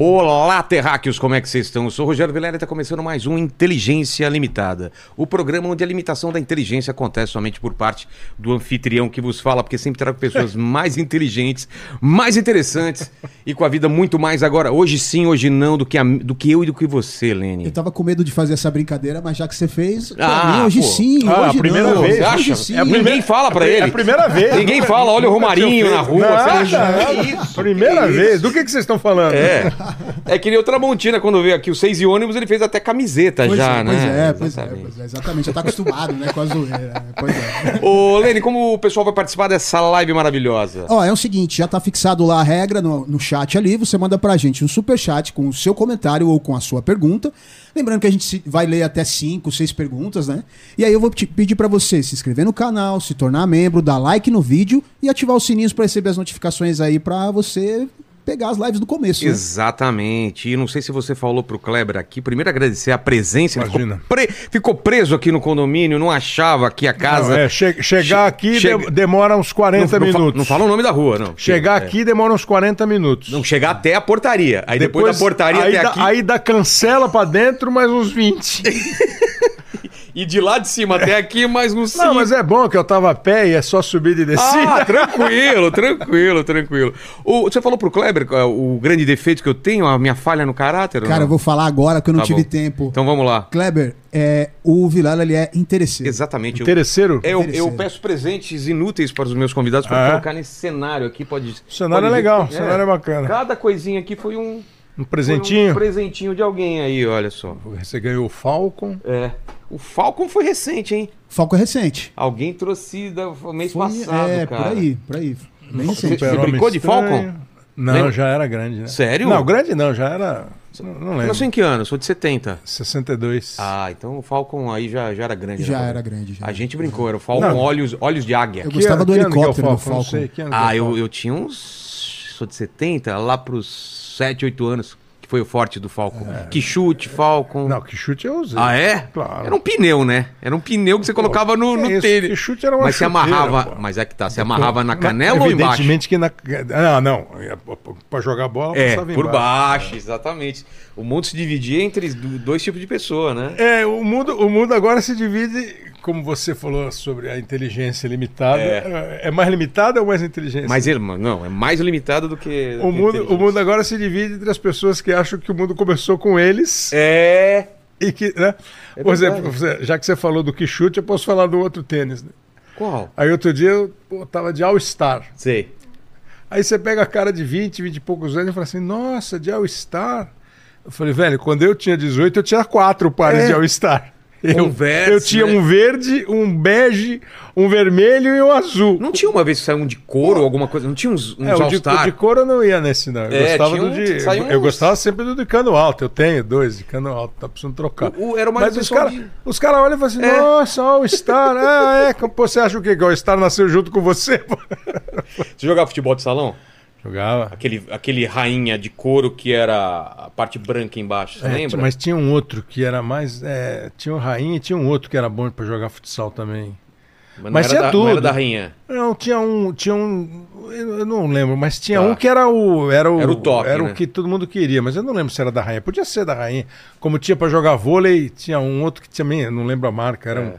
Olá, terráqueos, como é que vocês estão? Eu sou o Rogério Vilela e está começando mais um Inteligência Limitada, o programa onde a limitação da inteligência acontece somente por parte do anfitrião que vos fala, porque sempre trago pessoas mais inteligentes, mais interessantes e com a vida muito mais agora, hoje sim, hoje não, do que, a- do que eu e do que você, Lene. Eu tava com medo de fazer essa brincadeira, mas já que você fez, pra Ah, mim, hoje pô. sim, Ah, hoje a primeira não. vez. Hoje Você acha? sim. né? É a primeira- Ninguém fala pra É ele. a primeira vez. Ninguém fala, olha o Romarinho na rua, você Nada, acha? nada. Que isso, Primeira que vez. isso? Do que, que vocês estão falando? É. É que nem o Tramontina, quando veio aqui, o seis e ônibus, ele fez até camiseta Pois, já, é, né? pois é, pois é, Exatamente. pois é, exatamente. Já tá acostumado, né, com a zoeira. né? Pois é. Ô, Lene, como o pessoal vai participar dessa live maravilhosa? Ó, é o seguinte, já tá fixado lá a regra no, no chat ali, você manda pra gente um superchat com o seu comentário ou com a sua pergunta. Lembrando que a gente se- vai ler até cinco, seis perguntas, né? E aí eu vou te pedir pra você se inscrever no canal, se tornar membro, dar like no vídeo e ativar os sininhos pra receber as notificações aí pra você pegar as lives do começo, né? Exatamente. E não sei se você falou pro Kleber aqui. Primeiro agradecer a presença. Ele Imagina. Ficou, pre- ficou preso aqui no condomínio, não achava aqui a Não, casa. é, che- chegar Che- aqui chega- de- demora uns 40 não, não fa- minutos. Não fala o nome da rua, não. Chegar É. aqui demora uns 40 minutos. Não, chegar até a portaria. Aí depois, da portaria aí até dá, aqui. Aí dá cancela pra dentro mais uns 20. E de lá de cima até aqui, mais um É. Não, mas é assim. bom que eu tava a pé e é só subida e Ah, descida. tranquilo, tranquilo, tranquilo. O- você falou pro Kleber é, o grande defeito que eu tenho, a minha falha no caráter? ou Cara, não? eu vou falar agora que eu não Tá tive bom. tempo. Então vamos lá. Kleber, é, o Vilela ele é interesseiro. Exatamente. eu- Terceiro. Eu, eu Interesseiro. peço presentes inúteis para os meus convidados para Ah, é? colocar nesse cenário aqui. Pode, O cenário pode é ver legal, que- o cenário é bacana. Cada coisinha aqui foi um, Um foi um presentinho. presentinho de alguém aí, olha só. Você ganhou o Falcon. É. O Falcon foi recente, hein? Falco é recente. Alguém trouxe da, foi mês Foi- passado, é, cara. por aí, por aí. Bem Você- recente. você Super-Homem brincou de Estranho. Falcon? Não, Lembra? já era grande, né? Sério? Não, grande não, já era. Não, não Eu lembro. Não sei em que ano, eu sou de 70. 62. Ah, então o Falcon aí já, já era grande. Já né? era grande, já. A gente brincou, era o Falcon Não. Olhos, olhos de Águia. Eu gostava do ano- que ano que é o helicóptero do Não Falcon. sei, que ano que é o Ah, eu, Falcon? eu tinha uns. Sou de 70, lá pros 7, 8 anos, que foi o forte do Falcon. Que chute, Falcon. É. Não, que chute eu usei. Ah, é? Claro. Era um pneu, né? Era um pneu que você colocava no, que no é isso? tênis. Que chute era uma Mas se chuteira, amarrava. pô. Mas é que tá, se amarrava na canela ou embaixo? Evidentemente que na. Não, não. é p- p- Pra jogar bola, É, passava por embaixo. baixo, exatamente. O mundo se dividia entre do- dois tipos de pessoa, né? É, o mundo, o mundo agora se divide, como você falou sobre a inteligência limitada. É. É, mais limitada ou mais inteligência? Mas ele, mano, não, é mais limitado do que. do o, que mundo, o inteligente. mundo agora se divide entre as pessoas que acham que o mundo começou com eles É. e que. Né? É por verdade. exemplo, você- já que você falou do que chute, eu posso falar do outro tênis. né? Qual? Aí outro dia eu pô, tava de All-Star. Sei. Aí você pega a cara de 20, 20 e poucos anos e fala assim, nossa, de All-Star. Eu falei, velho, quando eu tinha 18, eu tinha quatro pares É. de All-Star. Eu, Conversa, eu tinha né? um verde, um bege, um vermelho e um azul. Não tinha uma vez que saiu um de couro ou alguma coisa? Não tinha uns, uns É, o de, All-Star? o de cor eu não ia nesse, não. Eu, É, gostava, tinha do um- de, saiu eu uns- gostava sempre do de cano alto. Eu tenho dois de cano alto, tá precisando trocar. O- o- era mais Mas o os pessoal caras de- os cara olham e falam assim, É. nossa, All-Star. ah, é, que- pô, você acha o quê? Que o All-Star nasceu junto com você? Você jogava futebol de salão? Jogava. Aquele, aquele rainha de couro que era a parte branca embaixo, você É, lembra? ti- Mas tinha um outro que era mais. é, tinha o Rainha e tinha um outro que era bom pra jogar futsal também. não mas era tinha da, Não tudo. era da rainha. Não, tinha um. Tinha um. Eu eu não lembro, mas tinha Tá. um que era o. Era o, Era o top, Era né? o que todo mundo queria, mas eu não lembro se era da rainha. Podia ser da rainha. Como tinha pra jogar vôlei, tinha um outro que também, eu não lembro a marca, É. era, um,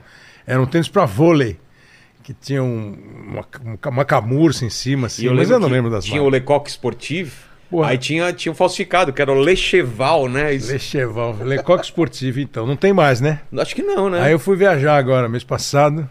era um tênis pra vôlei. Que tinha um, uma, ca- uma camurça em cima, assim, mas eu não que lembro das Tinha o marcas. Lecoque Sportive, Porra. aí tinha, tinha um falsificado, que era o Lecheval, né? Isso- Lecheval, Lecoque Esportivo, então. Não tem mais, né? Acho que não, né? Aí eu fui viajar agora, mês passado.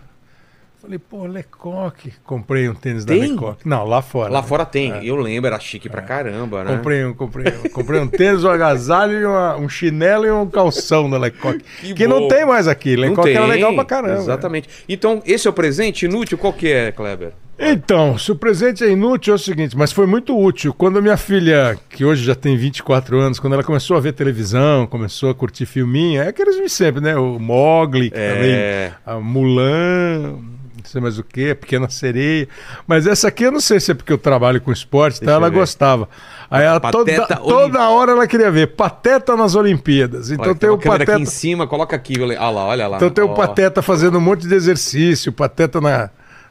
Falei, pô, Lecoque. Comprei um tênis da Tem? Lecoque. Não, lá fora. Lá né? fora tem, eu lembro, era chique pra caramba, né? É. Comprei um, comprei um, comprei um tênis, um agasalho, e uma- um chinelo e um calção da Lecoque. Que Que, bom. não tem mais aqui. Não Lecoque era tem, legal pra caramba. Exatamente. Então, esse é o presente inútil? Qual que é, Kleber? Então, se o presente é inútil, é o seguinte, mas foi muito útil. Quando a minha filha, que hoje já tem 24 anos, quando ela começou a ver televisão, começou a curtir filminho, é aqueles de sempre, né? O Mogli, que É. também, a Mulan, não sei mais o quê, a Pequena Sereia. Mas essa aqui eu não sei se é porque eu trabalho com esporte, Deixa tá? ela eu ver. gostava. Aí ela toda, Pateta toda hora ela queria ver Pateta nas Olimpíadas. Então Olha, tem o uma câmera aqui Pateta. em cima, coloca aqui. Olha lá, olha lá. Então tem Ó. o Pateta fazendo um monte de exercício, o Pateta na,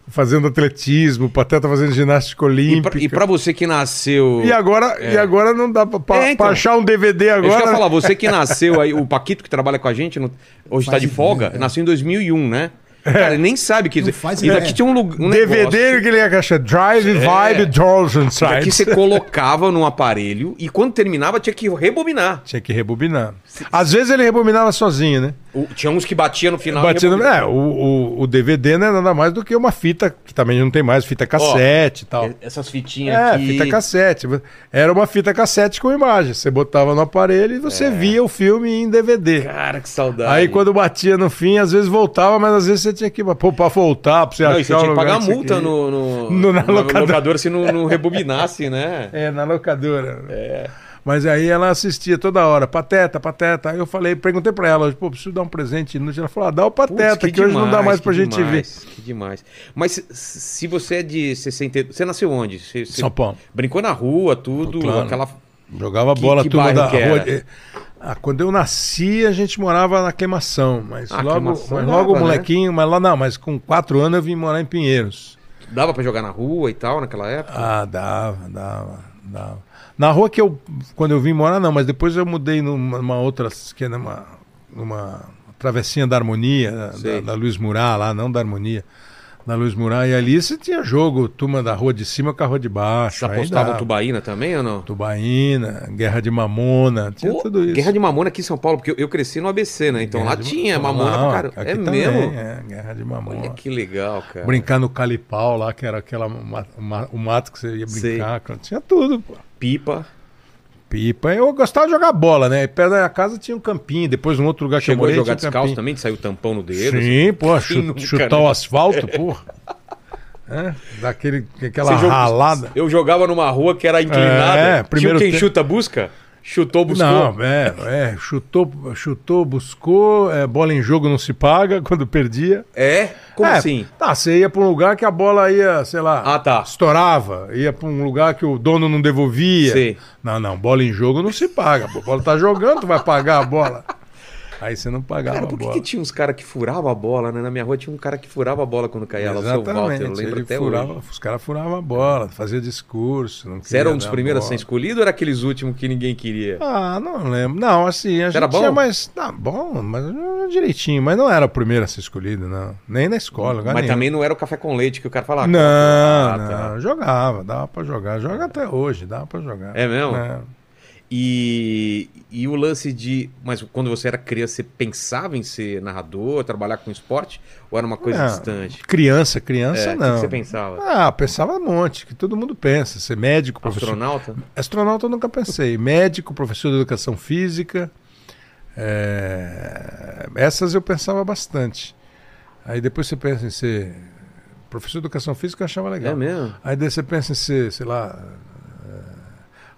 fazendo atletismo, o Pateta fazendo ginástica E pra, olímpica. e pra você que nasceu. E agora, e agora não dá pra, pra- É, então. pra achar um DVD Eu já agora. ia falar, você que nasceu aí, o Paquito que trabalha com a gente, não- hoje tá Faz de folga, ideia. nasceu em 2001, né? É. Cara, ele nem sabe que. Não faz e ideia. daqui tinha um, lugar, um negócio- DVD que ele ia achar Drive, Vibe, Draws and Isso aqui Sides. você colocava num aparelho e quando terminava tinha que rebobinar. Tinha que rebobinar. Às vezes ele rebobinava sozinho, né? O- tinha uns que batia no final. e Batia no- rebobinava. É, o, o, o DVD não é nada mais do que uma fita, que também não tem mais, fita cassete e tal. E- Essas fitinhas É, aqui. fita cassete. Era uma fita cassete com imagem. Você botava no aparelho e É. você via o filme em DVD. Cara, que saudade. Aí quando batia no fim, às vezes voltava, mas às vezes você tinha que. Pô, pra voltar, pra você Não, achar e você tinha um que lugar pagar a você multa queria. no, no, No- na locadora. se não, não rebobinasse, né? É, na locadora. É. Mas aí ela assistia toda hora, pateta, pateta. Aí eu falei, perguntei pra ela, pô, preciso dar um presente inútil. Ela falou, ah, dá o Putz, pateta, que, hoje não dá demais, mais pra que gente ver. demais, Que demais. Mas se- se você é de 60. Você nasceu onde? Você, você São Paulo. Brincou na rua, tudo, Claro. aquela. Jogava Que- bola, que turma bairro da que rua. era? Eh, Ah, quando eu nasci, a gente morava na Queimação, mas Ah, logo, Queimação mas dava, logo né? molequinho, mas lá não, mas com quatro anos eu vim morar em Pinheiros. Dava pra jogar na rua e tal naquela época? Ah, dava, dava, dava. Na rua que eu, quando eu vim morar, não, mas depois eu mudei numa, numa outra, que é numa, numa travessinha da Harmonia, da, Sei. da Luiz Murá lá, não da Harmonia, da Luiz Murá, e ali você tinha jogo, turma da rua de cima com a rua de baixo. Você aí apostava dava. o Tubaína também ou não? Tubaína, Guerra de Mamona, tinha Pô, tudo isso. Guerra de Mamona aqui em São Paulo, porque eu, eu cresci no ABC, né? Então Guerra lá de- tinha Mamona Não, pra caramba. aqui É também, mesmo? É, guerra de mamona. Olha que legal, cara. Brincar no calipau lá, que era aquela ma- ma- o mato que você ia Sei. brincar. cara, Tinha tudo, pô. Pipa. Pipa. Eu gostava de jogar bola, né? Perto da minha casa tinha um campinho. Depois, num outro lugar que eu Chegou morei, a jogar tinha um descalço campinho. também, que saiu tampão no dedo. assim. Sim, pô. chu- nunca, chutar né? o asfalto, porra. É, daquele, aquela Você jogou- ralada. Eu jogava numa rua que era inclinada. É, É, primeiro quem tempo- chuta busca? Chutou, buscou. Não, é, é, chutou, chutou, buscou, é, bola em jogo não se paga quando perdia. É? Como É, assim? Tá, você ia pra um lugar que a bola ia, sei lá, Ah, tá. estourava, ia pra um lugar que o dono não devolvia. Sei. Não, não, bola em jogo não se paga. pô. A bola tá jogando, tu vai pagar a bola. Aí você não pagava Cara, a por que, bola. que tinha uns caras que furavam a bola, né? Na minha rua tinha um cara que furava a bola quando caía lá, o seu Walter, eu lembro ele até furava, hoje. os caras furavam a bola, fazia discurso. Não Você era queria um dos dar primeiros a bola. ser escolhido ou era aqueles últimos que ninguém queria? Ah, não lembro. Não, assim, a gente Era bom? tinha mais. Tá bom, mas ah, direitinho. Mas não era o primeiro a ser escolhido, não. Nem na escola, lugar Mas nenhum. também não era o café com leite que o cara falava. Não, Ah, não, tá. jogava, dava pra jogar. Joga até hoje, dava pra jogar. É mesmo? E, e o lance de. Mas quando você era criança, você pensava em ser narrador, trabalhar com esporte? Ou era uma coisa Não, distante? É. Criança, É, criança o que que não. você pensava? Ah, pensava um monte, que todo mundo pensa. Ser médico, professor. Astronauta? Astronauta eu nunca pensei. Médico, professor de educação física. é, Essas eu pensava bastante. Aí depois você pensa em ser professor de educação física, eu achava legal. É mesmo? Aí daí você pensa em ser, sei lá, é,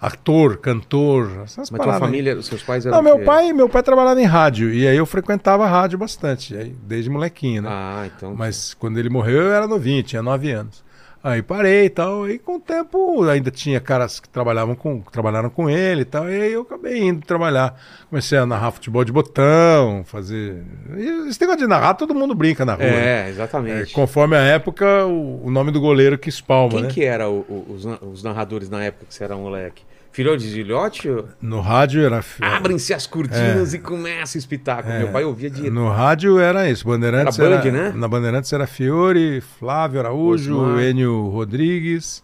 ator, cantor, Mas essas tua paradas. aí. família, os seus pais eram. Não, o meu quê? pai, meu pai trabalhava em rádio e aí eu frequentava a rádio bastante, aí, desde molequinho, né? Ah, então. Mas quando ele morreu eu era novinho, tinha nove anos. Aí parei e tal, e com o tempo ainda tinha caras que trabalhavam com, que trabalharam com ele e tal, e aí eu acabei indo trabalhar. Comecei a narrar futebol de botão, fazer. e Esse negócio de narrar, todo mundo brinca na rua. né? É, É, exatamente. conforme a época, o, o nome do goleiro que espalma, Quem né? que é? era o- o- os, na- os narradores na época que você era um moleque? Filhão de Zilhote? No rádio era. Abrem-se as É. cortinas e começa o espetáculo. Meu pai ouvia de No rádio era isso. Bandeirantes Era era, Band, né? Na Bandeirantes era Fiore, Flávio Araújo, Osmar. Enio Rodrigues.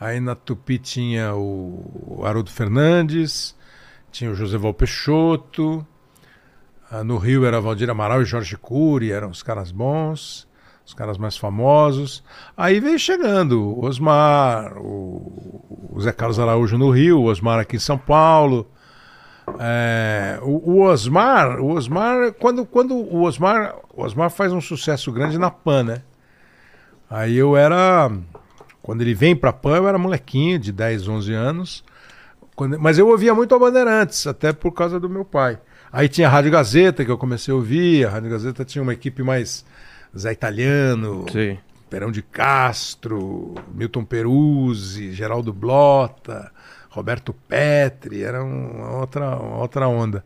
Aí na Tupi tinha o Haroldo Fernandes, tinha o José Val Peixoto. Ah, No Rio era Valdir Amaral e Jorge Cury, eram os caras bons, os caras mais famosos. Aí veio chegando o Osmar, o, o Zé Carlos Araújo no Rio, o Osmar aqui em São Paulo. É, o, o Osmar, o Osmar, quando, quando o Osmar, o Osmar faz um sucesso grande na Pan, né? Aí eu era, quando ele vem pra Pan, eu era molequinho de 10, 11 anos. Quando- mas eu ouvia muito a Bandeirantes, até por causa do meu pai. Aí tinha a Rádio Gazeta que eu comecei a ouvir, a Rádio Gazeta tinha uma equipe mais Zé Italiano, Sim. Perão de Castro, Milton Peruzzi, Geraldo Blota, Roberto Petri, era um, uma outra, uma outra onda.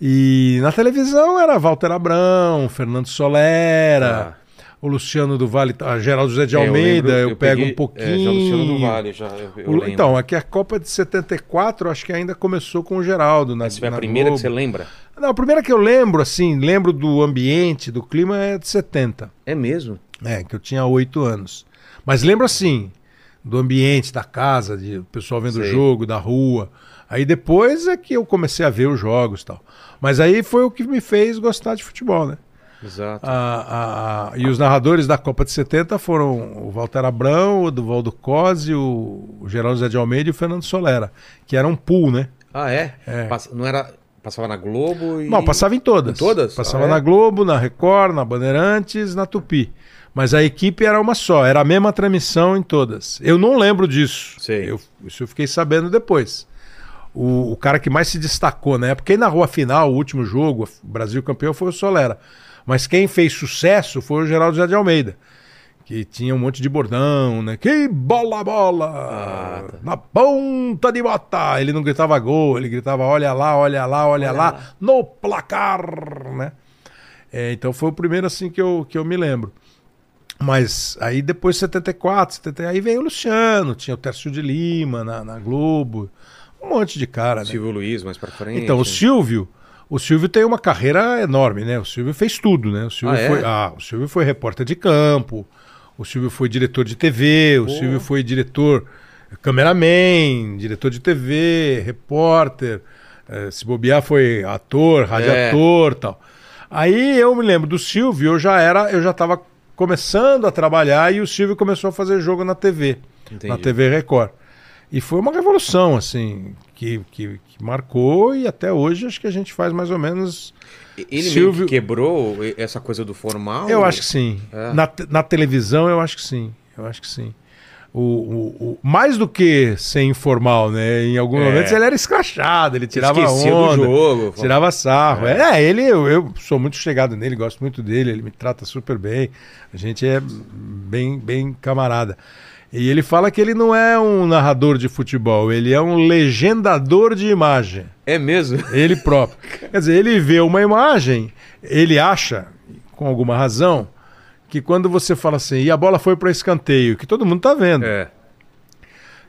E na televisão era Walter Abrão, Fernando Solera, o Luciano do Vale, a Geraldo José de Ah. É, eu Almeida, lembro, eu, eu pego peguei- um pouquinho. é, já Luciano do Vale, já, eu- eu O- lembro. então, aqui a Copa de 74, acho que ainda começou com o Geraldo. Na, Essa foi a na primeira Globo. que você lembra? Não, a primeira que eu lembro, assim, lembro do ambiente, do clima, é de 70. É mesmo? É, que eu tinha oito anos. Mas lembro assim, do ambiente, da casa, de o pessoal vendo o Sei. jogo, da rua. Aí depois é que eu comecei a ver os jogos e tal. Mas aí foi o que me fez gostar de futebol, né? Exato. A- a- a- e os narradores da Copa de 70 foram o Walter Abrão, o Duvaldo Cosi, o, o Geraldo Zé de Almeida e o Fernando Solera, que era um pool, né? Ah, é? É. Passa- não era. Passava na Globo e. Não, passava em todas. Em todas? Passava Ah, é? na Globo, na Record, na Bandeirantes, na Tupi. Mas a equipe era uma só, era a mesma transmissão em todas. Eu não lembro disso. Sei. Eu- isso eu fiquei sabendo depois. O, o cara que mais se destacou né? na época, quem narrou a final, o último jogo, o Brasil campeão, foi o Solera. Mas quem fez sucesso foi o Geraldo Zé de Almeida, que tinha um monte de bordão, né? Que bola, bola! Ah, tá. Na ponta de bota! Ele não gritava gol, ele gritava olha lá, olha lá, olha, lá, no placar, né? É, então foi o primeiro assim que eu, que eu me lembro. Mas aí depois 74, 70, aí veio o Luciano, tinha o Tércio de Lima na, na Globo, um monte de cara, né? Silvio Luiz mais pra frente. Então, o Silvio, o Silvio tem uma carreira enorme, né? O Silvio fez tudo, né? O Silvio, Ah, é? foi, ah, o Silvio foi repórter de campo, o Silvio foi diretor de TV, o Silvio foi diretor, eh, cameraman, diretor de TV, repórter, eh, se bobear foi ator, radiator, tal. Aí eu me lembro do Silvio, eu já era, eu já estava começando a trabalhar e o Silvio começou a fazer jogo na TV, na Entendi. TV Record. E foi uma revolução, assim, que, que, que marcou e até hoje acho que a gente faz mais ou menos. E- Ele Silvio... Silvio- quebrou e- essa coisa do formal? Eu acho que sim. É. Na, te- na televisão, eu acho que sim. Eu acho que sim. O, o- o- mais do que ser informal, né? Em alguns É. momentos ele era escrachado, ele tirava Esquecia do onda, jogo. tirava sarro. É, ele, eu, eu sou muito chegado nele, gosto muito dele, ele me trata super bem. A gente é bem, bem camarada. E ele fala que ele não é um narrador de futebol, ele é um legendador de imagem. É mesmo? Ele próprio. Quer dizer, ele vê uma imagem, ele acha, com alguma razão, que quando você fala assim, e a bola foi para escanteio, que todo mundo tá vendo. É.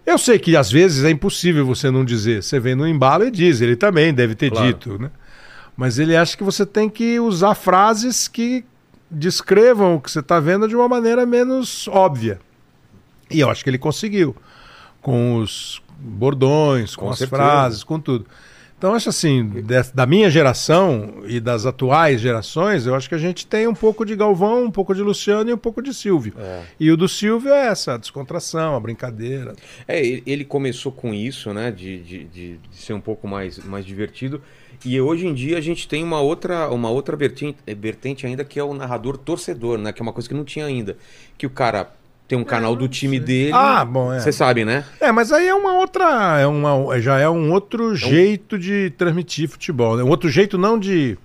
Eu sei que às vezes é impossível você não dizer. Você vem no embalo e diz, ele também deve ter Claro. dito, né? Mas ele acha que você tem que usar frases que descrevam o que você está vendo de uma maneira menos óbvia. E eu acho que ele conseguiu. Com os bordões, com, Com as certeza. frases, com tudo. Então, eu acho assim, des- da minha geração e das atuais gerações, eu acho que a gente tem um pouco de Galvão, um pouco de Luciano e um pouco de Silvio. É. E o do Silvio é essa, a descontração, a brincadeira. É, e- ele começou com isso, né? De, de, de- de ser um pouco mais, mais divertido. E hoje em dia a gente tem uma outra, uma outra vertente, eh, vertente ainda que é o narrador torcedor, né? Que é uma coisa que não tinha ainda. Que o cara tem um canal do time dele. Ah, bom, é. Você sabe, né? É, mas aí é uma outra. É uma, já é um outro jeito de transmitir futebol. Né? Um outro jeito, não de.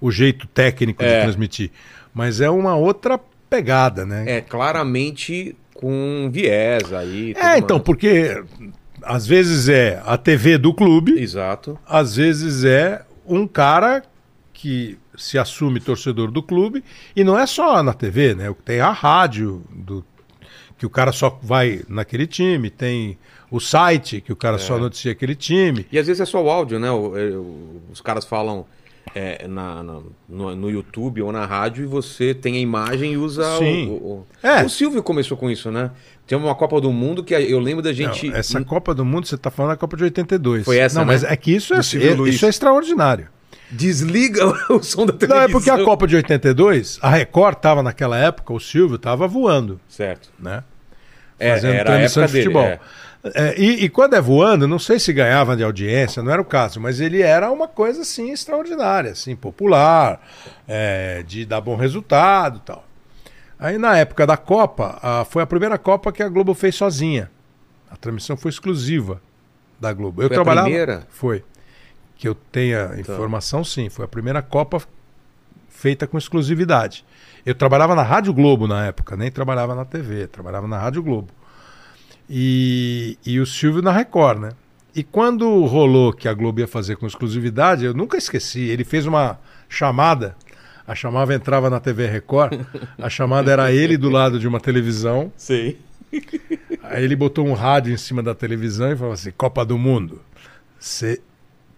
O jeito técnico É. de transmitir. Mas é uma outra pegada, né? É claramente com viés aí. tudo É, então, mais. porque às vezes é a TV do clube, Exato. às vezes é um cara que se assume torcedor do clube. E não é só na TV, né? Tem a rádio do que o cara só vai naquele time, tem o site que o cara só noticia aquele time. E às vezes é só o áudio, né? O- é, o- os caras falam é, na- na- no, no YouTube ou na rádio e você tem a imagem e usa o- Sim. o. o- É. O Silvio começou com isso, né? Tem uma Copa do Mundo que eu lembro da gente. Não, essa Copa do Mundo, você tá falando da Copa de 82. Foi essa, Não, né? mas é que isso é, Do Silvio é- Luiz. isso é extraordinário. Desliga o som da Não, televisão. é porque a Copa de 82, a Record tava naquela época, o Silvio tava voando, Certo. né? É, era a época dele, é. É, e, e quando é voando, não sei se ganhava de audiência, não era o caso, mas ele era uma coisa assim extraordinária, assim, popular, é, de dar bom resultado e tal. Aí na época da Copa, a- foi a primeira Copa que a Globo fez sozinha. A transmissão foi exclusiva da Globo. Eu Foi a trabalhava. primeira? Tá. Foi. Que eu tenha informação, sim. Foi a primeira Copa feita com exclusividade. Eu trabalhava na Rádio Globo na época, nem trabalhava na TV, trabalhava na Rádio Globo. E, e o Silvio na Record, né? E quando rolou que a Globo ia fazer com exclusividade, eu nunca esqueci, ele fez uma chamada A chamava entrava na TV Record, a chamada era ele do lado de uma televisão. Sei. Aí ele botou um rádio em cima da televisão e falou assim: Copa do Mundo, você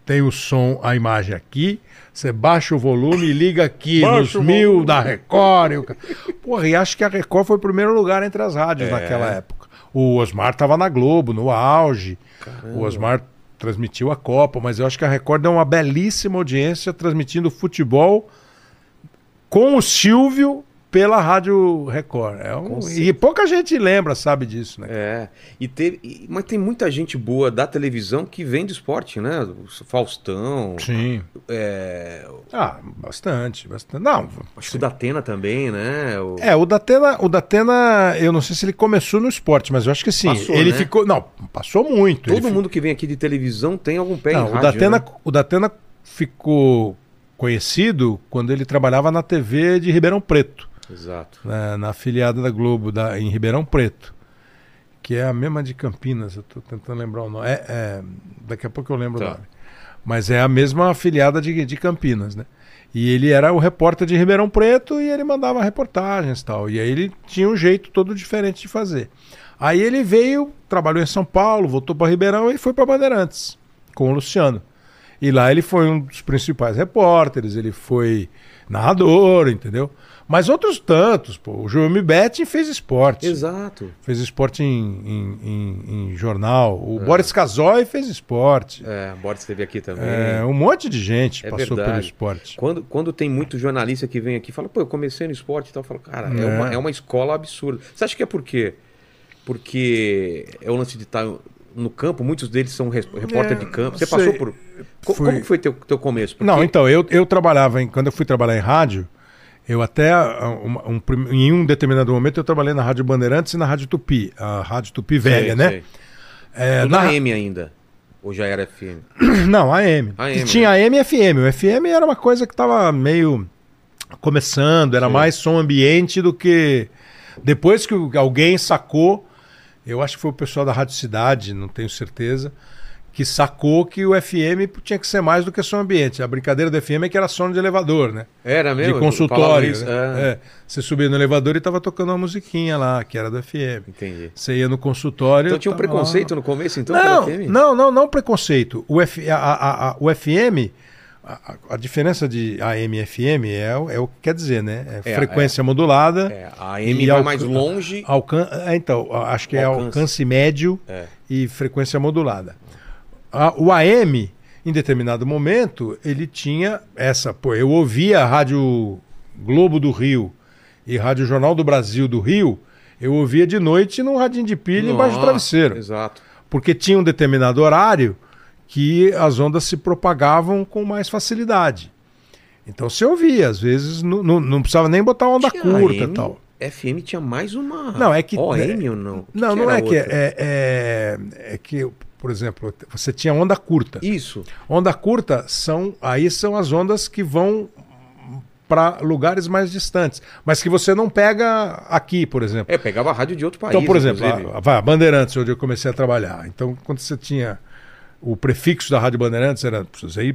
tem o som, a imagem aqui, você baixa o volume e liga aqui nos Baixa o mil volume. da Record. e o ca- Porra, e acho que a Record foi o primeiro lugar entre as rádios É. naquela época. O Osmar tava na Globo, no auge. O Osmar transmitiu a Copa, mas eu acho que a Record deu uma belíssima audiência transmitindo futebol com o Silvio pela Rádio Record. É um- Com certeza. E pouca gente lembra, sabe disso, né? É. E teve, e- mas tem muita gente boa da televisão que vem do esporte, né? O Faustão, Sim. é, Ah, bastante, bastante. Não, acho que o da Atena também, né? O- É, o Datena, o Datena, eu não sei se ele começou no esporte, mas eu acho que sim. Passou, ele né? ficou. Não, passou muito. ele Todo fi- mundo que vem aqui de televisão tem algum pé Não, em o, rádio, Datena, né? o Datena ficou conhecido quando ele trabalhava na TV de Ribeirão Preto, Exato. na, na afiliada da Globo da- em Ribeirão Preto. Que é a mesma de Campinas, eu tô tentando lembrar o nome. É, é, daqui a pouco eu lembro o Tá. nome. Mas é a mesma afiliada de, de Campinas, né? E ele era o repórter de Ribeirão Preto e ele mandava reportagens e tal. E aí ele tinha um jeito todo diferente de fazer. Aí ele veio, trabalhou em São Paulo, voltou para Ribeirão e foi para Bandeirantes com o Luciano. E lá ele foi um dos principais repórteres, ele foi narrador, entendeu? Mas outros tantos, pô. O João Betti fez esporte Exato. fez esporte em, em- em- em jornal. O Boris Casoy fez esporte. É, Boris esteve aqui também. É, um monte de gente É passou verdade. pelo esporte. Quando, quando tem muito jornalista que vem aqui e fala, pô, eu comecei no esporte e tal, eu falo, cara, é, É. uma, é uma escola absurda. Você acha que é por quê? Porque é o lance de estar no campo, muitos deles são res- repórter É, de campo. Você sei. passou por. Co- Fui. Como que foi teu, teu começo? Porque- Não, então, eu, eu trabalhava, em, quando eu fui trabalhar em rádio, eu até, ah, uma- um prim- em um determinado momento, eu trabalhei na Rádio Bandeirantes e na Rádio Tupi, a Rádio Tupi Sei, velha, né? sei. É, Tudo na na- AM ainda. Ou já era FM? Não, AM. AM, Tinha AM e FM. O FM era uma coisa que estava meio começando, era Sim. mais som ambiente do que. Depois que o- alguém sacou, eu acho que foi o pessoal da Rádio Cidade, não tenho certeza, que sacou que o FM tinha que ser mais do que som ambiente. A brincadeira do FM é que era som de elevador, né? Era mesmo? de Ah, Eu falava consultório. isso, né? é. É. Você subia no elevador e estava tocando uma musiquinha lá, que era do FM. Entendi. Você ia no consultório. Então tinha um tava lá. preconceito no começo, então, Não, pela FM? não, não, não preconceito. O, F, a, a- a- o FM, a, a- a diferença de AM e FM é, o- é o que quer dizer, né? É É, frequência modulada. É, a AM E vai alcan- mais longe. Alcan é, então, a- acho que é Alcance. alcance, médio É. e frequência modulada. A- o AM, em determinado momento, ele tinha essa. Pô, eu ouvia a Rádio Globo do Rio e Rádio Jornal do Brasil do Rio, eu ouvia de noite num radinho de pilha embaixo do Nossa, travesseiro Exato. porque tinha um determinado horário que as ondas se propagavam com mais facilidade. Então você ouvia, às vezes não, não- não precisava nem botar onda Tinha curta AM, e tal. FM tinha mais uma. Não, é que- OM ou não? O que Não, que não era é que é, outra? é- é que, por exemplo, você tinha onda curta. Isso. Onda curta são aí são as ondas que vão para lugares mais distantes, mas que você não pega aqui, por exemplo. É, pegava a rádio de outro país. Então, por exemplo, inclusive. a, a- vai, a Bandeirantes, onde eu comecei a trabalhar. Então, quando você tinha o prefixo da Rádio Bandeirantes, era ZYE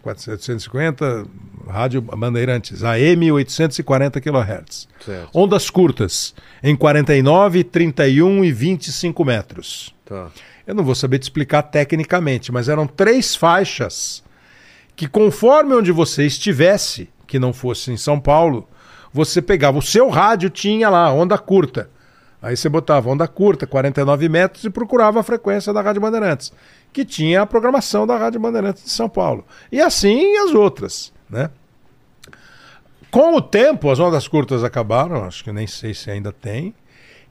450, Rádio Bandeirantes, AM 840 kHz. Certo. Ondas curtas, em 49, 31 e 25 metros. Tá. Eu não vou saber te explicar tecnicamente, mas eram três faixas que, conforme onde você estivesse, que não fosse em São Paulo, você pegava. O seu rádio tinha lá, onda curta. Aí você botava onda curta, 49 metros, e procurava a frequência da Rádio Bandeirantes, que tinha a programação da Rádio Bandeirantes de São Paulo. E assim as outras, né? Com o tempo, as ondas curtas acabaram, acho que eu nem sei se ainda tem.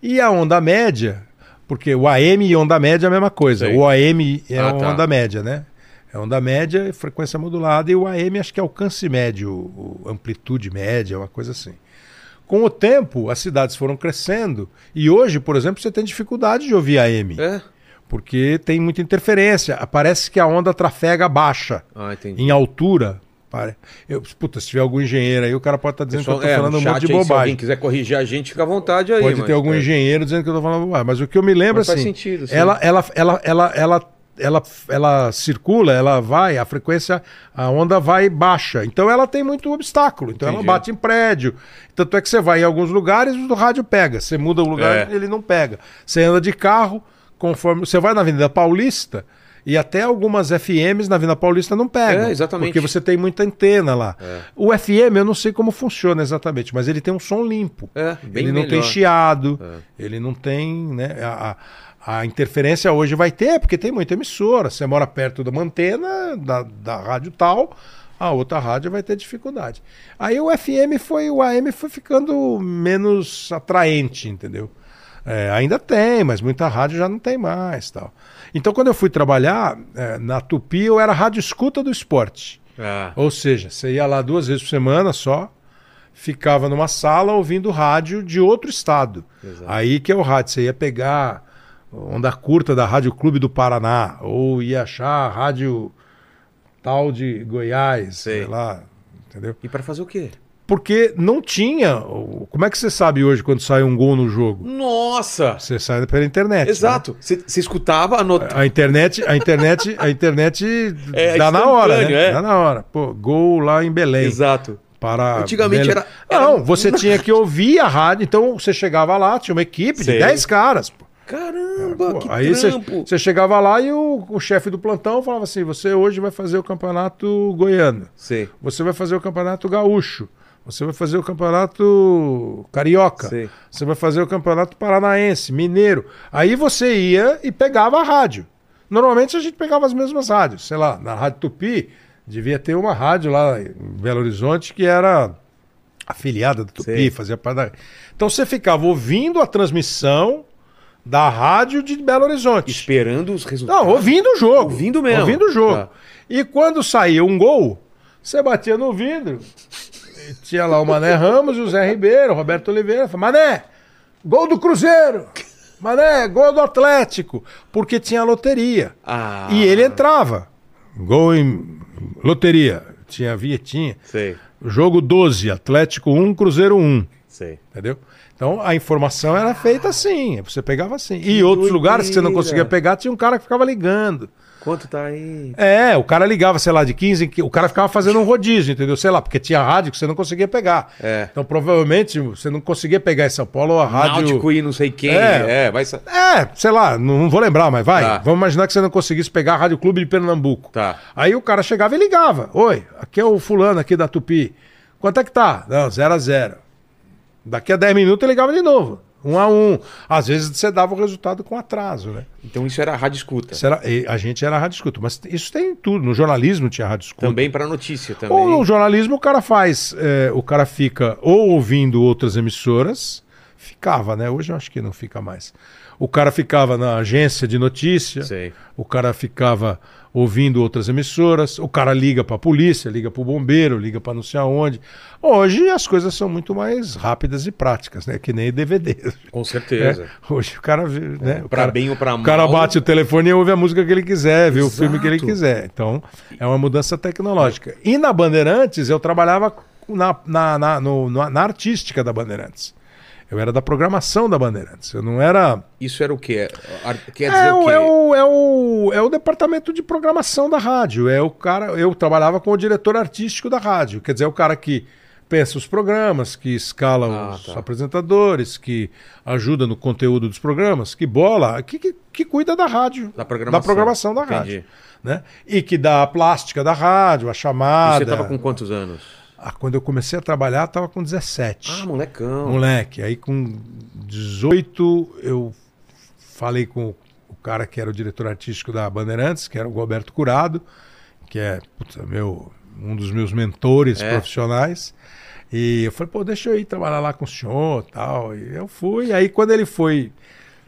E a onda média, porque o AM e onda média é a mesma coisa. Sei. O AM é Ah, uma tá. onda média, né? É onda média e frequência modulada, e o AM acho que é alcance médio, o- amplitude média, uma coisa assim. Com o tempo, as cidades foram crescendo, e hoje, por exemplo, você tem dificuldade de ouvir AM, É? porque tem muita interferência. Parece que a onda trafega baixa Ah, entendi. em altura. pare- Eu, puta, se tiver algum engenheiro aí, o cara pode estar dizendo Pessoal, que eu tô é, falando no um monte chat de aí, se alguém bobagem. quiser corrigir a gente, fica à vontade aí. Pode mas- ter algum é. engenheiro dizendo que eu tô falando bobagem. Mas o que eu me lembro, Mas faz assim, sentido, sim. ela, ela, ela, ela, ela ela, ela circula, ela vai, a frequência, a onda vai baixa. Então ela tem muito obstáculo. Então Entendi. ela bate em prédio. Tanto é que você vai em alguns lugares, o rádio pega. Você muda o lugar, É. ele não pega. Você anda de carro, conforme. Você vai na Avenida Paulista. E até algumas FMs na Avenida Paulista não pegam. É, exatamente. É. Porque você tem muita antena lá. O FM, eu não sei como funciona exatamente, mas ele tem um som limpo. É, bem ele não tem melhor. É. chiado, ele não tem, né? A, a- a interferência hoje vai ter, porque tem muita emissora. Você mora perto de uma antena, da, da rádio tal, a outra rádio vai ter dificuldade. Aí o FM foi, o AM foi ficando menos atraente, entendeu? É, ainda tem, mas muita rádio já não tem mais tal. Então, quando eu fui trabalhar é, na Tupi, eu era rádio escuta do esporte. Ah, Ou seja, você ia lá duas vezes por semana só, ficava numa sala ouvindo rádio de outro estado. Exato. Aí que é o rádio, você ia pegar onda curta da Rádio Clube do Paraná, ou ia achar a rádio tal de Goiás, Sei. sei lá, entendeu? E para fazer o quê? Porque não tinha, o- como é que você sabe hoje quando sai um gol no jogo? Nossa! Você sai pela internet. né? Exato. Você você escutava, anotava. A internet, a internet, a internet É, dá na hora, instantâneo, né? é. Dá na hora. Pô, gol lá em Belém. Exato. É, Para Antigamente Belo- era- era- um- Não, você tinha que ouvir a rádio, então você chegava lá, tinha uma equipe Sei. de 10 caras. pô. Caramba, Pô, que aí você- trampo. você chegava lá e o, o chefe do plantão falava assim: você hoje vai fazer o campeonato goiano, Sei, você vai fazer o campeonato gaúcho, você vai fazer o campeonato carioca, Sei. você vai fazer o campeonato paranaense, mineiro. Aí você ia e pegava a rádio. Normalmente a gente pegava as mesmas rádios, sei lá, na Rádio Tupi devia ter uma rádio lá em Belo Horizonte que era afiliada da Tupi, Sei. fazia parte da... Então você ficava ouvindo a transmissão da rádio de Belo Horizonte. esperando os resultados. Não, ouvindo o jogo. Ouvindo mesmo. Ouvindo o jogo. Tá. E quando saía um gol, você batia no vidro. E tinha lá o Mané Ramos, o Zé Ribeiro, o Roberto Oliveira. Falava, Mané, gol do Cruzeiro. Mané, gol do Atlético. Porque tinha loteria. Ah. E ele é- entrava. Gol em loteria. Tinha vietinha. Sei, Jogo 12, Atlético 1, Cruzeiro 1. sei. Entendeu? Então a informação era feita assim, você pegava assim. E outros doideira. lugares que você não conseguia pegar, tinha um cara que ficava ligando. Quanto tá aí? É, o cara ligava, sei lá, de 15 em 15, o cara ficava fazendo um rodízio, entendeu? Sei lá, porque tinha rádio que você não conseguia pegar. É. Então provavelmente você não conseguia pegar em São Paulo a rádio. Náutico e não sei quem. É, É. vai sa- É, sei lá, não vou lembrar, mas vai. Tá. Vamos imaginar que você não conseguisse pegar a Rádio Clube de Pernambuco. Tá. Aí o cara chegava e ligava. Oi, aqui é o fulano aqui da Tupi. Quanto é que tá? Não, zero a zero. Daqui a 10 minutos ele ligava de novo. Um a um. Às vezes você dava o resultado com atraso, né? Então isso era rádio escuta. Isso é era- e a gente era rádio escuta, mas isso tem em tudo. No jornalismo tinha rádio escuta. Também para notícia também. Ou no jornalismo o cara faz, é, o cara fica ou ouvindo outras emissoras, ficava, né? Hoje eu acho que não fica mais. O cara ficava na agência de notícia, Sei. o cara ficava ouvindo outras emissoras, o cara liga pra polícia, liga pro bombeiro, liga pra não sei aonde. Hoje as coisas são muito mais rápidas e práticas, né? Que nem DVD. Com certeza. É, né? Hoje o cara, vê, né? O Pra cara, bem ou pra o cara mal. bate o telefone e ouve a música que ele quiser, vê o filme que ele Exato. quiser. Então, é uma mudança tecnológica. E na Bandeirantes, eu trabalhava na, na, na, no- na- na artística da Bandeirantes. Eu era da programação da Bandeirantes. Eu não era. Isso era o quê? Ar- Quer dizer É o o, quê? é, o, é, o, é o departamento de programação da rádio. É o cara. Eu trabalhava com o diretor artístico da rádio. Quer dizer, é o cara que pensa os programas, que escala Ah, os tá. apresentadores, que ajuda no conteúdo dos programas, que bola, que, que, que cuida da rádio, Da programação. da, programação da rádio. Entendi. Né? E que dá a plástica da rádio, a E chamada. Você tava com quantos anos? Ah, quando eu comecei a trabalhar, estava com 17. Ah, molecão. Moleque, aí com 18 eu falei com o cara que era o diretor artístico da Bandeirantes, que era o Roberto Curado, que é puta, meu, um dos meus mentores É. profissionais. E eu falei, pô, deixa eu ir trabalhar lá com o senhor tal. E eu fui. Aí quando ele foi,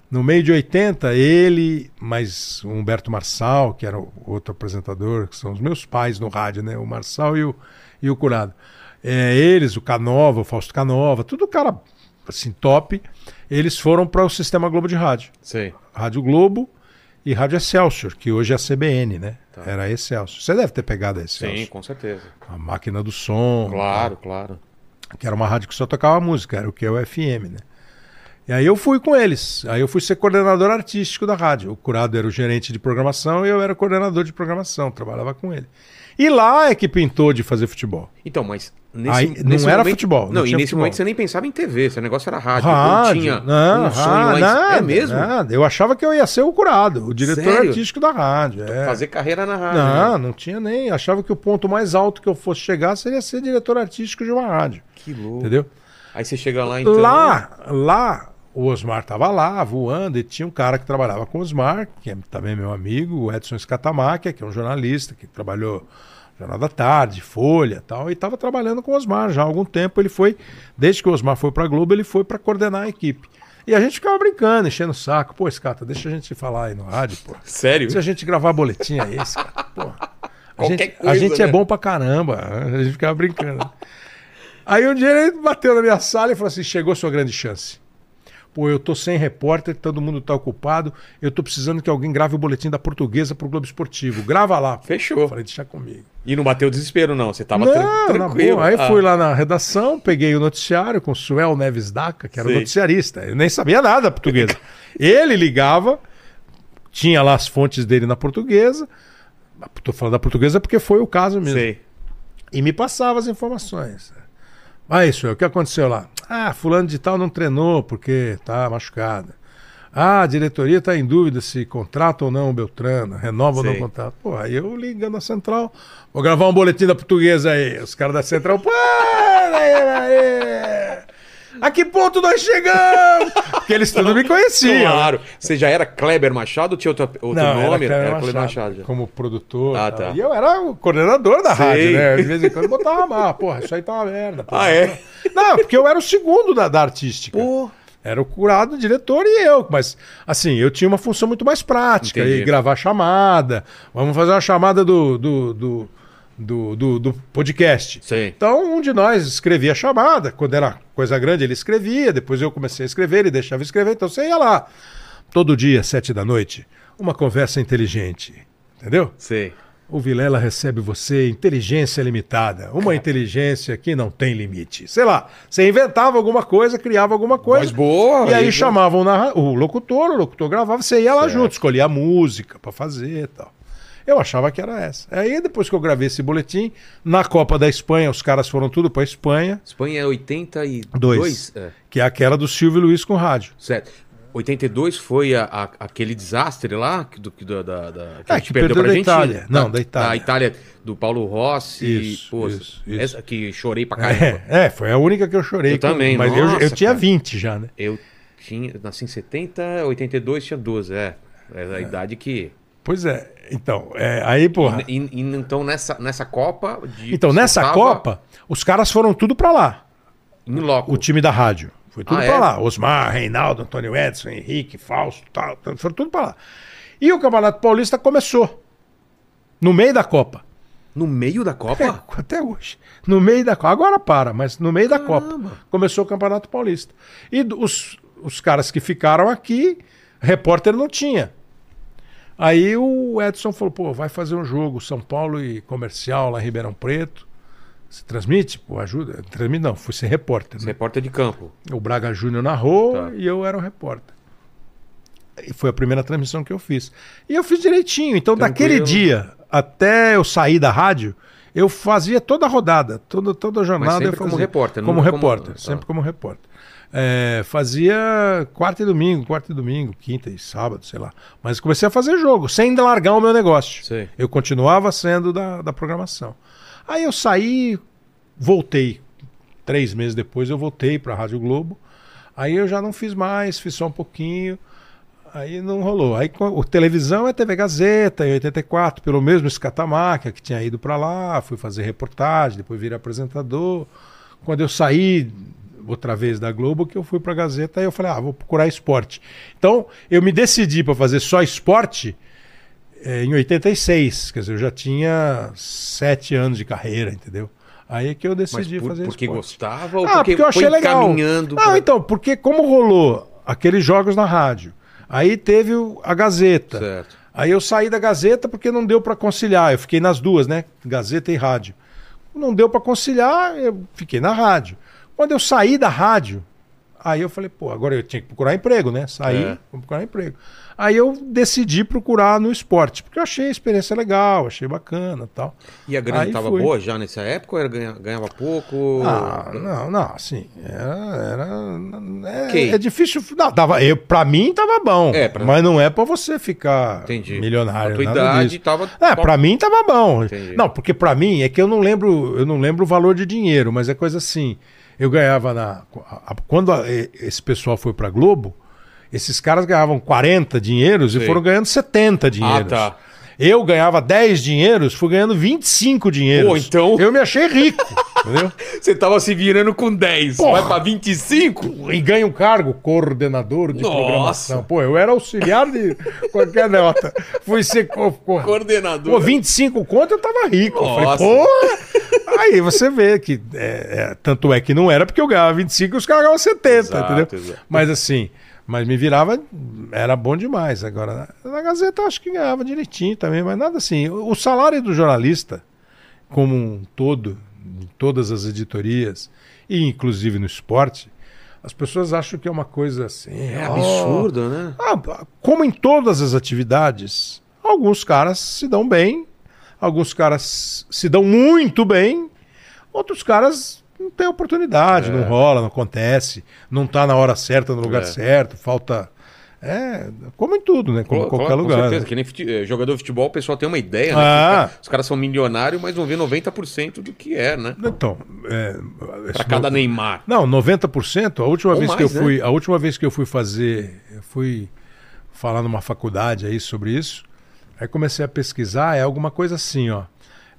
no meio de 80, ele, mais o Humberto Marçal, que era o outro apresentador, que são os meus pais no rádio, né? O Marçal e o, e o Curado. É, eles, o Canova, o Fausto Canova, tudo cara assim, top. Eles foram para o Sistema Globo de Rádio. Sei. Rádio Globo e Rádio Excelsior, que hoje é a CBN, né? Era a Excelsior. Você deve ter pegado a Excelsior. Tá. Sim, com certeza. A máquina do som. tá. Claro, claro. Que era uma rádio que só tocava música, era o que é o FM, né? E aí eu fui com eles. Aí eu fui ser coordenador artístico da rádio. O curado era o gerente de programação e eu era coordenador de programação, trabalhava com ele. E lá é que pintou de fazer futebol. Então, mas Aí, não era futebol, Não, não e tinha nesse futebol. momento você nem pensava em TV, seu negócio era rádio. Rádio, Ah, tipo, não tinha não, um sonho rádio, antes. nada, é mesmo? nada. Eu achava que eu ia ser o curado, o diretor Sério? artístico da rádio. é. Fazer carreira na rádio. Não, né? não tinha nem. Achava que o ponto mais alto que eu fosse chegar seria ser diretor artístico de uma rádio. Que louco. Entendeu? Aí você chega lá então. Lá, lá, o Osmar tava lá, voando, e tinha um cara que trabalhava com o Osmar, que é também meu amigo, o Edson Escatamáquia, que é um jornalista que trabalhou no Jornal da Tarde, Folha e tal, e estava trabalhando com o Osmar já há algum tempo. Ele foi, desde que o Osmar foi para Globo, ele foi para coordenar a equipe. E a gente ficava brincando, enchendo o saco. Pô, Escata, deixa a gente se falar aí no rádio, pô. Sério? Se a gente gravar boletim é esse, cara. Porra. A Qualquer gente, coisa, a gente é né? bom pra caramba. A gente ficava brincando. Aí um dia ele bateu na minha sala e falou assim: chegou sua grande chance. Pô, eu tô sem repórter, todo mundo tá ocupado. Eu tô precisando que alguém grave o boletim da portuguesa pro Globo Esportivo. Grava lá. Fechou. Eu falei, deixa comigo. E não bateu desespero, não. Você tava tran- Não, na tranquilo. boa. Aí Ah, fui lá na redação, peguei o noticiário com o Suel Neves Daca, que era o Sei. noticiarista. Eu nem sabia nada portuguesa. Ele ligava, tinha lá as fontes dele na portuguesa. Tô falando da portuguesa porque foi o caso mesmo. Sei. E me passava as informações. Aí, Suel, o que aconteceu lá? Ah, fulano de tal não treinou porque tá machucada. Ah, a diretoria está em dúvida se contrata ou não o Beltrano, renova ou não o Sei. contrato. Pô, aí eu ligando a central, vou gravar um boletim da portuguesa aí. Os caras da central, pô, aí, aí. A que ponto nós chegamos? Porque eles tudo me conheciam. Claro. Você já era Kleber Machado ou tinha outra- outro Não, era nome? Kleber já. Como produtor. Ah, e tá. tal. E eu era o coordenador da Sei. rádio, né? De vez em quando botava a mar. Porra, isso aí tá uma merda. porra. Ah, é? Não, porque eu era o segundo da, da artística. Pô. Era o curado, o diretor e eu. Mas, assim, eu tinha uma função muito mais prática. Entendi. E gravar chamada. Vamos fazer uma chamada do... do, do do, do, do podcast. Sei. Então, um de nós escrevia a chamada. Quando era coisa grande, ele escrevia. Depois eu comecei a escrever, ele deixava eu escrever. Então, você ia lá. Todo dia, sete da noite, uma conversa inteligente. Entendeu? Sei. O Vilela recebe você, inteligência limitada. Uma inteligência que não tem limite. Sei lá, você inventava alguma coisa, criava alguma coisa. Mas boa, E aí aí, chamavam o narra- o locutor, o locutor gravava, você ia lá Certo. junto, escolhia a música pra fazer e tal. Eu achava que era essa. Aí depois que eu gravei esse boletim, na Copa da Espanha, os caras foram tudo pra Espanha, Espanha é 82. Dois. É, que é aquela do Silvio Luiz com rádio. certo. 82 foi a- a- aquele desastre lá que, do, que da, da, da- que É, a gente que perdeu da Itália. Não, da Itália. A Itália do Paulo Rossi. Isso, pô, isso, isso. Essa que chorei pra caramba. É, é, foi a única que eu chorei. Eu também, Mas eu- eu, nossa, tinha cara. 20 já, né? Eu tinha, nasci em 70, 82 tinha 12, é. É a idade que. Pois é. Então, é, aí, porra. E, e- então nessa, nessa Copa. de- Então, você nessa tava Copa, os caras foram tudo pra lá. Em loco. O time da rádio. Foi tudo Ah, pra é? lá. Osmar, Reinaldo, Antônio Edson, Henrique, Fausto, tal, tal, foram tudo pra lá. E o Campeonato Paulista começou. No meio da Copa. No meio da É, Copa? até hoje. No meio da Copa. Agora para, mas no meio da Copa. Começou o Campeonato Paulista. E do- os, os caras que ficaram aqui, repórter não tinha. Aí o Edson falou: pô, vai fazer um jogo São Paulo e comercial lá em Ribeirão Preto. Se transmite? Pô, ajuda. Transmite não, fui ser repórter. né? é Repórter de campo. O Braga Júnior narrou Tá. e eu era o repórter. E foi a primeira transmissão que eu fiz. E eu fiz direitinho. Então, daquele Tranquilo. dia até eu sair da rádio, eu fazia toda a rodada, toda, toda a jornada. sempre eu como fazia. repórter, Como nunca como- repórter, tá. sempre como repórter. É, fazia quarta e domingo, quarta e domingo, quinta e sábado, sei lá. Mas comecei a fazer jogo, sem largar o meu negócio. Sei. Eu continuava sendo da, da programação. Aí eu saí, voltei. Três meses depois eu voltei para a Rádio Globo. Aí eu já não fiz mais, fiz só um pouquinho. Aí não rolou. Aí co- o televisão é TV Gazeta, em 84, pelo mesmo Escatamáquia, que tinha ido para lá, fui fazer reportagem, depois virei apresentador. Quando eu saí outra vez da Globo, que eu fui para Gazeta, aí eu falei, ah, vou procurar esporte. Então, eu me decidi para fazer só esporte eh, em 86, quer dizer, eu já tinha sete anos de carreira, entendeu? Aí é que eu Mas decidi por- fazer porque esporte. gostava ou Ah, porque, eu achei foi legal. caminhando? Não, então, porque como rolou aqueles jogos na rádio, aí teve o- a Gazeta. Certo. Aí eu saí da Gazeta porque não deu pra conciliar. Eu fiquei nas duas, né? Gazeta e rádio. Não deu pra conciliar, eu fiquei na rádio. Quando eu saí da rádio, Aí eu falei, pô, agora eu tinha que procurar emprego, né? Saí, É. vou procurar emprego. Aí eu decidi procurar no esporte, porque eu achei a experiência legal, achei bacana e tal. E a grana Aí estava fui. boa já nessa época ou era ganha- ganhava pouco? Ah, não, não, assim, era, era- é, Ok. é difícil, não, dava, eu, pra mim tava bom, É, pra- mas não é pra você ficar Entendi. milionário, A tua nada idade disso. tava- É, pra mim tava bom. Entendi. Não, porque pra mim é que eu não lembro, eu não lembro o valor de dinheiro, mas é coisa assim, eu ganhava na, a- a- quando a- e- esse pessoal foi pra Globo, esses caras ganhavam 40 dinheiros e Sei. foram ganhando 70 dinheiros. tá. Eu ganhava 10 dinheiros, fui ganhando 25 dinheiros. Pô, então- Eu me achei rico, entendeu? Você tava se virando com 10, Porra. vai pra 25? e ganha um cargo, coordenador de Nossa. programação. Pô, eu era auxiliar de qualquer nota. Fui ser co co- Coordenador. Pô, 25 conto eu tava rico. Eu Nossa. falei, pô! Aí você vê que. é, é, tanto é que não era, porque eu ganhava 25 e os caras ganhavam 70, Exato, entendeu? exato. Mas assim, mas me virava, era bom demais. Agora, na Gazeta eu acho que ganhava direitinho também, mas nada assim. O o salário do jornalista, como um todo, em todas as editorias, e inclusive no esporte, as pessoas acham que é uma coisa assim. É ó, absurdo, né? ah, como em todas as atividades, alguns caras se dão bem, alguns caras se dão muito bem, outros caras não têm oportunidade, não rola, não acontece, não tá na hora certa, no lugar É. certo, falta. É, como em tudo, né? Como Colo- em qualquer colo- lugar. Com certeza, né? que nem fute- eh, jogador de futebol, o pessoal tem uma ideia, né? Ah. Os ca- Os caras são milionários, mas não vê 90% do que é, né? Então, é, Pra esse cada meu- Neymar. Não, 90%. A última, Ou vez que eu mais, né? fui, a última vez que eu fui fazer, eu fui falar numa faculdade aí sobre isso. Aí comecei a pesquisar, é alguma coisa assim, ó.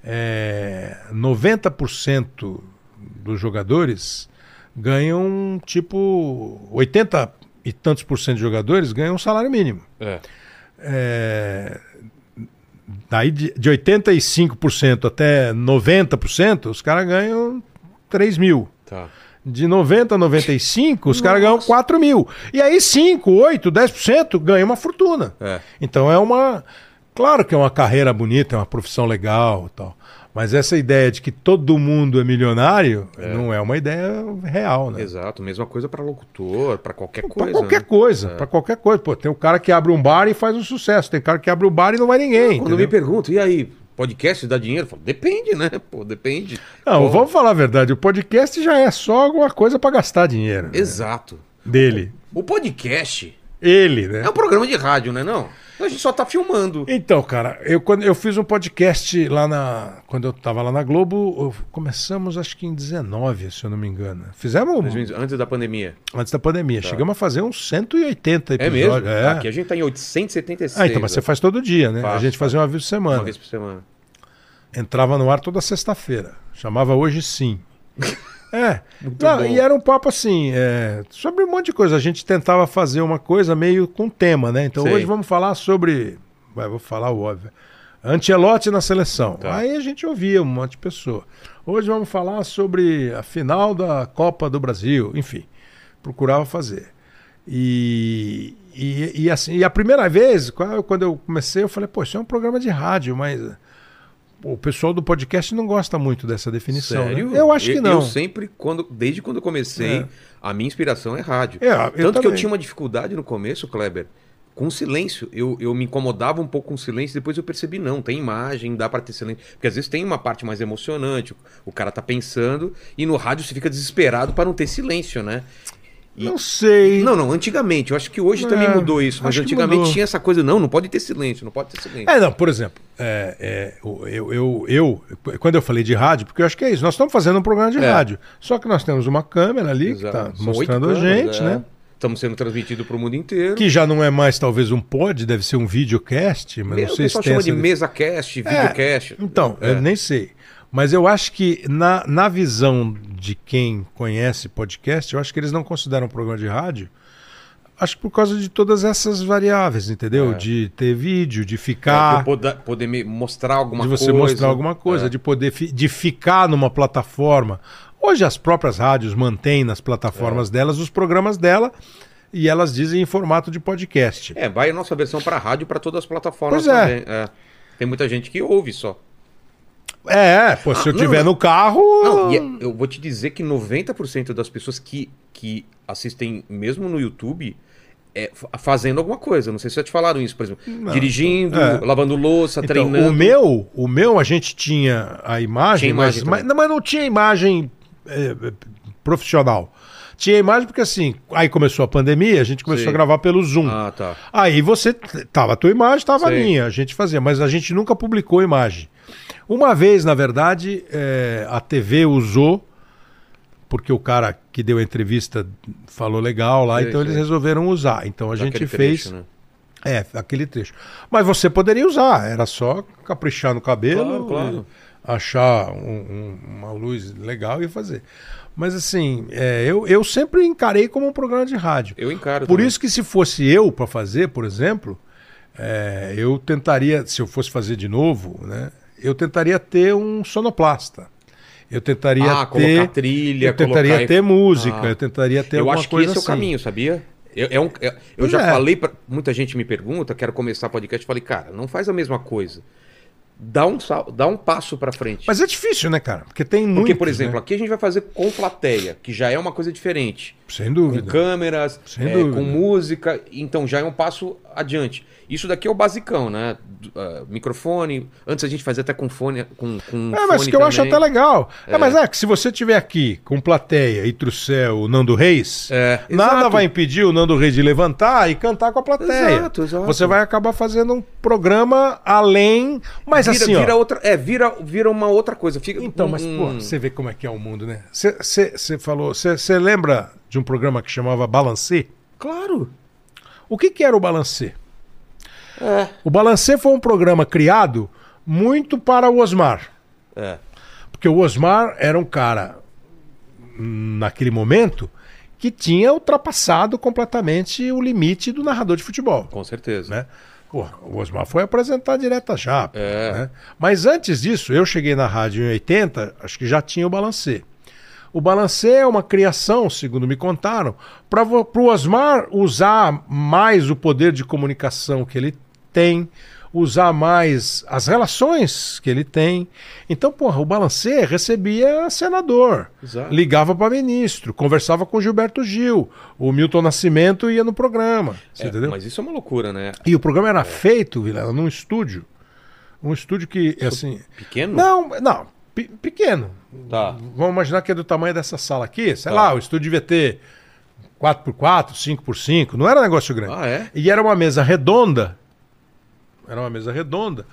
É, 90% dos jogadores ganham tipo 80 e tantos por cento de jogadores ganham um salário mínimo. É. É, daí de, de 85% até 90%, os caras ganham 3 mil. Tá. De 90 a 95, os caras ganham 4 mil. E aí 5, 8, 10% ganha uma fortuna. É. Então é uma. Claro que é uma carreira bonita, é uma profissão legal e tal. Mas essa ideia de que todo mundo é milionário não é uma ideia real, né? Exato, mesma coisa pra locutor, pra qualquer Pra coisa. qualquer né? coisa, pra qualquer coisa. Pô, tem o cara que abre um bar e faz um sucesso, tem cara que abre o bar e não vai ninguém. Quando me entendeu? perguntam, e aí, podcast dá dinheiro? Eu falo, depende, né? Pô, depende. Não, Pô, vamos falar a verdade, o podcast já é só alguma coisa pra gastar dinheiro. né? Exato. Dele. O podcast Ele, né? é um programa de rádio, né? Não. A gente só tá filmando. Então, cara, eu, quando, eu fiz um podcast lá na. Quando eu tava lá na Globo, eu- começamos acho que em 19, se eu não me engano. Fizemos um- Antes da pandemia. antes da pandemia. Chegamos a fazer uns 180 Tá. É episódios. mesmo? Aqui a gente tá em 876. Ah, então, mas você faz todo dia, né? a Faço, gente fazia uma vez por semana. Uma vez por semana. Entrava no ar toda sexta-feira. Chamava Hoje Sim. É. Não, bom. e era um papo assim, é, sobre um monte de coisa. A gente tentava fazer uma coisa meio com tema, né? Então Sei. hoje vamos falar sobre. Vai, vou falar o óbvio. Antelote na seleção. Tá. Aí a gente ouvia um monte de pessoa. Hoje vamos falar sobre a final da Copa do Brasil. Enfim, procurava fazer. E, e, e assim, e a primeira vez, quando quando eu comecei, eu falei, pô, isso é um programa de rádio, mas o pessoal do podcast não gosta muito dessa definição. né? Sério? Eu acho que Eu não. sempre, quando, desde quando eu comecei, É. a minha inspiração é rádio. É, eu Tanto que eu também. tinha uma dificuldade no começo, Kleber, com o silêncio. Eu, eu me incomodava um pouco com o silêncio, depois eu percebi, não, tem imagem, dá pra ter silêncio. Porque às vezes tem uma parte mais emocionante, o, o cara tá pensando, e no rádio você fica desesperado pra não ter silêncio, né? E- Não sei. Não, não, antigamente, eu acho que hoje também É, mudou isso, mas acho que antigamente mudou. tinha essa coisa, não, não pode ter silêncio, não pode ter silêncio. É, não, por exemplo, é, é, o- eu, eu, eu- quando eu falei de rádio, porque eu acho que é isso, nós estamos fazendo um programa de É. rádio. Só que nós temos uma câmera ali Exato. que está São oito mostrando a câmeras, gente, é. né? Estamos sendo transmitidos pro mundo inteiro. Que já não é mais talvez um pod, deve ser um videocast, mas Me- não o sei se pessoal tem chama de essa É, mesa-cast, videocast. Então, É. eu nem sei. Mas eu acho que na, na visão de quem conhece podcast, eu acho que eles não consideram um programa de rádio. Acho que por causa de todas essas variáveis, entendeu? É. De ter vídeo, de Pra ficar, poder, poder me mostrar alguma de coisa. você mostrar alguma coisa, É. de poder fi- de ficar numa plataforma. Hoje as próprias rádios mantêm nas plataformas É. delas os programas dela e elas dizem em formato de podcast. É, vai a nossa versão para rádio para todas as plataformas Pois é. também. é. Tem muita gente que ouve só. É, pô, se eu não, tiver não. no carro. Não, e Ah. é- eu vou te dizer que 90% das pessoas que, que assistem, mesmo no YouTube, é fa- fazendo alguma coisa. Não sei se já te falaram isso, por exemplo. Não. Dirigindo, É. lavando louça, Então, tá treinando. o meu, o meu a gente tinha a imagem, Tinha mas, imagem mas, também. não, mas não tinha imagem eh, eh, profissional. Tinha imagem porque assim, aí começou a pandemia, a gente começou Sim. a gravar pelo Zoom. Ah, tá. Aí você t- tava a tua imagem, tava a Sim. minha, a gente fazia, mas a gente nunca publicou imagem. Uma vez, na verdade, eh, a TV usou porque o cara que deu a entrevista falou legal lá, Sim, então eles sim. resolveram usar. Então a gente Aquele fez trecho, né? é, aquele trecho. Mas você poderia usar, era só caprichar no Claro, cabelo, claro. achar um- um- uma luz legal e fazer. Mas assim, é, eu, eu sempre encarei como um programa de rádio. Eu encaro. Por também. isso que se fosse eu para fazer, por exemplo, é, eu tentaria, se eu fosse fazer de novo, né, eu tentaria ter um sonoplasta. Eu tentaria Ah, colocar ter, trilha, eu tentaria colocar- ter música, Ah. eu tentaria ter eu alguma acho que coisa esse é o assim. caminho, sabia? Eu, é um- é- eu Pois já é. falei, pra, muita gente me pergunta, quero começar podcast, falei, cara, não faz a mesma coisa. Dá um, sal- dá um passo pra frente. Mas né? é difícil, né, cara? Porque tem muito. Porque, por exemplo, aqui a gente vai fazer com plateia, que já é uma coisa diferente. sem Com dúvida. câmeras, Sem é, dúvida. com música, então já é um passo adiante. Isso daqui é o basicão, né? D- ah, microfone, antes a gente fazia até com fone. Com, com É, mas um fone que eu acho também. até legal. É. mas é que se você tiver aqui com plateia e trouxer o Nando Reis, É, nada exato. vai impedir o Nando Reis de levantar e cantar com a plateia. Exato, exato. Você vai acabar fazendo um programa além, mas vira, assim, ó, vira outra, é, vira, vira uma outra coisa. Fica Então, um- mas um- pô, você vê como é que é o mundo, né? Você falou, você lembra de um programa que chamava Balancê? Claro. O que, que era o Balancê? É. O Balancê foi um programa criado muito para o Osmar. É. Porque o Osmar era um cara, hum, naquele momento, que tinha ultrapassado completamente o limite do narrador de futebol. Com certeza. Né? Porra, o Osmar foi apresentar direto a Japa. É. né? Mas antes disso, eu cheguei na rádio em 80, acho que já tinha o Balancê. O Balancê é uma criação, segundo me contaram, para o Osmar usar mais o poder de comunicação que ele tem, usar mais as relações que ele tem. Então, porra, o Balancê recebia senador, Exato. ligava para ministro, conversava com Gilberto Gil, o Milton Nascimento ia no programa. Você É, entendeu? Mas isso é uma loucura, né? E o programa era feito, Vilela, num estúdio. Um estúdio que, assim. Pequeno? Não, não, pe- pequeno. Tá. Vamos imaginar que é do tamanho dessa sala aqui. Sei lá, o estúdio devia ter 4x4, 5x5. Não era um negócio grande. Ah, é? E era uma mesa redonda. Era uma mesa redonda.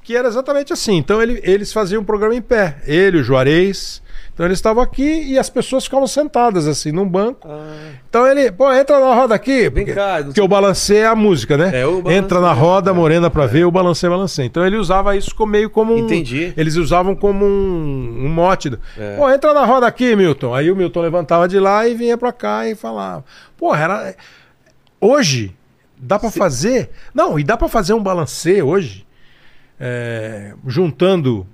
Que era exatamente assim. Então ele- eles faziam um programa em pé. Ele, o Juarez. Então eles estavam aqui e as pessoas ficavam sentadas assim num banco. Então ele, pô, entra na roda aqui. Porque, cá, não porque sei- o balancê é a música, né? É, o balancê, entra na roda, morena pra ver, o balancê, balancê. Então ele usava isso como meio como um. Entendi. Eles usavam como um, um mote. do- É. Pô, entra na roda aqui, Milton. Aí o Milton levantava de lá e vinha pra cá e falava. Porra, era. Hoje, dá pra fazer. Não, e dá pra fazer um balancê hoje, é, juntando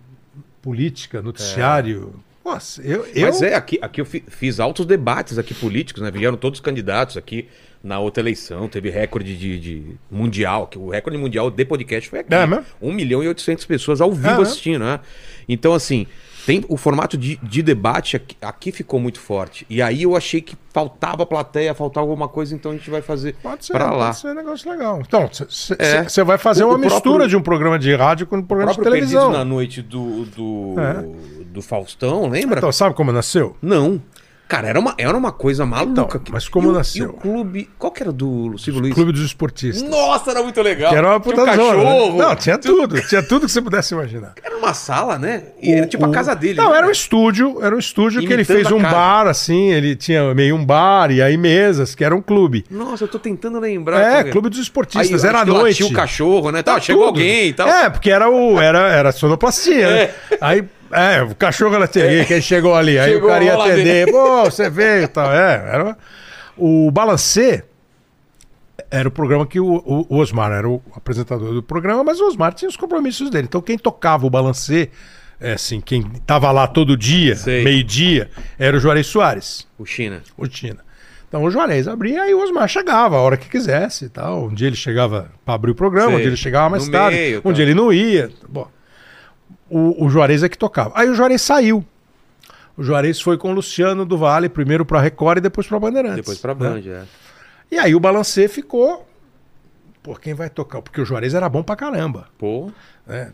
política, noticiário. Nossa, eu. eu... É. Mas é, aqui, aqui eu fi- fiz altos debates aqui políticos, né? Vieram todos os candidatos aqui na outra eleição, teve recorde de, de mundial, que o recorde mundial de podcast foi aqui. É mesmo? 1 milhão e 800 pessoas ao vivo É mesmo? assistindo, né? Então, assim, tem o formato de, de debate aqui, aqui ficou muito forte. E aí eu achei que faltava plateia, faltava alguma coisa, então a gente vai fazer Pode ser, pra lá. pode ser um negócio legal. Então, você É. vai fazer O- uma o mistura próprio- de um programa de rádio com um O programa de próprio Perdidos televisão. na Noite do, do, É. do Faustão, lembra? Então, sabe como nasceu? Não. Cara, era uma, era uma coisa maluca. Então, mas como e o, nasceu? E o clube. Qual que era do Silvio O Luiz? Clube dos Esportistas. Nossa, era muito legal. Que era uma Tinha puta um zona, né? cachorro. Não, tinha tudo. Tinha tudo que você pudesse imaginar. Era uma sala, né? E era tipo O- a casa dele. Não, né? era um estúdio. Era um estúdio que ele Imitando fez a um casa. bar, assim. Ele tinha meio um bar e aí mesas, que era um clube. Nossa, eu tô tentando lembrar. É, como Clube dos Esportistas. Aí, era à acho que noite. latia o cachorro, né? Tá, Tá chegou tudo. alguém e tal. É, porque era o era, era sonoplastia, né? É. Aí, é, o cachorro ela tinha, quem chegou ali, aí Chegou, o cara ia olha lá atender, dentro. pô, você veio e tal. É, era uma- o Balancê era o programa que o, o- o Osmar era o apresentador do programa, mas o Osmar tinha os compromissos dele. Então quem tocava o Balancê, é, assim, quem tava lá todo dia, Sei. meio-dia, era o Juarez Soares O China. rotina. Então o Juarez abria e o Osmar chegava a hora que quisesse e tal. Um dia ele chegava para abrir o programa, Sei. um dia ele chegava mais No tarde, meio, tá. um tal. dia ele não ia. Bom, o, o Juarez é que tocava. Aí o Juarez saiu. O Juarez foi com o Luciano do Vale, primeiro para Record e depois para Bandeirantes. Depois pra né? Band, é. E aí o Balancê ficou. Pô, quem vai tocar? Porque o Juarez era bom pra caramba. Pô. né?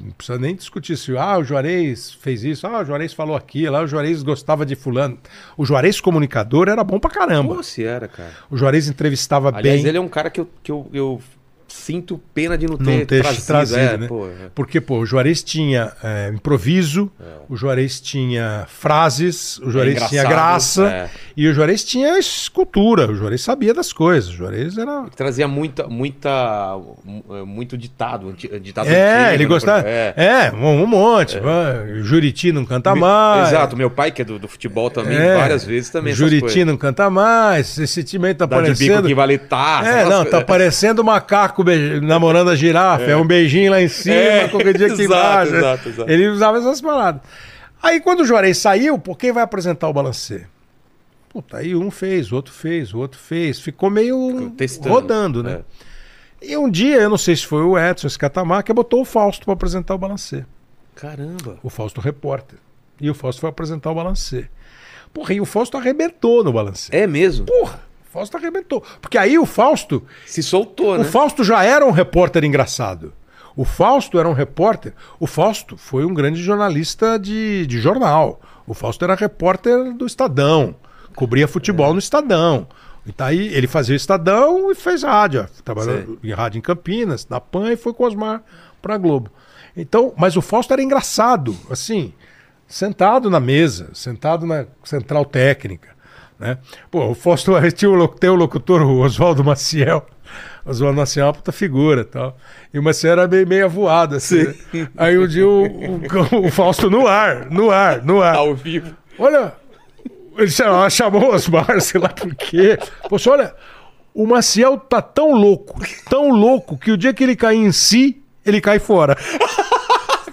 Não precisa nem discutir se ah, o Juarez fez isso, ah, o Juarez falou aquilo, ah, o Juarez gostava de fulano. O Juarez comunicador era bom pra caramba. Pô, se era, cara. O Juarez entrevistava Aliás, bem, ele é um cara que eu, que eu, eu sinto pena de não ter, não ter trazido, é, né? pô, é. Porque, pô, o Juarez tinha é, improviso, o Juarez tinha frases, o Juarez tinha engraçado, graça, é. e o Juarez tinha escultura, o Juarez sabia das coisas, o Juarez era... Trazia muita, muita, mu- muito ditado, anti- ditado É, antigo, ele né, gostava. por- é. É, um, um monte. vai, Juriti não canta mais. Exato, meu pai que é do, do futebol também, É. várias vezes também. essas Juriti coisas. não canta mais. Esse time aí tá Dá de bico parecendo. que vale tá. É, não, tá parecendo macaco be- namorando a girafa. É. um beijinho lá em cima, É, qualquer dia aqui exato, embaixo. exato, exato. Ele usava essas paradas. Aí quando o Juarez saiu, por quem vai apresentar o balancê? Puta, aí um fez, outro fez, outro fez. Ficou meio é, Testando. é. rodando, né? E um dia, eu não sei se foi o Edson Escatamarca, botou o Fausto pra apresentar o balancê. É. Caramba. O Fausto repórter. E o Fausto foi apresentar o balancê. Porra, e o Fausto arrebentou no balancê. É mesmo. Porra, o Fausto arrebentou. Porque aí o Fausto, Se soltou, né? o Fausto já era um repórter engraçado. O Fausto era um repórter. O Fausto foi um grande jornalista de, de jornal. O Fausto era repórter do Estadão. Cobria futebol no Estadão. E tá aí, ele fazia o Estadão e fez rádio. Trabalhou em rádio em Campinas, na PAN e foi com o Osmar pra Globo. Então, mas o Fausto era engraçado, assim, sentado na mesa, sentado na central técnica. Né? Pô, o Fausto tinha o, lo- tem o locutor, o Oswaldo Maciel. Oswaldo Maciel é uma puta figura e tal. E o Maciel era meio, meio avoado, assim. né? Aí um dia o, o- o Fausto no ar, no ar, no ar. Tá Ao vivo. Olha, ele chamou, chamou o Osmar, sei lá por quê. Falou assim, olha, o Maciel tá tão louco, tão louco, que o dia que ele cair em si, ele cai fora.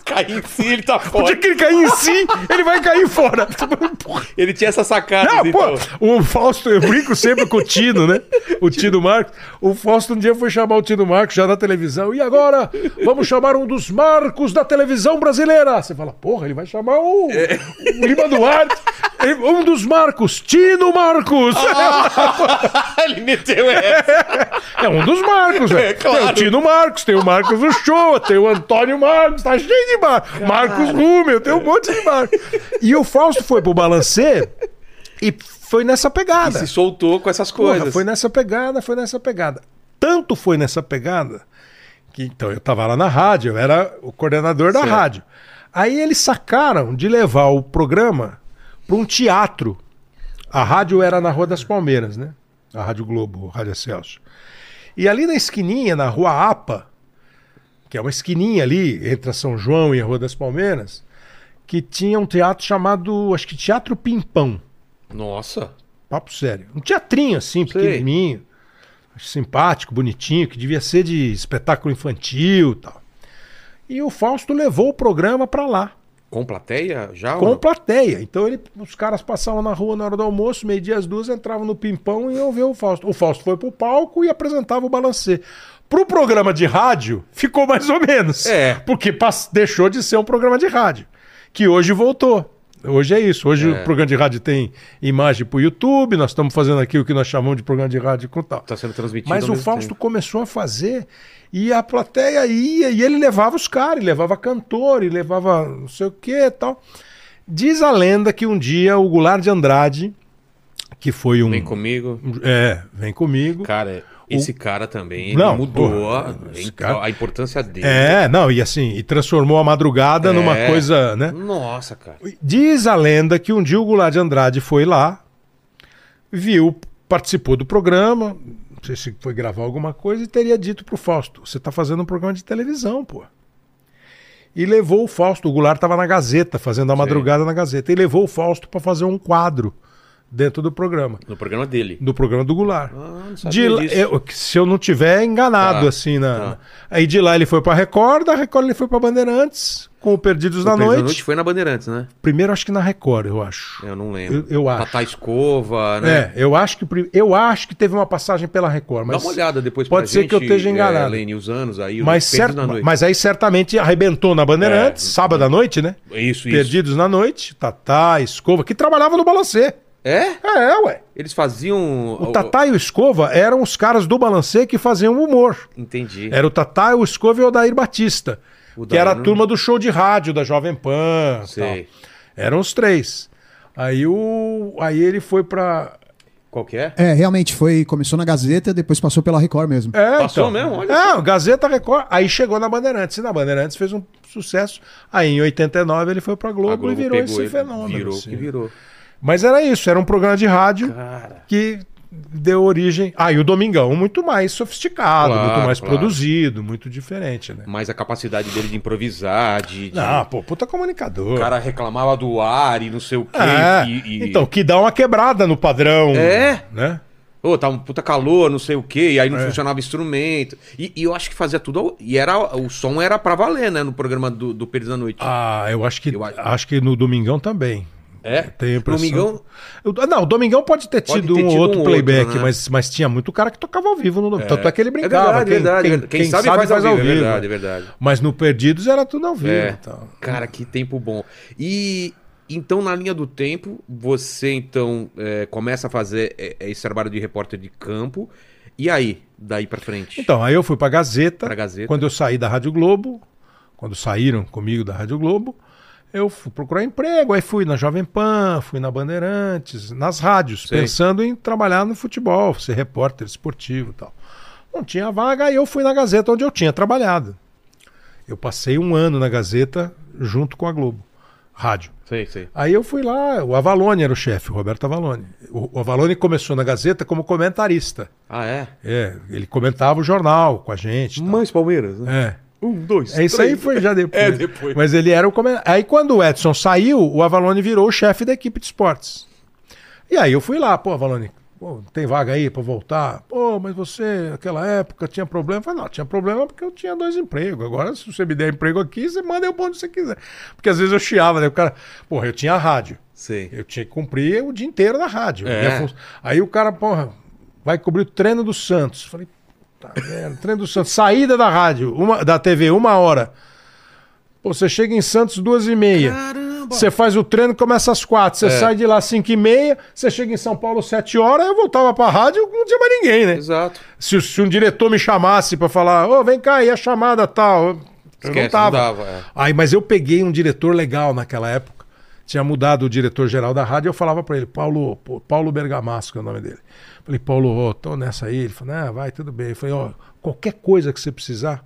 Cai em si, ele tá O dia fora. que ele cair em si, ele vai cair fora. Porra. Ele tinha essa sacada. Não, pô, então. o Fausto, eu brinco sempre com o Tino, né? O Tino Marcos. O Fausto um dia foi chamar o Tino Marcos já na televisão. E agora vamos chamar um dos marcos da televisão brasileira. Você fala, porra, ele vai chamar o, o Lima Duarte. Ele- Um dos marcos, Tino Marcos. Ah. ele meteu essa. É um dos Marcos, velho. É, claro. Tem o Tino Marcos, tem o Marcos do Show, tem o Antônio Marcos, tá cheio de Marcos. Marcos Rúmel, tem um monte de Marcos. E o Fausto foi pro balancê e foi nessa pegada. Se soltou com essas É. Porra, coisas. foi nessa pegada, foi nessa pegada. Tanto foi nessa pegada que então eu tava lá na rádio, eu era o coordenador da Certo. rádio. Aí eles sacaram de levar o programa para um teatro. A rádio era na Rua das Palmeiras, né? A Rádio Globo, a Rádio Celso. E ali na esquininha, na Rua APA, que é uma esquininha ali entre a São João e a Rua das Palmeiras, que tinha um teatro chamado, acho que Teatro Pimpão. Nossa. Papo sério. Um teatrinho assim, Sei. pequenininho. Simpático, bonitinho, que devia ser de espetáculo infantil e tal. E o Fausto levou o programa pra lá, Com plateia já? ou com não? plateia. Então ele, os caras passavam na rua na hora do almoço, meio-dia às duas, entravam no pimpão e iam ver o Fausto. O Fausto foi pro palco e apresentava o balancê. Pro programa de rádio, ficou mais ou menos. É. Porque pass- deixou de ser um programa de rádio. Que hoje voltou. Hoje é isso. Hoje É. o programa de rádio tem imagem pro YouTube, nós estamos fazendo aqui o que nós chamamos de programa de rádio com tal. Tá sendo transmitido. Mas ao o mesmo Fausto tempo. começou a fazer e a plateia ia e ele levava os caras, e levava cantor, e levava não sei o que tal. Diz a lenda que um dia o Goulart de Andrade, que foi um. Vem comigo. É, vem comigo. Cara, esse cara também ele Não, mudou porra, a, esse cara- a importância dele. É, não, e assim, e transformou a madrugada numa É. coisa, né? Nossa, cara. Diz a lenda que um dia o Goulart de Andrade foi lá, viu, participou do programa, não sei se foi gravar alguma coisa, e teria dito pro Fausto: você tá fazendo um programa de televisão, pô. E levou o Fausto, o Goulart tava na Gazeta, fazendo a madrugada na Gazeta, e levou o Fausto para fazer um quadro dentro do programa. No programa dele. Do programa do Goulart. Ah, não De sabia lá- disso. eu- se eu não tiver enganado, Tá, assim, na, tá. Aí de lá ele foi pra Record, da Record ele foi pra Bandeirantes, com o Perdidos O da Perdido Noite. foi na Bandeirantes, né? Primeiro acho que na Record, eu acho. Eu não lembro. Eu- eu acho. Tatá Escova, né? É, eu acho que pri- eu acho que teve uma passagem pela Record, mas Dá uma olhada depois é, pode ser que eu esteja enganado. Lene, os anos aí. os mas, Perdidos certo, na Noite. mas aí certamente arrebentou na Bandeirantes, É. sábado à noite, né? Isso, isso. Perdidos na noite, Tatá, Escova, que trabalhava no Balancê. É? É, ué. Eles faziam... O Tatá e o Escova eram os caras do Balancê que faziam humor. Entendi. Era o Tatá, o Escova e o Odair Batista, O que era a Daí não- turma do show de rádio da Jovem Pan. Sei. Tal. Eram os três. Aí, o... aí ele foi pra. Qual que é? É, realmente, foi, começou na Gazeta, depois passou pela Record mesmo. É, Passou mesmo? Olha É, o Gazeta Record. Aí chegou na Bandeirantes. E na Bandeirantes fez um sucesso. Aí em 89 ele foi pra Globo, A Globo e virou pegou esse ele, fenômeno. Virou assim. que virou. Mas era isso, era um programa de rádio Cara. que deu origem. Ah, e o Domingão, muito mais sofisticado, Claro, muito mais claro. produzido, muito diferente, né? Mas a capacidade dele de improvisar, de... de- Não, pô, puta comunicador. O cara reclamava do ar e não sei o quê. É, e- e- Então, que dá uma quebrada no padrão. É? Né? Ô, tá um puta calor, não sei o quê, e aí não É. funcionava instrumento. E, e eu acho que fazia tudo. ao- E era, o som era pra valer, né? No programa do, do Perdido da Noite. Ah, eu acho que Eu acho- acho... que no Domingão também. é? Tem a impressão. Domingão, Eu- Não, o Domingão pode ter Pode tido ter um tido ou outro um outro, playback, né? mas, mas tinha muito cara que tocava ao vivo no Domingão. Tanto é que ele brincava. verdade, verdade, é verdade. Quem sabe faz ao vivo, é verdade, é verdade. Mas no Perdidos era tudo ao vivo. É. então. Cara, que tempo bom. E então, na linha do tempo, você então é, começa a fazer é, é, esse trabalho de repórter de campo. E aí, daí pra frente? Então, aí eu fui pra Gazeta. Pra Gazeta. Quando eu saí da Rádio Globo, quando saíram comigo da Rádio Globo, eu fui procurar emprego. Aí fui na Jovem Pan, fui na Bandeirantes, nas rádios, Sei. pensando em trabalhar no futebol, ser repórter esportivo e tal. Não tinha vaga, aí eu fui na Gazeta onde eu tinha trabalhado. Eu passei um ano na Gazeta junto com a Globo, rádio. sei, sei. Aí eu fui lá, o Avalone era o chefe, o Roberto Avalone. O o Avalone começou na Gazeta como comentarista. Ah, é? É, ele comentava o jornal com a gente. e tal. Mães Palmeiras, né? É. Um, dois, É isso aí foi já depois. É, depois. Mas ele era o comen- Aí quando o Edson saiu, o Avalone virou o chefe da equipe de esportes. E aí eu fui lá, pô, Avalone, pô, tem vaga aí pra voltar? Pô, mas você, naquela época, tinha problema? Eu falei, não, tinha problema porque eu tinha dois empregos. Agora, se você me der emprego aqui, você manda eu pra onde você quiser. Porque às vezes eu chiava, né? O cara, porra, eu tinha a rádio. Sei. Eu tinha que cumprir o dia inteiro na rádio. É. Minha fun- Aí o cara, porra, vai cobrir o treino do Santos. Falei, tá merda, treino do Santos. Saída da rádio, uma, da TV, uma hora. Pô, você chega em Santos duas e meia. Caramba! Você faz o treino, começa às quatro. Você É. sai de lá às cinco e meia. Você chega em São Paulo às sete horas. Eu voltava pra rádio, não tinha mais ninguém, né? Exato. Se, se um diretor me chamasse pra falar, ô, vem cá, e a chamada tal. eu- Eu Esquece, não tava. não dava, é. Aí, mas eu peguei um diretor legal naquela época. Tinha mudado o diretor-geral da rádio, eu falava pra ele, Paulo, pô, Paulo Bergamasco, que é o nome dele. Falei, Paulo, ó, tô nessa aí. Ele falou, ah, vai, tudo bem. Eu falei, ó, qualquer coisa que você precisar,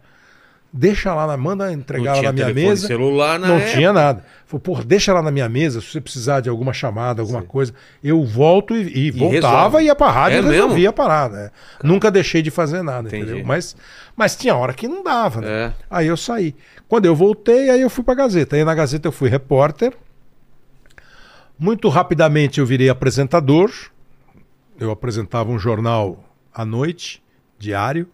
deixa lá, na, manda entregar lá na minha telefone mesa. celular na Não época. tinha nada. Falei, pô, deixa lá na minha mesa, se você precisar de alguma chamada, alguma coisa, eu volto e, e voltava resolve. e ia pra rádio É e resolvia mesmo? a parada. né? Nunca deixei de fazer nada, Entendi. entendeu? Mas, mas tinha hora que não dava, né? É. Aí eu saí. Quando eu voltei, aí eu fui pra Gazeta. Aí na Gazeta eu fui repórter. Muito rapidamente eu virei apresentador. Eu apresentava um jornal à noite, diário,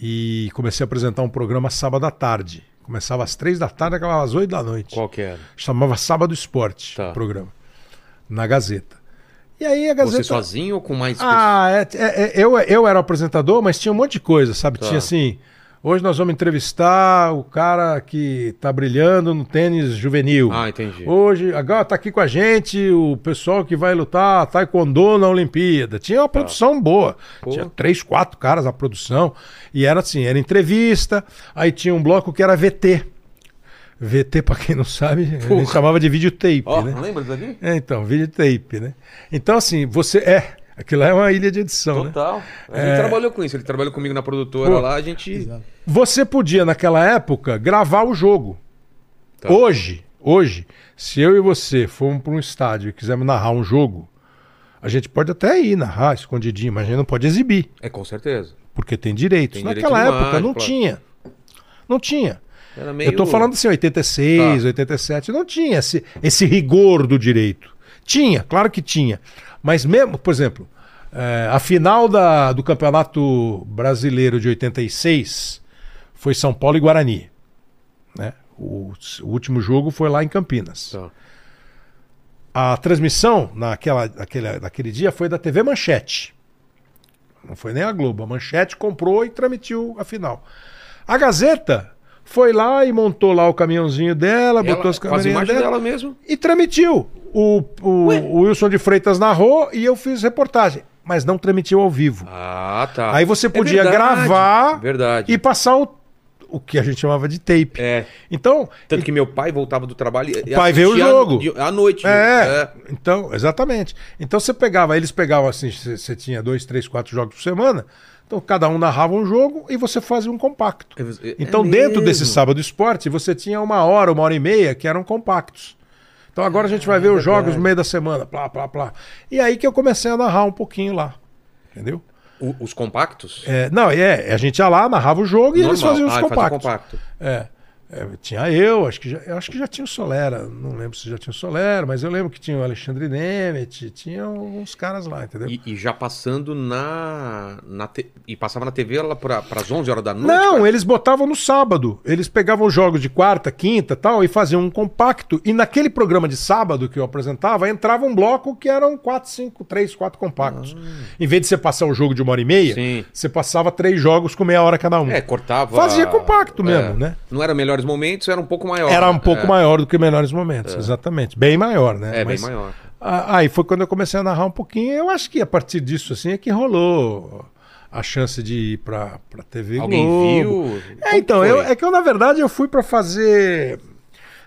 e comecei a apresentar um programa sábado à tarde. Começava às três da tarde, acabava às oito da noite Qual que era? chamava Sábado Esporte Tá. o programa, na Gazeta. E aí a Gazeta. Você sozinho ou com mais tá- Ah, é, é- é- eu, eu era o apresentador, mas tinha um monte de coisa, sabe? Tá. Tinha assim. Hoje nós vamos entrevistar o cara que tá brilhando no tênis juvenil. Ah, entendi. Hoje, agora tá aqui com a gente o pessoal que vai lutar taekwondo na Olimpíada. Tinha uma produção boa. Tá. Pô. Tinha três, quatro caras na produção. E era assim, era entrevista. Aí tinha um bloco que era VT. VT, pra quem não sabe, a gente chamava de videotape, Ó, né? lembra disso aqui? É, então, videotape, né? Então, assim, você. É, aquilo lá é uma ilha de edição, né? Total. A gente É. trabalhou com isso. Ele trabalhou comigo na produtora Pô. lá, a gente. Você podia, naquela época, gravar o jogo. Tá. Hoje, hoje, se eu e você formos para um estádio e quisermos narrar um jogo, a gente pode até ir narrar escondidinho, mas a gente não pode exibir, É, com certeza. porque tem direitos. Tem direito naquela de época, imagem, não claro. tinha. Não tinha. Era meio... Eu tô falando assim, 86, Tá. 87, não tinha esse, esse rigor do direito. Tinha, claro que tinha. Mas mesmo, por exemplo, eh, a final da, do Campeonato Brasileiro de 86 foi São Paulo e Guarani. Né? O, o último jogo foi lá em Campinas. Tá. A transmissão naquela, naquele, naquele dia foi da TV Manchete. Não foi nem a Globo. A Manchete comprou e transmitiu a final. A Gazeta foi lá e montou lá o caminhãozinho dela, botou as com as câmeras imagens dela dela mesmo. e transmitiu. O, o- o Wilson de Freitas narrou e eu fiz reportagem, mas não transmitiu ao vivo. Ah, tá. Aí você É podia verdade, é gravar Verdade. e passar o, o que a gente chamava de tape. É. Então, Tanto que meu pai voltava do trabalho e pai vê o assistia jogo. de- à noite. né? É, então, exatamente. Então você pegava, eles pegavam assim, você você tinha dois, três, quatro jogos por semana, então cada um narrava um jogo e você fazia um compacto. É- é Então, dentro desse mesmo. sábado esporte, você tinha uma hora, uma hora e meia que eram compactos. Então agora a gente Ah, é vai ver os jogos no meio da semana, plá, plá, plá. E aí que eu comecei a narrar um pouquinho lá. Entendeu? O- os compactos? É, não, é, a gente ia lá, narrava o jogo e eles Normal. faziam os Ah, ele fazia compactos. compacto. É. É, tinha eu, acho que já, eu acho que já tinha o Solera, não lembro se já tinha o Solera, mas eu lembro que tinha o Alexandre Nemet, tinha alguns caras lá, entendeu? E, e já passando na. na te- E passava na TV lá para as 11 horas da noite? Não, cara? eles botavam no sábado. Eles pegavam jogos de quarta, quinta tal, e faziam um compacto. E naquele programa de sábado que eu apresentava, entrava um bloco que eram quatro, cinco, três, quatro compactos. Em vez de você passar o jogo de uma hora e meia, Ah. Sim. você passava três jogos com meia hora cada um. É, cortava. Fazia compacto É. mesmo, né? Não eram melhores momentos, era um pouco maior. Era um pouco É. maior do que Menores Momentos, exatamente. Bem maior, né? É, bem Mas- maior. Ah, Aí foi quando eu comecei a narrar um pouquinho. Eu acho que a partir disso, assim, é que rolou a chance de ir pra, pra TV Alguém Globo. viu? É, então, Como eu, foi? é que eu, na verdade, eu fui pra fazer...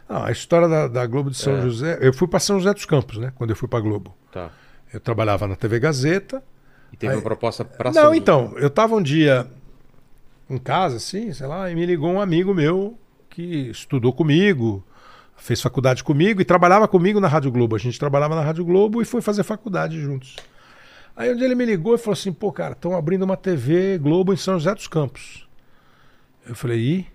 Ah, a história da, da Globo de É. São José... Eu fui pra São José dos Campos, né? Quando eu fui pra Globo. Tá. Eu trabalhava na TV Gazeta. E teve Aí- uma proposta pra Não, São- então, eu tava um dia em casa, assim, sei lá, e me ligou um amigo meu que estudou comigo, fez faculdade comigo e trabalhava comigo na Rádio Globo. A gente trabalhava na Rádio Globo e foi fazer faculdade juntos. Aí um dia ele me ligou e falou assim: pô, cara, estão abrindo uma TV Globo em São José dos Campos. Eu falei: e?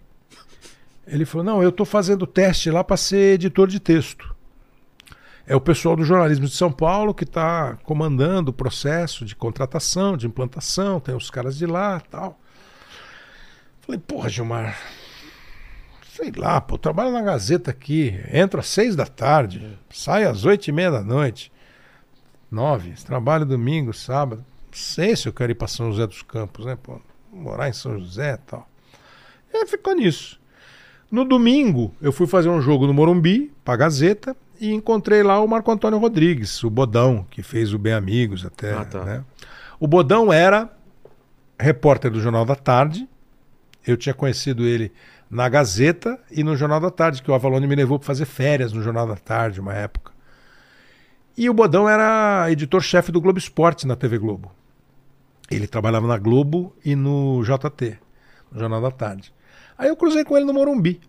Ele falou: não, eu tô fazendo teste lá para ser editor de texto. É o pessoal do jornalismo de São Paulo que está comandando o processo de contratação, de implantação, tem os caras de lá tal. Falei, porra, Gilmar, sei lá, pô, eu trabalho na Gazeta aqui, entro às seis da tarde, saio às oito e meia da noite, nove, trabalho domingo, sábado. Não sei se eu quero ir para São José dos Campos, né, pô, morar em São José e tal. E ficou nisso. No domingo, eu fui fazer um jogo no Morumbi, pra Gazeta, e encontrei lá o Marco Antônio Rodrigues, o Bodão, que fez o Bem Amigos até. Ah, tá. né? O Bodão era repórter do Jornal da Tarde. Eu tinha conhecido ele na Gazeta e no Jornal da Tarde, que o Avalone me levou pra fazer férias no Jornal da Tarde, uma época. E o Bodão era editor-chefe do Globo Esporte na TV Globo. Ele trabalhava na Globo e no JT, no Jornal da Tarde. Aí eu cruzei com ele no Morumbi.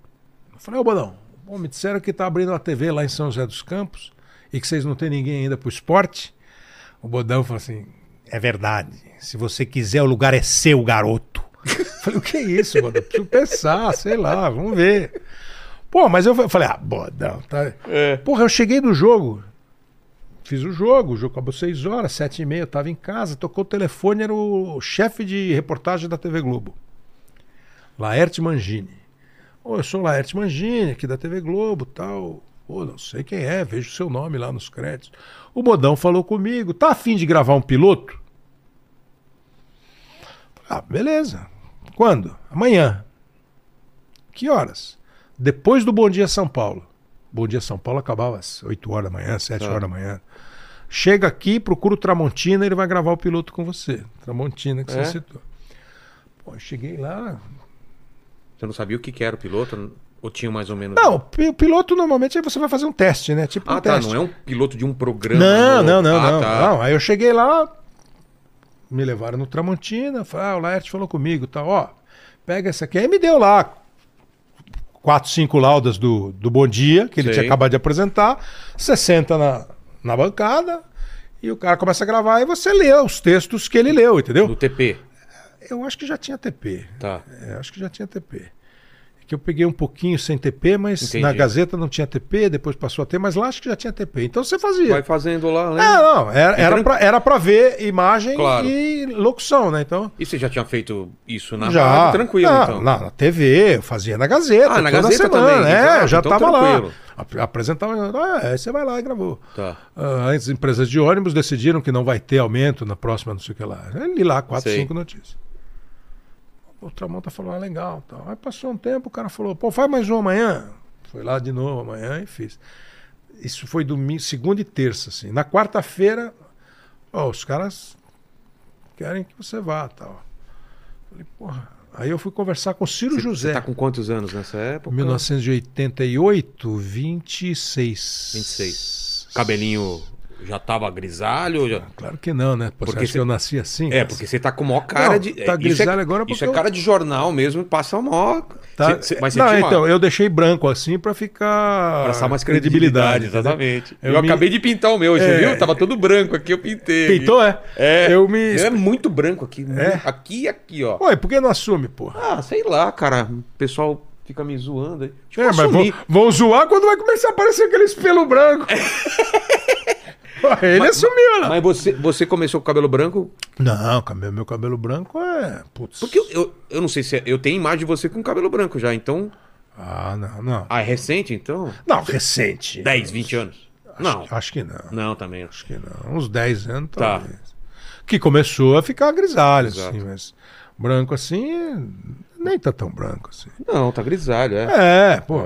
Eu falei, ô Bodão, bom, me disseram que tá abrindo uma TV lá em São José dos Campos e que vocês não tem ninguém ainda pro esporte. O Bodão falou assim: é verdade. Se você quiser, o lugar é seu, garoto. Eu falei, o que é isso, Bodão? Preciso pensar, sei lá, vamos ver. Pô, mas eu fa- falei, ah, Bodão, tá. É. Porra, eu cheguei do jogo. Fiz o jogo, o jogo acabou 6 horas, 7 e meia, eu tava em casa, tocou o telefone, era o chefe de reportagem da TV Globo. Laerte Mangini. Ô, eu sou o Laerte Mangini, aqui da TV Globo tal. Pô, não sei quem é, vejo seu nome lá nos créditos. O Bodão falou comigo, tá afim de gravar um piloto? Ah, beleza. Quando? Amanhã. Que horas? Depois do Bom Dia São Paulo. Bom Dia São Paulo acabava às 8 horas da manhã, 7 Tá. horas da manhã. Chega aqui, procura o Tramontina, ele vai gravar o piloto com você. Tramontina que É? você citou. Pô, eu cheguei lá, Você não sabia o que, que era o piloto? Ou tinha mais ou menos. não, pi- o piloto normalmente aí você vai fazer um teste, né? Tipo um Ah, tá. teste. Não é um piloto de um programa. não, não, novo. não, Ah, não, tá. não. Aí eu cheguei lá, me levaram no Tramontina, falei, ah, o Laerte falou comigo, tá, ó, pega essa aqui. Aí me deu lá quatro, cinco laudas do, do Bom Dia, que ele Sei. tinha acabado de apresentar. Você senta na, na bancada e o cara começa a gravar e você lê os textos que ele leu, entendeu? Do TP. Eu acho que já tinha TP. Tá. É, acho que já tinha TP. Que que eu peguei um pouquinho sem TP, mas Entendi. na Gazeta não tinha TP, depois passou a ter, mas lá acho que já tinha TP. Então você fazia. Vai fazendo lá, né? É, não, era, É era, tran- pra, era pra ver imagem Claro. e locução, né? Então. E você já tinha feito isso na já. Ah, rádio? Tranquilo, na, então. Na, na TV, eu fazia na Gazeta. Ah, na toda Gazeta semana, também, É, exato, já então tava tranquilo. lá. Ap- Apresentava, ah, é, você vai lá e gravou. Tá. Ah, as empresas de ônibus decidiram que não vai ter aumento na próxima, não sei o que lá. Eu li lá quatro, Sei. cinco notícias. O Tramonta falou, ah, legal. Tal. Aí passou um tempo, o cara falou, pô, faz mais um amanhã. Fui lá de novo amanhã e fiz. Isso foi domingo, segunda e terça, assim. Na quarta-feira, ó, os caras querem que você vá, tal. Falei, porra. Aí eu fui conversar com o Ciro Você- José. Você tá com quantos anos nessa época? 1988, 26. 26. Cabelinho já tava grisalho? já- Claro que não, né? Pô, Porque você acha cê- que eu nasci assim? É, cara? porque você tá com maior cara Não, de. é, tá isso é, grisalho agora Isso porque é eu- cara de jornal mesmo, passa mó. Tá... Cê- cê- mas você não, tinha uma- então, eu deixei branco assim pra ficar. Passar mais credibilidade, exatamente. Eu, Eu me- acabei de pintar o meu, você É. viu? Tava todo branco aqui, eu pintei. entendeu? Pintou, é? É. Eu me. É muito branco aqui. É? Aqui e aqui, ó. Ué, por que não assume, porra? Ah, sei lá, cara. O pessoal fica me zoando aí. Deixa eu É, mas vão, assumir. vão zoar quando vai começar a aparecer aqueles pelo branco. Ué, Ele assumiu, né? É. Mas você, você começou com o cabelo branco? Não, cabelo- meu cabelo branco é. Putz. Porque eu, eu, eu não sei se. É, eu tenho imagem de você com cabelo branco já, então. Ah, não, não. Ah, é recente, então? Não, recente. 10, 20 anos. Não. Acho que não. Não, também. Acho que não. Uns 10 anos, Tá. talvez. Que começou a ficar grisalho, Exato. assim, mas branco assim, nem tá tão branco assim. Não, tá grisalho, é. É, pô,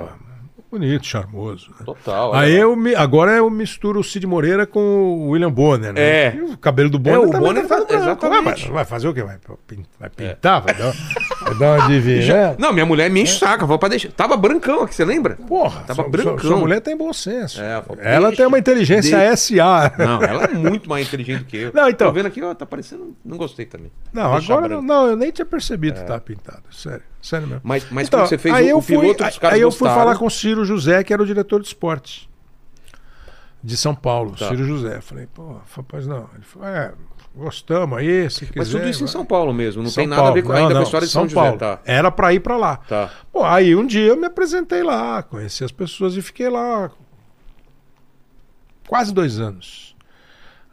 bonito, charmoso. né? Total. Aí é. eu me, agora eu misturo o Cid Moreira com o William Bonner, né? É. E o cabelo do Bonner É, o também Bonner tá ficando faz- branco. exatamente. É. Vai, vai fazer o quê? Vai, pin- vai pintar? Vai, dar, vai dar uma adivinha? né? Não, minha mulher me enche o saco, vou pra deixar. Tava brancão aqui, você lembra? Porra, tava sua, brancão. sua, sua mulher tem bom senso. É, pô, Ela deixa, tem uma inteligência deixa. SA. Não, ela é muito mais inteligente que eu. Não, então. Tô vendo aqui, ó, tá parecendo. Não gostei também. Não, Deixar agora não, branco. não, eu nem tinha percebido que estava pintado. Sério, sério mesmo. É. Então, Mas- mas quando você fez aí o- eu o piloto, fui, os caras Aí eu fui gostaram. falar com o Ciro José, que era o diretor de esporte de São Paulo, Tá. Ciro José. Falei, pô, rapaz, não. Ele falou, é, gostamos aí, se quiser. Mas tudo isso em vai. São Paulo mesmo, não São tem nada a ver com Paulo, É, ainda não, com a história não, de São, José, tá? Era para ir para lá. Tá. Pô, aí um dia eu me apresentei lá, conheci as pessoas e fiquei lá quase dois anos.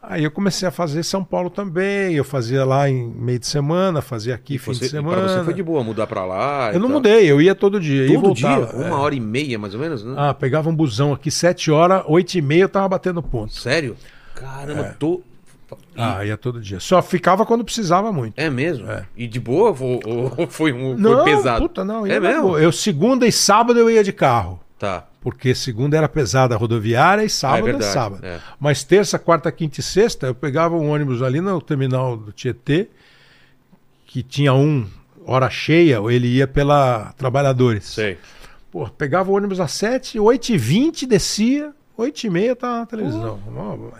Aí eu comecei a fazer São Paulo também, eu fazia lá em meio de semana, fazia aqui fim Você, de e pra semana. né? você foi de boa mudar pra lá. e Eu não tal. mudei, eu ia todo dia. e Todo voltava, dia? é. Uma hora e meia, mais ou menos, né? Ah, pegava um busão aqui, sete horas, oito e meia eu tava batendo ponto. Sério? É. Caramba, tô. Ah, ia todo dia. Só ficava quando precisava muito. É mesmo? É. E de boa ou, ou foi, um, foi pesado? puta, não. ia É na mesmo? boa. Eu segunda e sábado eu ia de carro. Tá. Porque segunda era pesada a rodoviária e É sábado é, verdade, sábado. é. Mas terça, quarta, quinta e sexta eu pegava um ônibus ali no terminal do Tietê, que tinha um hora cheia, ou ele ia pela Trabalhadores. Sei. Pô, pegava o ônibus às 7, 8 e 20 descia, 8 e meia tá na televisão.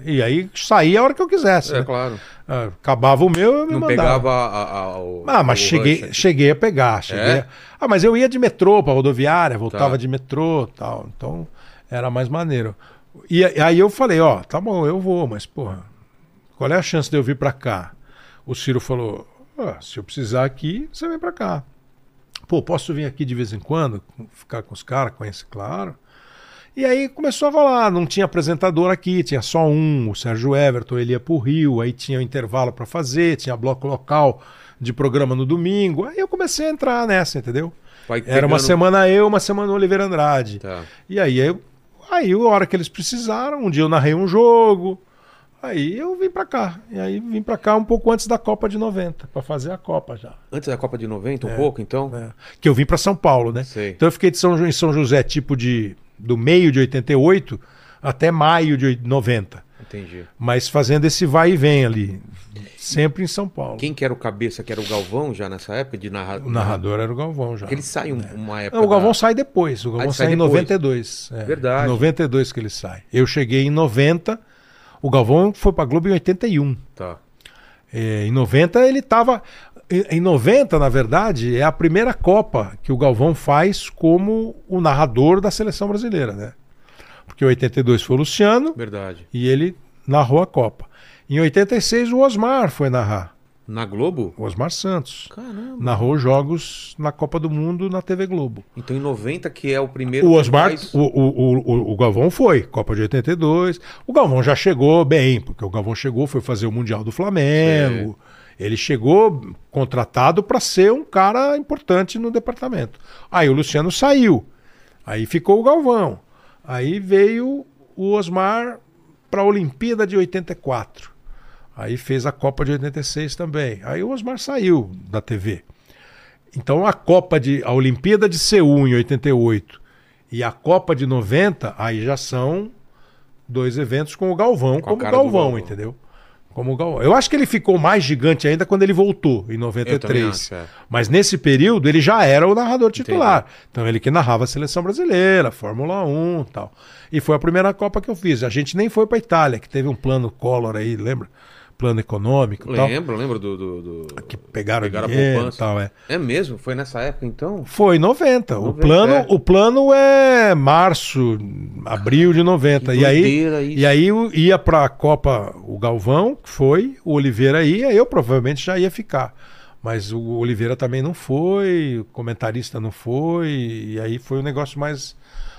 E aí saía a hora que eu quisesse. É né? claro. Ah, Acabava o meu, eu me Não mandava. pegava a, a- a- o. Ah, mas o cheguei, rush. cheguei a pegar. Cheguei É? a- Ah, mas eu ia de metrô pra rodoviária, voltava Tá. de metrô tal. Então era mais maneiro. E a- aí eu falei, ó, tá bom, eu vou, mas porra, qual é a chance de eu vir pra cá? O Ciro falou, ó, se eu precisar aqui, você vem pra cá. Pô, posso vir aqui de vez em quando, ficar com os caras, conhecer, claro. E aí começou a rolar, não tinha apresentador aqui, tinha só um, o Sérgio Everton, ele ia pro Rio, aí tinha um intervalo para fazer, tinha bloco local de programa no domingo. Aí eu comecei a entrar nessa, entendeu? Vai Era uma pegando- semana eu, uma semana o Oliveira Andrade. Tá. E aí, eu, aí, a hora que eles precisaram, um dia eu narrei um jogo, aí eu vim pra cá. E aí vim pra cá um pouco antes da Copa de 90, pra fazer a Copa já. Antes da Copa de 90, um pouco, então? É. Que eu vim pra São Paulo, né? Sei. Então eu fiquei de São, Ju- em São José, tipo de do meio de 88 até maio de oi- 90. Entendi. Mas fazendo esse vai e vem ali, sempre em São Paulo. Quem que era o cabeça, que era o Galvão já nessa época de narra... O narrador era o Galvão já. Porque ele sai um- uma época. Não, o Galvão da- sai depois. O Galvão ele sai sai, em depois. 92. É, Verdade. Em 92 que ele sai. Eu cheguei em 90. O Galvão foi pra Globo em 81. Tá. É, em 90 ele tava. Em em 90, na verdade, é a primeira Copa que o Galvão faz como o narrador da seleção brasileira, né? Porque em 82 foi o Luciano Verdade. e ele narrou a Copa. Em 86 o Osmar foi narrar. Na Globo? O Osmar Santos. Caramba. Narrou jogos na Copa do Mundo na TV Globo. Então em 90, que é o primeiro. O que Osmar, faz- o, o, o- o, o Galvão foi, Copa de 82. O Galvão já chegou bem, porque o Galvão chegou, foi fazer o Mundial do Flamengo. Ele chegou contratado para ser um cara importante no departamento. Aí o Luciano saiu. Aí ficou o Galvão. Aí veio o Osmar para a Olimpíada de 84. Aí fez a Copa de 86 também. Aí o Osmar saiu da TV. Então a Copa de a Olimpíada de Seul em 88 e a Copa de 90 aí já são dois eventos com o Galvão, Com a como o cara do Galvão, Galvão. entendeu? Como o Galvão. Eu acho que ele ficou mais gigante ainda quando ele voltou em 93. Eu também acho, é. Mas nesse período ele já era o narrador titular. Então ele que narrava a seleção brasileira, Fórmula 1, tal. E foi a primeira Copa que eu fiz. A gente nem foi para Itália, que teve um plano Collor aí, lembra? Plano econômico, e tal, Lembro, lembro do. do, do- que pegaram, Pegaram a dinheiro, poupança. tal, é. É mesmo? Foi nessa época então? Foi 90. O 90, plano, é. o plano é março, abril de 90. Que E aí, doideira isso. e aí o- ia para a Copa o Galvão, que foi, o Oliveira ia, eu provavelmente já ia ficar. Mas o Oliveira também não foi, o comentarista não foi, e aí foi um negócio mais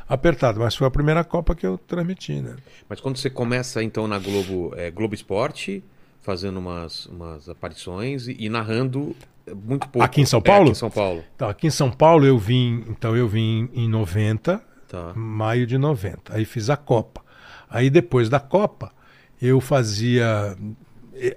apertado. Mas foi a primeira Copa que eu transmiti, né? Mas quando você começa então na Globo, é, Globo Esporte, fazendo umas, umas aparições e, e narrando é, muito pouco. Aqui em São É, Paulo? aqui em São Paulo. Então, aqui em São Paulo eu vim, então eu vim em 90, Tá. maio de 90. Aí fiz a Copa. Aí depois da Copa, eu fazia.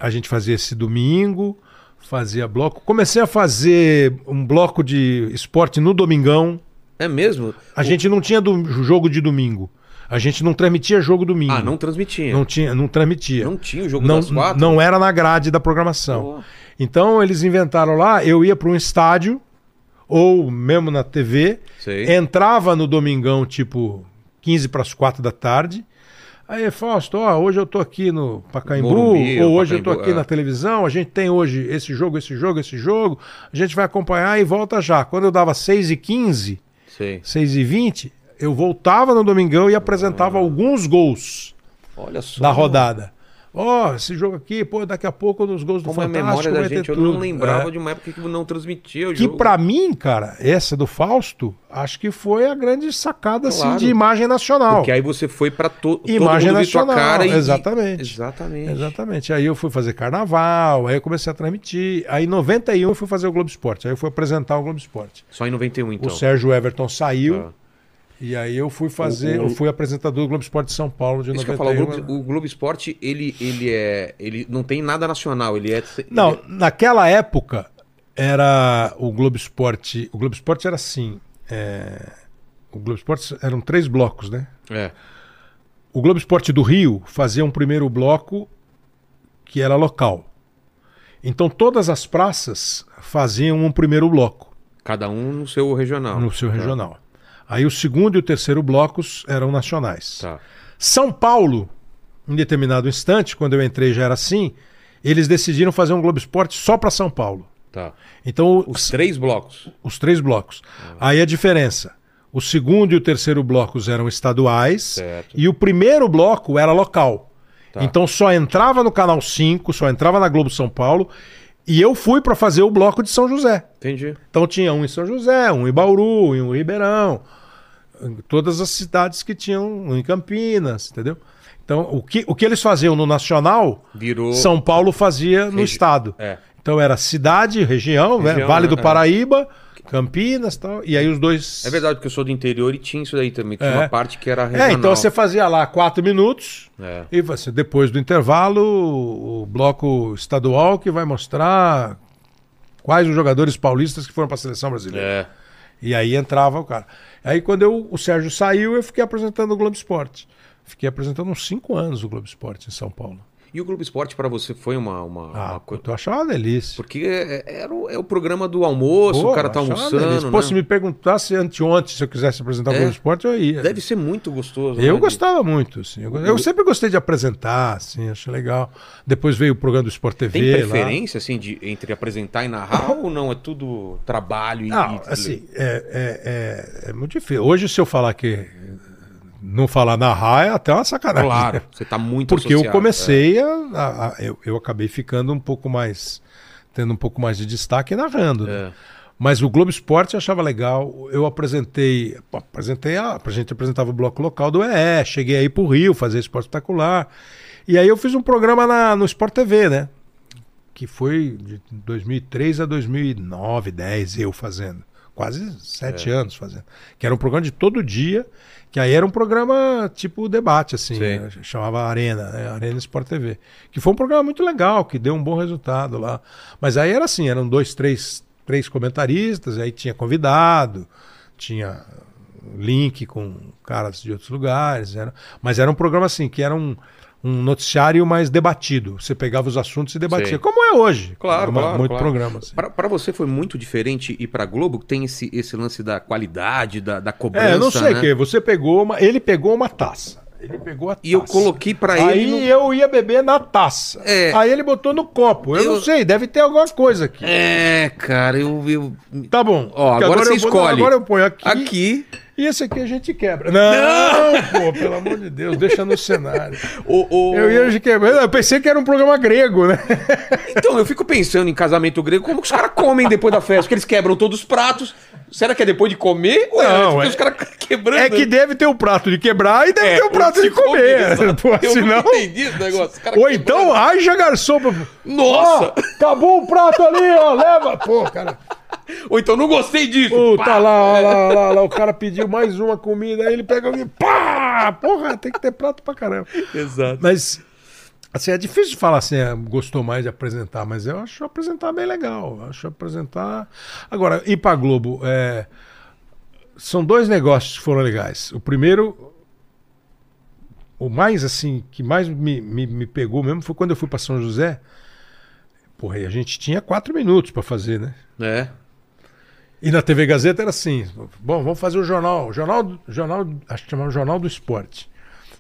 A gente fazia esse domingo, fazia bloco. Comecei a fazer um bloco de esporte no domingão. É mesmo? A gente não tinha do, jogo de domingo. A gente não transmitia jogo domingo. Ah, não transmitia. Não tinha, não transmitia. Não tinha o jogo não, das quatro? Não era na grade da programação. Pô. Então eles inventaram lá, eu ia para um estádio ou mesmo na TV, Sei. entrava no domingão tipo 15 para as 4 da tarde. Aí, Fausto, ó, hoje eu tô aqui no Pacaembu, Morumbi, ou o hoje eu tô Pacaembu, aqui é. na televisão, a gente tem hoje esse jogo, esse jogo, esse jogo, a gente vai acompanhar e volta já. Quando eu dava 6 e 15, Sei. 6 e 20, eu voltava no domingão e Ah. apresentava alguns gols Olha só. da rodada. Ó, esse jogo aqui, pô, daqui a pouco nos gols do Como é a Fantástico memória da vai ter gente, eu tudo. não lembrava É. de uma época que não transmitia o Que jogo. pra mim, cara, essa do Fausto, acho que foi a grande sacada assim, Claro. de imagem nacional. Porque aí você foi pra to todo Imagem mundo ver sua nacional, cara e... exatamente. Exatamente. Exatamente. Aí eu fui fazer carnaval, aí eu comecei a transmitir. Aí em 91 eu fui fazer o Globo Esporte. Aí eu fui apresentar o Globo Esporte. Só em 91, então. O Sérgio Everton saiu Tá. e aí eu fui fazer, O- o- eu fui apresentador do Globo Esporte de São Paulo de Isso que eu 91. ia falar, o Globo, o Globo Esporte, ele, ele é. Ele não tem nada nacional, ele é. Não, ele- naquela época era o Globo Esporte. O Globo Esporte era assim. é, O Globo Esporte eram três blocos, né? É. O Globo Esporte do Rio fazia um primeiro bloco que era local. Então todas as praças faziam um primeiro bloco Cada um no seu regional. no seu Tá, regional. Aí o segundo e o terceiro blocos eram nacionais. Tá. São Paulo, em determinado instante, quando eu entrei já era assim, eles decidiram fazer um Globo Esporte só para São Paulo. Tá. Então Os três blocos. os três blocos. Ah. Aí a diferença. O segundo e o terceiro blocos eram estaduais Certo. e o primeiro bloco era local. Tá. Então só entrava no canal 5, só entrava na Globo São Paulo e eu fui para fazer o bloco de São José. Entendi. Então tinha um em São José, um em Bauru, um em Ribeirão, em todas as cidades que tinham um em Campinas, entendeu? Então o que, o que eles faziam no nacional, Virou. São Paulo fazia no Regi- estado. É. Então era cidade, região, né? Região, Vale né? do É. Paraíba, Campinas e tal. E aí os dois. É verdade, porque eu sou do interior e tinha isso daí também. Tinha É. uma parte que era regional. É, então você fazia lá quatro minutos É. e você, depois do intervalo, o bloco estadual que vai mostrar quais os jogadores paulistas que foram para a seleção brasileira. É. E aí entrava o cara. Aí quando eu- o Sérgio saiu, eu fiquei apresentando o Globo Esporte. Fiquei apresentando uns cinco anos o Globo Esporte em São Paulo. E o Globo Esporte pra você foi uma, uma, Ah, uma coisa. eu achava uma delícia. Porque é- era o, é o programa do almoço, Pô, o cara tá achava uma almoçando. delícia. Né? Pô, se me perguntasse anteontem se eu quisesse apresentar o É? Globo Esporte, eu ia. Deve ser muito gostoso. né, Eu de- gostava muito, assim. Eu, go- eu sempre gostei de apresentar, assim, acho legal. Depois veio o programa do Sport TV Tem lá. preferência, assim, de, entre apresentar e narrar ou não? É tudo trabalho e. Não, e- assim, é, é- é- é muito difícil. Hoje, se eu falar que eh, não falar narrar é até uma sacanagem. Claro, você tá muito Porque eu associado, é. comecei a. a- a- eu, eu acabei ficando um pouco mais tendo um pouco mais de destaque e narrando. É. Né? Mas o Globo Esporte eu achava legal. Eu apresentei, pô, apresentei a, a gente apresentava o bloco local do EE, cheguei aí pro Rio fazer esporte espetacular. E aí eu fiz um programa na, no Sport TV, né? Que foi de 2003 a 2009, 10 eu fazendo. Quase sete anos fazendo. Que era um programa de todo dia, que aí era um programa tipo debate, assim. Sim. né? Chamava Arena, né? Arena Sport TV. Que foi um programa muito legal, que deu um bom resultado lá. Mas aí era assim, eram dois, três, três comentaristas, aí tinha convidado, tinha link com caras de outros lugares. Era... Mas era um programa assim, que era um, um noticiário mais debatido. Você pegava os assuntos e debatia, Sim. como é hoje. Claro, Uma- claro, Muito claro. programa. assim. Pra Para você foi muito diferente e pra Globo tem esse, esse lance da qualidade, da, da cobrança. É, eu não sei o né? que. Você pegou uma. Ele pegou uma taça. Ele pegou a taça. E eu coloquei pra Aí ele. no- eu ia beber na taça. É. Aí ele botou no copo. Eu, Eu- não sei, deve ter alguma coisa aqui. É, cara, eu. eu... Tá bom. Ó, Porque agora você eu vou- escolhe. Agora eu ponho aqui, Aqui, E esse aqui a gente quebra. Não, pô, pelo amor de Deus, deixa no cenário. o. o... Eu ia quebrar. Eu pensei que era um programa grego, né? Então, eu fico pensando em casamento grego, como que os caras comem depois da festa? Porque eles quebram todos os pratos. Será que é depois de comer? Ou Não, porque é- os caras quebrando. É que deve ter o prato de quebrar e deve ter o um prato de comer. É, exato. Pô, eu senão- não entendi esse negócio. os caras Ou quebrando. então, haja garçom. pra- Nossa! Ó, acabou o prato ali, ó, leva. Pô, cara. Ou então, não gostei disso. Pô, Pá! tá lá, ó, lá, ó, lá, ó, o cara pediu mais uma comida, aí ele pega alguém. Pá! Porra, tem que ter prato pra caramba. Exato. Mas, assim, é difícil de falar assim, é, gostou mais de apresentar, mas eu acho apresentar bem legal. eu Acho apresentar. Agora, ir pra Globo, é, são dois negócios que foram legais. O primeiro, o mais, assim, que mais me, me, me pegou mesmo foi quando eu fui pra São José. Porra, e a gente tinha quatro minutos pra fazer, né? É. E na TV Gazeta era assim: bom, vamos fazer o jornal. Jornal, do- jornal acho que chamava Jornal do Esporte.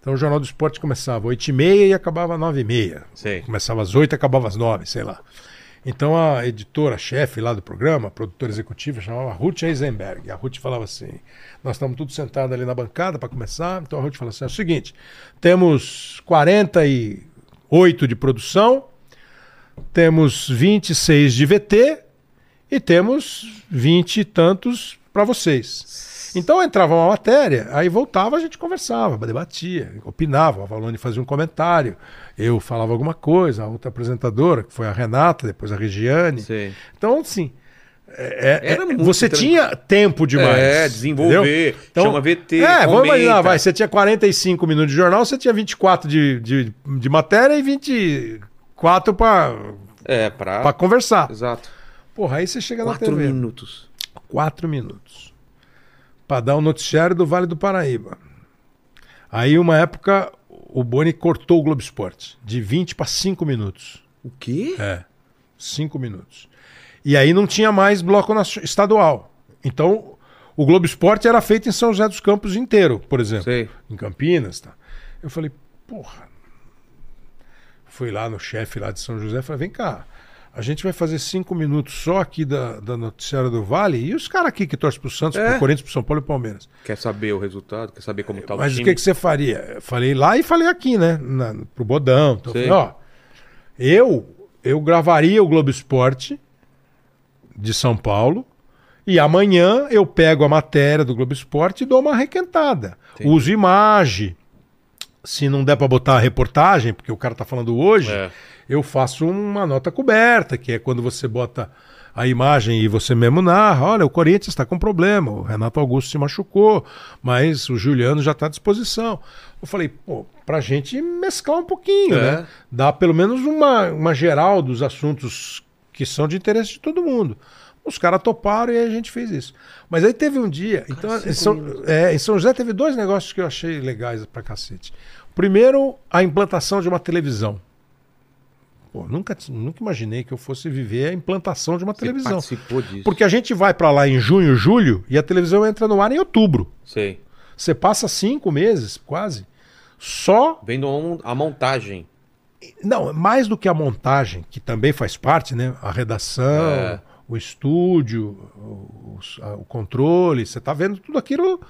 Então o Jornal do Esporte começava às 8h30 e acabava às 9h30. Sei. Começava às 8 acabava às 9 sei lá. Então a editora-chefe lá do programa, a produtora executiva, chamava Ruth Eisenberg. A Ruth falava assim: nós estamos todos sentados ali na bancada para começar. Então a Ruth falou assim: é o seguinte, temos 48 de produção, temos 26 de VT e temos 20 e tantos para vocês. Então entrava uma matéria, aí voltava, a gente conversava, debatia, opinava, a Valone fazia um comentário, eu falava alguma coisa, a outra apresentadora, que foi a Renata, depois a Regiane. Sei. Então, assim, é- é- Era muito você tranquilo. tinha tempo demais. É, desenvolver, entendeu? chama VT, É, vamos comenta. imaginar, vai, você tinha 45 minutos de jornal, você tinha 24 de, de, de matéria e 24 para É, Ah. pra. conversar. Exato. Porra, aí você chega na Quatro TV. minutos. Quatro minutos. Pra dar o noticiário do Vale do Paraíba. Aí, uma época, o Boni cortou o Globo Esporte. De 20 para 5 minutos. O quê? É. 5 minutos. E aí não tinha mais bloco nacio- estadual. Então, o Globo Esporte era feito em São José dos Campos inteiro, por exemplo. Sei. Em Campinas, tá? Eu falei, porra. Fui lá no chefe lá de São José, falei, vem cá. A gente vai fazer cinco minutos só aqui da, da noticiária do Vale e os caras aqui que torcem pro Santos, É. pro Corinthians, pro São Paulo e pro Palmeiras. Quer saber o resultado? Quer saber como tá o Mas time? o que, que você faria? Eu falei lá e falei aqui, né? Na, pro Bodão. Então, eu Sei. falei, ó, eu, eu gravaria o Globo Esporte de São Paulo e amanhã eu pego a matéria do Globo Esporte e dou uma requentada. Entendi. Uso imagem. Se não der para botar a reportagem, porque o cara tá falando hoje, É. eu faço uma nota coberta, que é quando você bota a imagem e você mesmo narra, olha, o Corinthians está com problema, o Renato Augusto se machucou, mas o Juliano já está à disposição. Eu falei, pô, pra gente mesclar um pouquinho, É. né? Dar pelo menos uma, uma geral dos assuntos que são de interesse de todo mundo. Os caras toparam e aí a gente fez isso. Mas aí teve um dia. então, em São, é, em São José teve dois negócios que eu achei legais pra cacete. Primeiro, a implantação de uma televisão. Pô, nunca, ti- nunca imaginei que eu fosse viver a implantação de uma Você televisão. participou disso. Porque a gente vai pra lá em junho, julho, e a televisão entra no ar em outubro. Sei. Você passa cinco meses, quase, só. Vendo a mon- a montagem. Não, mais do que a montagem, que também faz parte, né? A redação, É. o estúdio, o, os- a- o controle. Você tá vendo tudo aquilo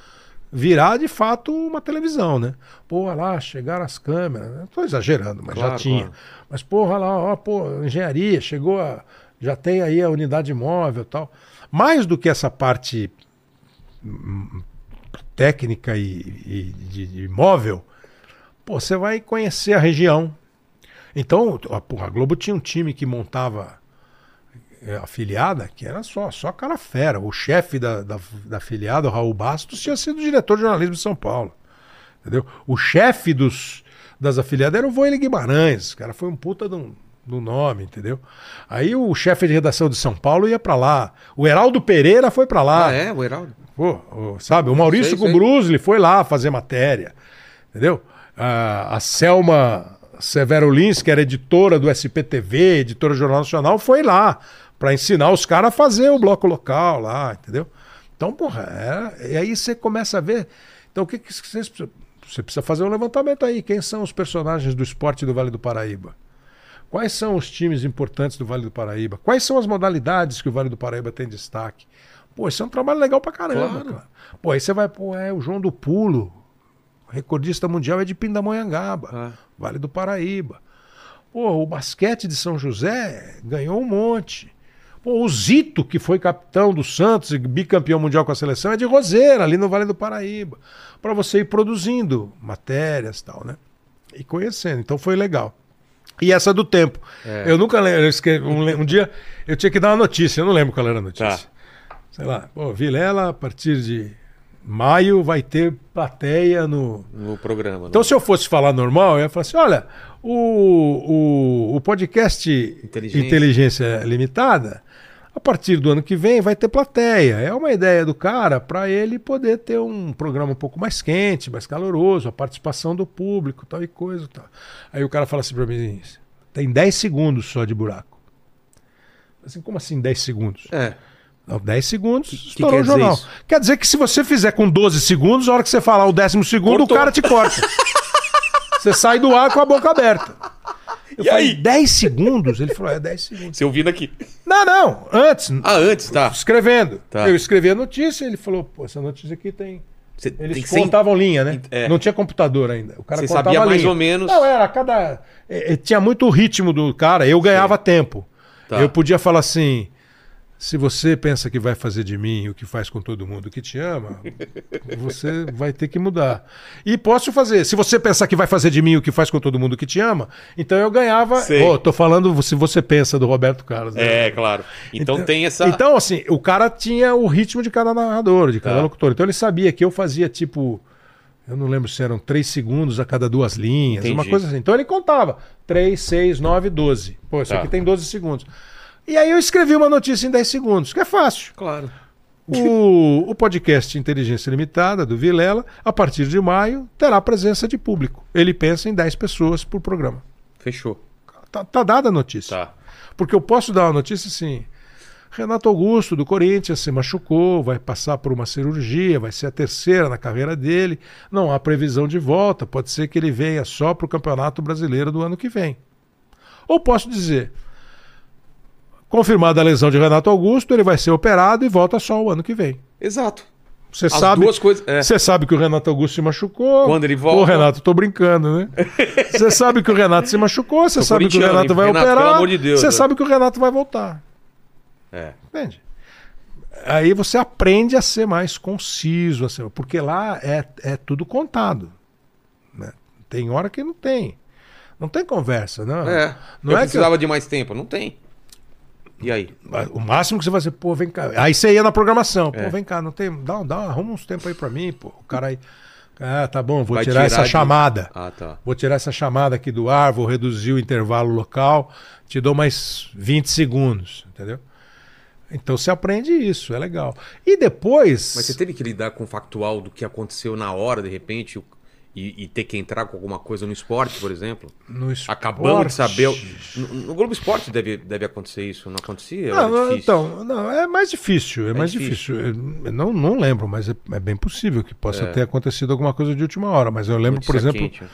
virar de fato uma televisão, né? Porra lá, chegaram as câmeras. Estou exagerando, mas Claro, já tinha. claro. Mas, porra lá, ó, pô, engenharia, chegou a já tem aí a unidade móvel e tal. Mais do que essa parte hum, técnica e, e de, de imóvel, pô, você vai conhecer a região. Então, a, porra, a Globo tinha um time que montava é, afiliada, que era só, só cara fera. O chefe da, da, da afiliada, o Raul Bastos, tinha sido diretor de jornalismo de São Paulo. Entendeu? O chefe dos, das afiliadas era o Voile Guimarães. O cara foi um puta de um, de um nome, entendeu? Aí o chefe de redação de São Paulo ia pra lá. O Heraldo Pereira foi pra lá. Ah, é, o Heraldo? Pô, o- sabe? O Maurício Sei, sei. Kubrusli foi lá fazer matéria, entendeu? Ah, a Selma Severo Lins, que era editora do SPTV, editora do Jornal Nacional, foi lá para ensinar os caras a fazer o bloco local lá, entendeu? Então, porra, era- e aí você começa a ver. Então, o que, que vocês precisam? Você precisa fazer um levantamento aí. Quem são os personagens do esporte do Vale do Paraíba? Quais são os times importantes do Vale do Paraíba? Quais são as modalidades que o Vale do Paraíba tem destaque? Pô, isso é um trabalho legal pra caramba. Claro. cara. Pô, aí você vai, pô, é o João do Pulo, recordista mundial é de Pindamonhangaba, Ah. Vale do Paraíba. Pô, o basquete de São José ganhou um monte. Pô, o Zito, que foi capitão do Santos e bicampeão mundial com a seleção, é de Roseira, ali no Vale do Paraíba. Pra você ir produzindo matérias e tal, né? E conhecendo. Então foi legal. E essa do tempo. É. Eu nunca lembro. eu escrevi- um, le- um dia eu tinha que dar uma notícia, eu não lembro qual era a notícia. Sei lá, pô, Vilela, a partir de maio, vai ter plateia no. No programa. Então, né? se eu fosse falar normal, eu ia falar assim: olha, o, o, o podcast Inteligência. Inteligência. Limitada, a partir do ano que vem, vai ter plateia. É uma ideia do cara para ele poder ter um programa um pouco mais quente, mais caloroso, a participação do público, tal e coisa. Tal. Aí o cara fala assim para mim: tem 10 segundos só de buraco. Assim, como assim 10 segundos? É. Não, 10 segundos, que estourou quer o dizer jornal. isso? Quer dizer que se você fizer com 12 segundos, a hora que você falar o décimo segundo, Cortou. o cara te corta. você sai do ar com a boca aberta. Eu E falei, aí? 10 segundos? Ele falou, é 10 segundos. Você ouvindo aqui. Não, não, antes, Ah, antes, tá. escrevendo. Tá. Eu escrevi a notícia, ele falou, pô, essa notícia aqui tem... Você tem Eles que ser- contavam linha, né? É. Não tinha computador ainda. O cara Você contava sabia linha. mais ou menos. Não, era cada. eh, eh, Tinha muito o ritmo do cara. Eu ganhava tempo. Tá. Eu podia falar assim. Se você pensa que vai fazer de mim o que faz com todo mundo que te ama, você vai ter que mudar. E posso fazer. Se você pensar que vai fazer de mim o que faz com todo mundo que te ama, então eu ganhava. Sei. Ô, tô falando se você pensa do Roberto Carlos. né? É, claro. Então, tem essa. Então, assim, o cara tinha o ritmo de cada narrador, de cada Tá. locutor. Então ele sabia que eu fazia tipo. Eu não lembro se eram três segundos a cada duas linhas, uma Entendi. coisa assim. Então ele contava: 3, 6, 9, 12. Pô, isso Tá. aqui tem 12 segundos. E aí eu escrevi uma notícia em 10 segundos, que é fácil. Claro. O, o podcast Inteligência Limitada, do Vilela, a partir de maio, terá presença de público. Ele pensa em 10 pessoas por programa. Fechou. Tá, tá dada a notícia. Tá. Porque eu posso dar uma notícia assim. Renato Augusto, do Corinthians, se machucou, vai passar por uma cirurgia, vai ser a terceira na carreira dele. Não há previsão de volta, pode ser que ele venha só para o Campeonato Brasileiro do ano que vem. Ou posso dizer, confirmada a lesão de Renato Augusto, ele vai ser operado e volta só o ano que vem. Exato. Você As sabe, duas coisas- é. você sabe que o Renato Augusto se machucou. Quando ele volta- Ô, Renato, tô brincando, né? Você sabe que o Renato se machucou, você sabe que o corintiano, Renato hein? vai Renato, operar. pelo amor de Deus, você né? sabe que o Renato vai voltar. É. Entende? Aí você aprende a ser mais conciso, a ser- porque lá é, é tudo contado. né? Tem hora que não tem. Não tem conversa, não. É. Não eu é que precisava de mais tempo. Não tem. E aí? o máximo que você vai fazer, pô, vem cá. Aí você ia na programação, pô, É. vem cá, não tem. Dá, dá, arruma uns tempo aí pra mim, pô. O cara aí. Ah, tá bom, vou Vai tirar, essa de- chamada. Ah, tá. Vou tirar essa chamada aqui do ar, vou reduzir o intervalo local, te dou mais 20 segundos, entendeu? Então você aprende isso, é legal. E depois. Mas você teve que lidar com o factual do que aconteceu na hora, de repente, o- e, e ter que entrar com alguma coisa no esporte, por exemplo? no esporte- Acabamos de saber. o- No, no Globo Esporte deve, deve acontecer isso. Não acontecia? Era Não, não, difícil. então, não, é mais difícil, é, mais difícil. É. difícil. Eu não, não lembro, mas é, é bem possível que possa ter acontecido alguma coisa de última hora. Mas eu lembro, por Notícia exemplo, quente, né?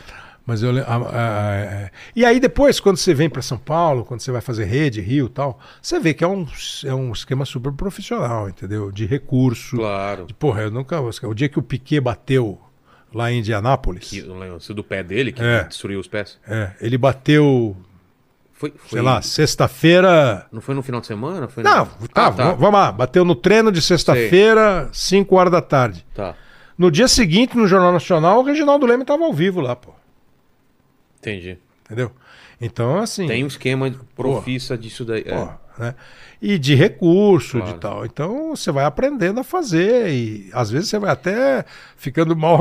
Mas eu, le- a- a- a- e aí depois, quando você vem para São Paulo, quando você vai fazer rede, Rio e tal, você vê que é um, é um esquema super profissional, entendeu? De recurso. Claro. De, porra, eu nunca vou esquecer. O dia que o Piquet bateu lá em Indianápolis, Que, não lembro, se do pé dele, que É. destruiu os pés. é, ele bateu Foi Foi, foi- Sei lá, sexta-feira. Não foi no final de semana? Foi Não, no... tá, Ah, tá. v- vamos lá. Bateu no treino de sexta-feira, 5 horas da tarde. Tá, No dia seguinte, no Jornal Nacional, o Reginaldo Leme estava ao vivo lá, pô. entendi. Entendeu? Então, assim. Tem um esquema profissa disso daí. é. Pô, né? E de recurso, Claro. de tal. Então você vai aprendendo a fazer e às vezes você vai até ficando mal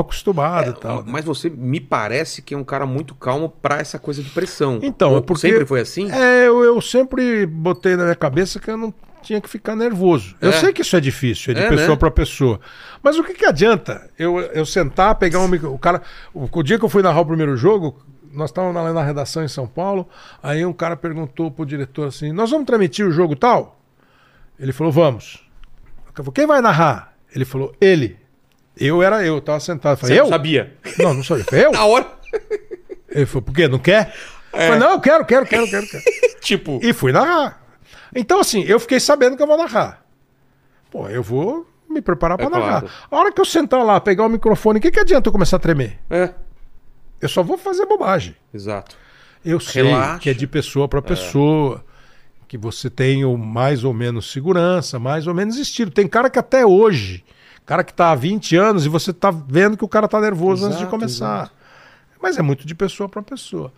É, acostumado e tal. né? Mas você me parece que é um cara muito calmo pra essa coisa de pressão. Então, Ou é porque- Sempre foi assim? É, eu, eu sempre botei na minha cabeça que eu não tinha que ficar nervoso. Eu É. sei que isso é difícil, é de É, pessoa né? pra pessoa. Mas o que, que adianta eu, eu sentar, pegar um micro. O cara. O, o dia que eu fui narrar o primeiro jogo, nós estávamos lá na redação em São Paulo, aí um cara perguntou pro diretor assim: nós vamos transmitir o jogo tal? Ele falou, vamos. Eu falei, Quem vai narrar? Ele falou, ele. Eu era eu, eu tava sentado. Eu Você falei, eu? não sabia. Não, não sou eu. Falei, eu? Na hora, Ele falou, por quê? Não quer? É. Eu falei, não, eu quero, quero, quero, quero, quero. tipo... E fui narrar. Então, assim, eu fiquei sabendo que eu vou narrar. Pô, eu vou me preparar pra É claro. narrar. A hora que eu sentar lá, pegar o microfone, o que, que adianta eu começar a tremer? É, Eu só vou fazer bobagem. exato. Eu sei Relaxa. que é de pessoa pra pessoa, que você tem o mais ou menos segurança, mais ou menos estilo. Tem cara que até hoje, cara que tá há 20 anos e você tá vendo que o cara tá nervoso antes de Exato, começar. Mas é muito de pessoa pra pessoa.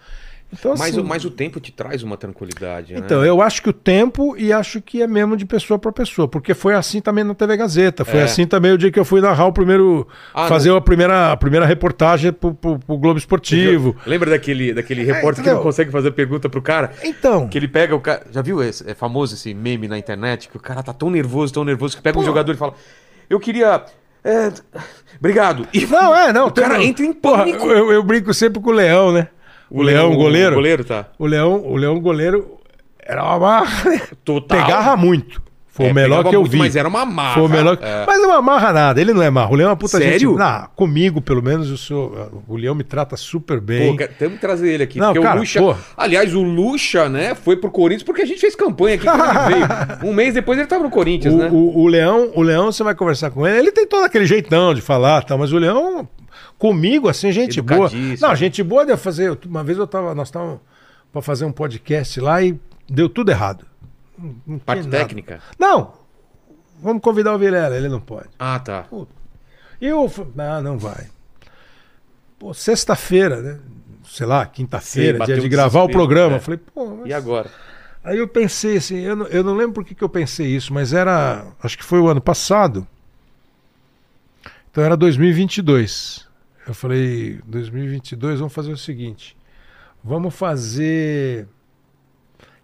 Então, Mas, assim, o- mas o tempo te traz uma tranquilidade, né? então, eu acho que o tempo e acho que é mesmo de pessoa para pessoa, porque foi assim também na TV Gazeta, foi É. assim também o dia que eu fui narrar o primeiro, Ah, fazer a primeira, a primeira reportagem pro, pro- pro Globo Esportivo. Lembra daquele, daquele repórter que É, entendeu? não consegue fazer pergunta pro cara? Então, Que ele pega o cara. Já viu esse? É famoso esse meme na internet que o cara tá tão nervoso, tão nervoso, que pega um jogador e fala: Eu queria. é, Obrigado. E não é, não, O cara tem- entra em porra, pânico. eu, eu brinco sempre com o Leão, né? O, Leão, o goleiro. O goleiro, tá. O Leão, o Leão goleiro era uma marra, né? Total. Pegava muito. Foi É, o melhor pegava que eu muito, vi. Mas era uma marra. Foi o melhor. É. Mas não amarra nada, ele não é marra. O Leão é uma puta Sério? gente. Não, comigo, pelo menos, eu sou. O Leão me trata super bem. Pô, cara, temos que trazer ele aqui. Não, porque cara, o Lucha. pô. Aliás, o Lucha, né, foi pro Corinthians porque a gente fez campanha aqui quando ele veio. Um mês depois ele tava no Corinthians, O, né? o- o Leão, o Leão, você vai conversar com ele, ele tem todo aquele jeitão de falar, tá? mas o Leão, comigo, assim, gente boa. Educadíssimo. Não, gente boa de eu fazer. Uma vez eu tava, nós estávamos para fazer um podcast lá e deu tudo errado. Não- não Parte tinha nada. técnica. Não, vamos convidar o Vilela, ele não pode. Ah, tá. E eu falei, não, não vai. Pô, sexta-feira, né? Sei lá, Sim, quinta-feira, bateu dia de um gravar o desespero, programa. é. Eu Falei, pô, mas E agora? Aí eu pensei assim, eu não, eu não lembro por que, que eu pensei isso, mas era, acho que foi o ano passado. Então era 2022. Eu falei, 2022, vamos fazer o seguinte. Vamos fazer.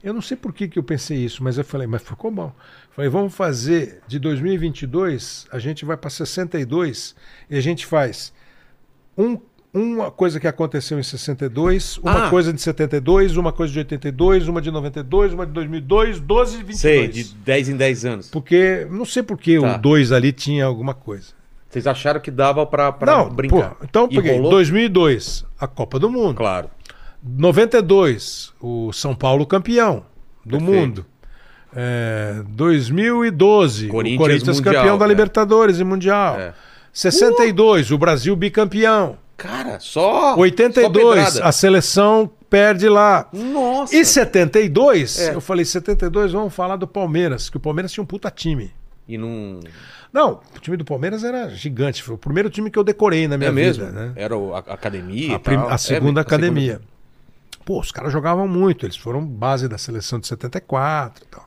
Eu não sei por que, que eu pensei isso, mas eu falei, mas ficou bom. Eu falei, vamos fazer de 2022, a gente vai para 62 e a gente faz um, uma coisa que aconteceu em 62, uma Ah. coisa de 72, uma coisa de 82, uma de 92, uma de 2002, 12 e 22. Sei, de 10 em 10 anos. Porque, não sei por que Tá. o 2 ali tinha alguma coisa. Vocês acharam que dava pra, pra não, brincar? pô, então E peguei rolou? 2002, a Copa do Mundo. Claro. 92, o São Paulo campeão do Perfeito. mundo. É, 2012, Corinthians o Corinthians mundial, campeão da é. Libertadores e Mundial. É. 62, o Brasil bicampeão. Cara, só. Ah, só 82, pedrada. a seleção perde lá. Nossa. E 72, É. eu falei, 72, vamos falar do Palmeiras, que o Palmeiras tinha um puta time. E não. é Não, o time do Palmeiras era gigante, foi o primeiro time que eu decorei na minha É mesmo? vida, né? Era o- a a academia. a, e prim- tal. a É, segunda a academia. Pô, os caras jogavam muito, eles foram base da seleção de 74 e tal.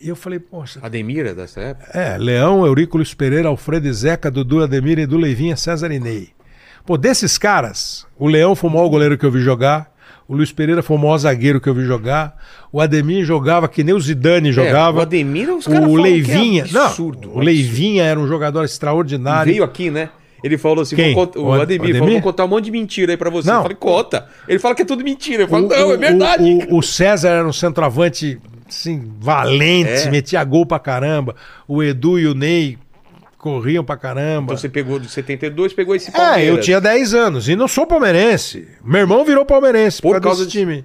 E eu falei, poxa. Ademir é dessa época? É, Leão, Eurículo Pereira, Alfredo e Zeca, Dudu Ademir, Edu Leivinha, César Inei. Pô, desses caras, o Leão foi o maior goleiro que eu vi jogar, o Luiz Pereira foi o maior zagueiro que eu vi jogar, o Ademir jogava que nem o Zidane jogava. É, o Ademir, os caras o falam que é Leivinha, absurdo, não, o Leivinha era um jogador extraordinário. Veio aqui, né? Ele falou assim: Quem? vou contar- O o Ad- Ademir, o falou: Ademir? vou contar um monte de mentira aí pra você. Não. Eu falei: conta. Ele fala que é tudo mentira. Eu falo: O- não, o- é verdade. O, o César era um centroavante assim, valente, É. metia gol pra caramba. O Edu e o Ney corriam pra caramba. Então você pegou do 72, pegou esse É, eu tinha 10 anos e não sou palmeirense. Meu irmão virou palmeirense Por por, causa causa desse time.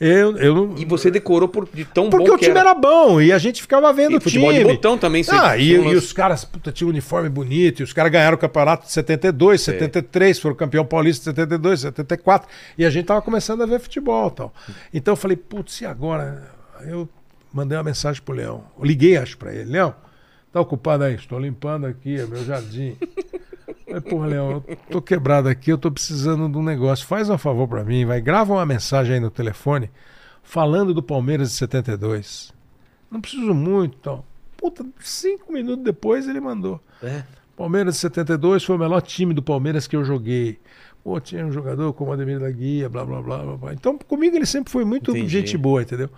Eu, eu não. E você decorou por, de tão Porque bom o que time era. bom e a gente ficava vendo E o futebol time. de botão também, você- Ah, e, você lança- e os caras, puta, tinha um uniforme bonito, e os caras ganharam o campeonato de 72, É. 73, foram campeão paulista de 72, 74, e a gente tava começando a ver futebol e tal. Então eu falei, putz, e agora? Aí Eu mandei uma mensagem pro Leão. Eu liguei, acho, pra ele. Leão, tá ocupado aí? Estou limpando aqui é meu jardim. Falei, Porra, Leão, eu tô quebrado aqui, eu tô precisando de um negócio. Faz um favor pra mim, vai. Grava uma mensagem aí no telefone falando do Palmeiras de 72. Não preciso muito, tal. Puta, cinco minutos depois ele mandou. É. Palmeiras de 72 foi o melhor time do Palmeiras que eu joguei. Pô, tinha um jogador como Ademir da Guia, blá, blá, blá, blá, blá. Então, comigo ele sempre foi muito Entendi. gente boa, entendeu?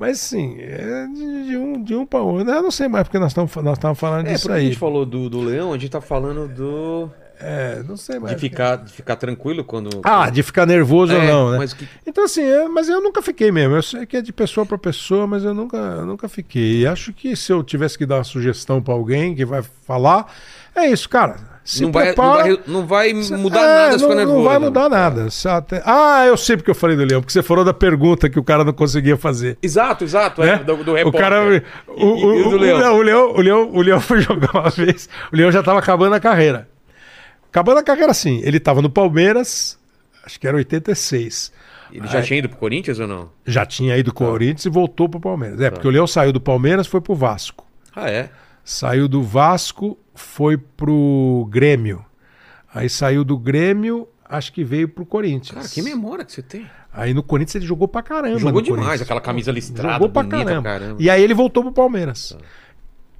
Mas, assim, é de, de um, de um para outro. Eu não sei mais porque nós estamos nós estamos falando É, disso porque a aí. gente falou do, do leão, a gente tá falando do. É, não sei mais. De ficar, de ficar tranquilo quando. Ah, de ficar nervoso ou É, não, né? mas que- Então, assim, é- mas eu nunca fiquei mesmo. Eu sei que é de pessoa para pessoa, mas eu nunca, eu nunca fiquei. E acho que se eu tivesse que dar uma sugestão para alguém que vai falar, é isso, cara. Se não, vai, prepara. não, vai, não vai mudar É, nada se não, ficar nervoso. né? não vai mudar nada. Só até- Ah, eu sei porque eu falei do Leão, porque você falou da pergunta que o cara não conseguia fazer. Exato, exato. Né? É, do, do o repórter. cara. O, o, E- e do o- Leão. não, o Leão, o, Leão, o Leão foi jogar uma vez. O Leão já estava acabando a carreira. Acabando a carreira, sim. Ele estava no Palmeiras, acho que era 86. Ele já tinha ido pro Corinthians ou não? Já tinha ido Tá. com o Corinthians e voltou pro Palmeiras. É, porque o Leão saiu do Palmeiras foi pro Vasco. Ah, é. Saiu do Vasco, foi pro Grêmio. Aí saiu do Grêmio, acho que veio pro Corinthians. Cara, que memória que você tem. Aí no Corinthians ele jogou pra caramba. Jogou no demais, Corinthians. aquela camisa listrada, Jogou pra bonita caramba. pra caramba. E aí ele voltou pro Palmeiras.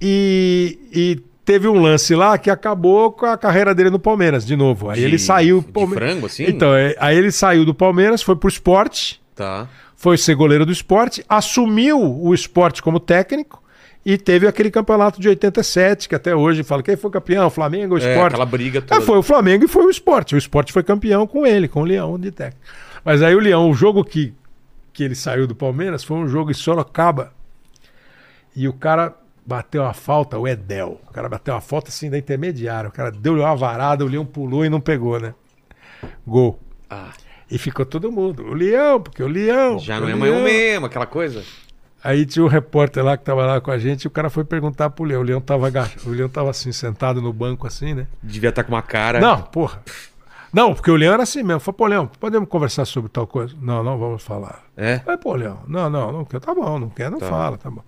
E, e teve um lance lá que acabou com a carreira dele no Palmeiras, de novo. Aí De- ele saiu. de Palme- frango, assim? Então, é, aí ele saiu do Palmeiras, foi pro esporte, Tá. foi ser goleiro do esporte, assumiu o esporte como técnico. E teve aquele campeonato de 87, que até hoje fala quem foi campeão, Flamengo ou É, esporte. aquela briga Ah, toda. foi o Flamengo e foi o Sport. O Sport foi campeão com ele, com o Leão de técnico. Mas aí o Leão, o jogo que, que ele saiu do Palmeiras foi um jogo em Sorocaba. E o cara bateu uma falta, o Edel. O cara bateu uma falta assim da intermediária. O cara deu-lhe uma varada, o Leão pulou e não pegou, né? Gol. Ah, E ficou todo mundo. O Leão, porque o Leão. já não porque é o mais o Leão. mesmo, aquela coisa. Aí tinha um repórter lá que tava lá com a gente e o cara foi perguntar pro Leão. O Leão tava, aga- o Leão tava assim, sentado no banco assim, né? Devia estar com uma cara. Não, porra. Não, porque o Leão era assim mesmo. Falei, pô, Leão, podemos conversar sobre tal coisa? Não, não vamos falar. É. Falei, pô, Leão, não, não, não quer. Tá bom, não quer, não fala, tá bom.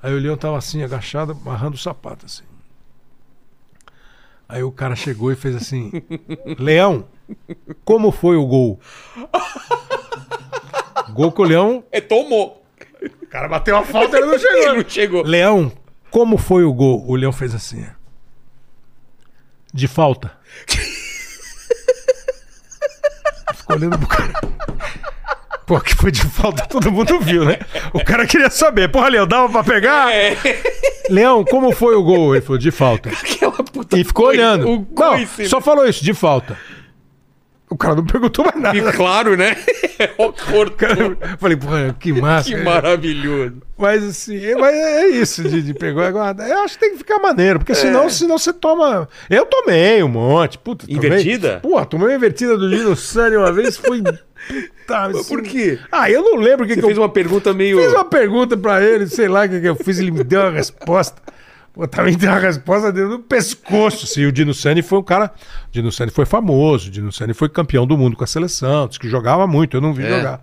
Aí o Leão tava assim, agachado, amarrando o sapato, assim. Aí o cara chegou e fez assim: Leão, como foi o gol? gol que o Leão. É, tomou. O cara bateu uma falta e ele não chegou. Ele não chegou. Leão, como foi o gol? O Leão fez assim. ó. De falta. Ficou olhando pro cara. Pô, que foi de falta, todo mundo viu, né? O cara queria saber. Porra, Leão, dava pra pegar? É. Leão, como foi o gol? Ele falou, de falta. Aquela puta E ficou coisa, olhando. O não, só falou isso, de falta. O cara não perguntou mais nada. E claro, né? o corpo. Eu Falei, porra, que massa. Que maravilhoso. Mas assim, é- mas é isso de, de pegar e guardar. Eu acho que tem que ficar maneiro, É. porque senão, senão você toma. Eu tomei um monte. Puta, tomei- Invertida? Pô, tomei uma invertida do Lino Sani uma vez, foi. Puta, Mas por quê? Ah, eu não lembro o que, Você que fez eu uma pergunta meio. fiz uma pergunta pra ele, sei lá o que, que eu fiz, ele me deu uma resposta. Pô, também deu uma resposta dentro do pescoço. Assim, o Dino Sani foi um cara. O Dino Sani foi famoso, o Dino Sani foi campeão do mundo com a seleção, disse que jogava muito, eu não vi É. jogar.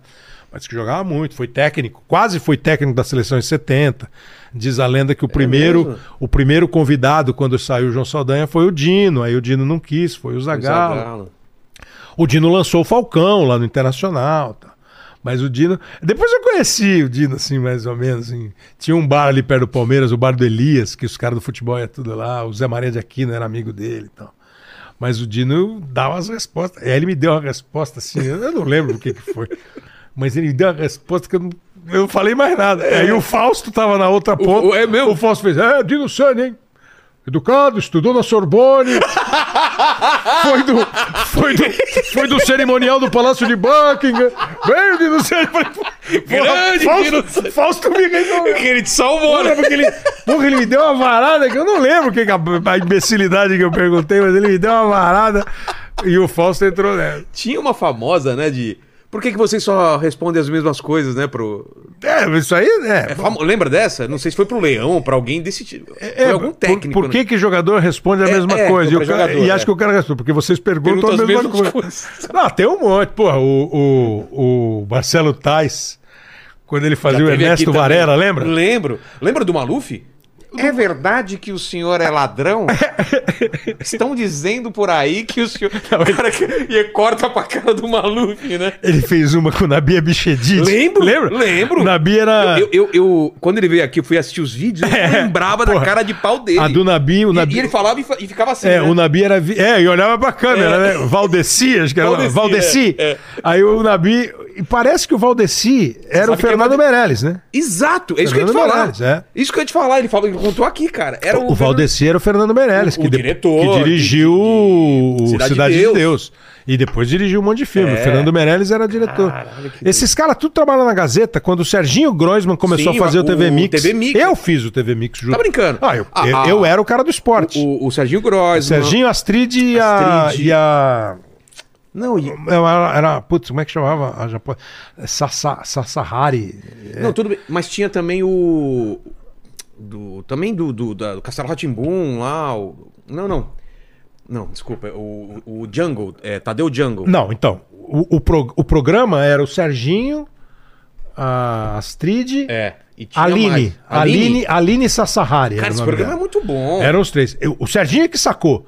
Mas disse que jogava muito, foi técnico, quase foi técnico da seleção em 70. Diz a lenda que o primeiro, mesmo? o primeiro convidado quando saiu o João Saldanha foi o Dino, aí o Dino não quis, foi o Zagallo. O Dino lançou o Falcão lá no Internacional. Tá. Mas o Dino. Depois eu conheci o Dino, assim, mais ou menos. assim. Tinha um bar ali perto do Palmeiras, o bar do Elias, que os caras do futebol iam tudo lá. O Zé Maria de Aquino era amigo dele e tal. Mas o Dino dava as respostas. Aí ele me deu uma resposta assim, eu não lembro o que, que foi. Mas ele me deu uma resposta que eu não, eu não falei mais nada. Aí o Fausto tava na outra ponta. É. o- é mesmo? O Fausto fez: É, Dino Sani, hein? Educado, estudou na Sorbonne. Foi do, foi do, foi do cerimonial do Palácio de Buckingham. Veio de não sei. Falei, porra, Grande Dino Fausto, Sani. Fausto me resolveu. Ele te salvou, né? Porque ele, porra, ele me deu uma varada que eu não lembro que que a, a imbecilidade que eu perguntei, mas ele me deu uma varada e o Fausto entrou nessa. Tinha uma famosa, né? De. Por que, que vocês só respondem as mesmas coisas, né? Pro... É, isso aí, é. É famo- Lembra dessa? Não sei se foi pro Leão ou pra alguém desse tipo. É, foi algum por- técnico. Por, que né? que o jogador responde a É, mesma é, coisa? E, o pra cara- jogador, e é. acho que o cara responde, porque vocês perguntam Perguntam a as mesma mesmas coisa. coisas. Ah, tem um monte. Porra, o, o, o Marcelo Tais, quando ele Já fazia o teve aqui Ernesto também. Varela, lembra? Lembro. Lembra do Maluf? É verdade que o senhor é ladrão? Estão dizendo por aí que o senhor. O cara que... E corta pra cara do Maluf, né? Ele fez uma com o Nabia Bichedid. Lembro, Lembra? lembro. O Nabia era... É, Eu, eu, eu- quando ele veio aqui, eu fui assistir os vídeos, eu não lembrava da porra. cara de pau dele. A do Nabi, o E- Nabi... E ele falava e, fa- e ficava assim. É, né? o Nabi era. vi- É, e olhava pra câmera, né? Valdeci, acho que era. Valdeci. Valdeci, é, é. Aí o Nabi. E parece que o Valdeci era Sabe o quem é Fernando Valde- Meirelles, né? Exato, é isso que eu ia te Fernando falar. Meirelles, é. Isso que eu ia te falar, ele falou, ele contou aqui, cara. Era um O Valdeci era o Fernando Meirelles, O- que, o de- diretor que dirigiu de- de- o Cidade, de, Deus. E depois dirigiu um monte de É. filme. O Fernando Meirelles era diretor. Caralho, que Esses caras tudo trabalham na Gazeta. Quando o Serginho Groisman começou Sim, a fazer o, o TV Mix, TV Mix. eu fiz o TV Mix junto. Tá brincando? Ah, eu, Ah, eu- ah. eu era o cara do esporte. O, o Serginho Gross. É, Serginho, Astrid e a- Astrid. E a Não, e- Era, era, putz, como é que chamava a japonesa? Sasa, Sasahari. não, tudo bem. Mas tinha também o. Do, também do, do, da, do Castelo Ratimbum lá. o- não, não. Não, desculpa. O, o Jungle, é, Tadeu Jungle. Não, então, o, o, pro- o programa era o Serginho, a Astrid, É. E tinha Aline, mais. Aline, Aline Sasahari. Cara, era o esse nome programa é dela. muito bom. Eram os três. Eu- o Serginho é que sacou,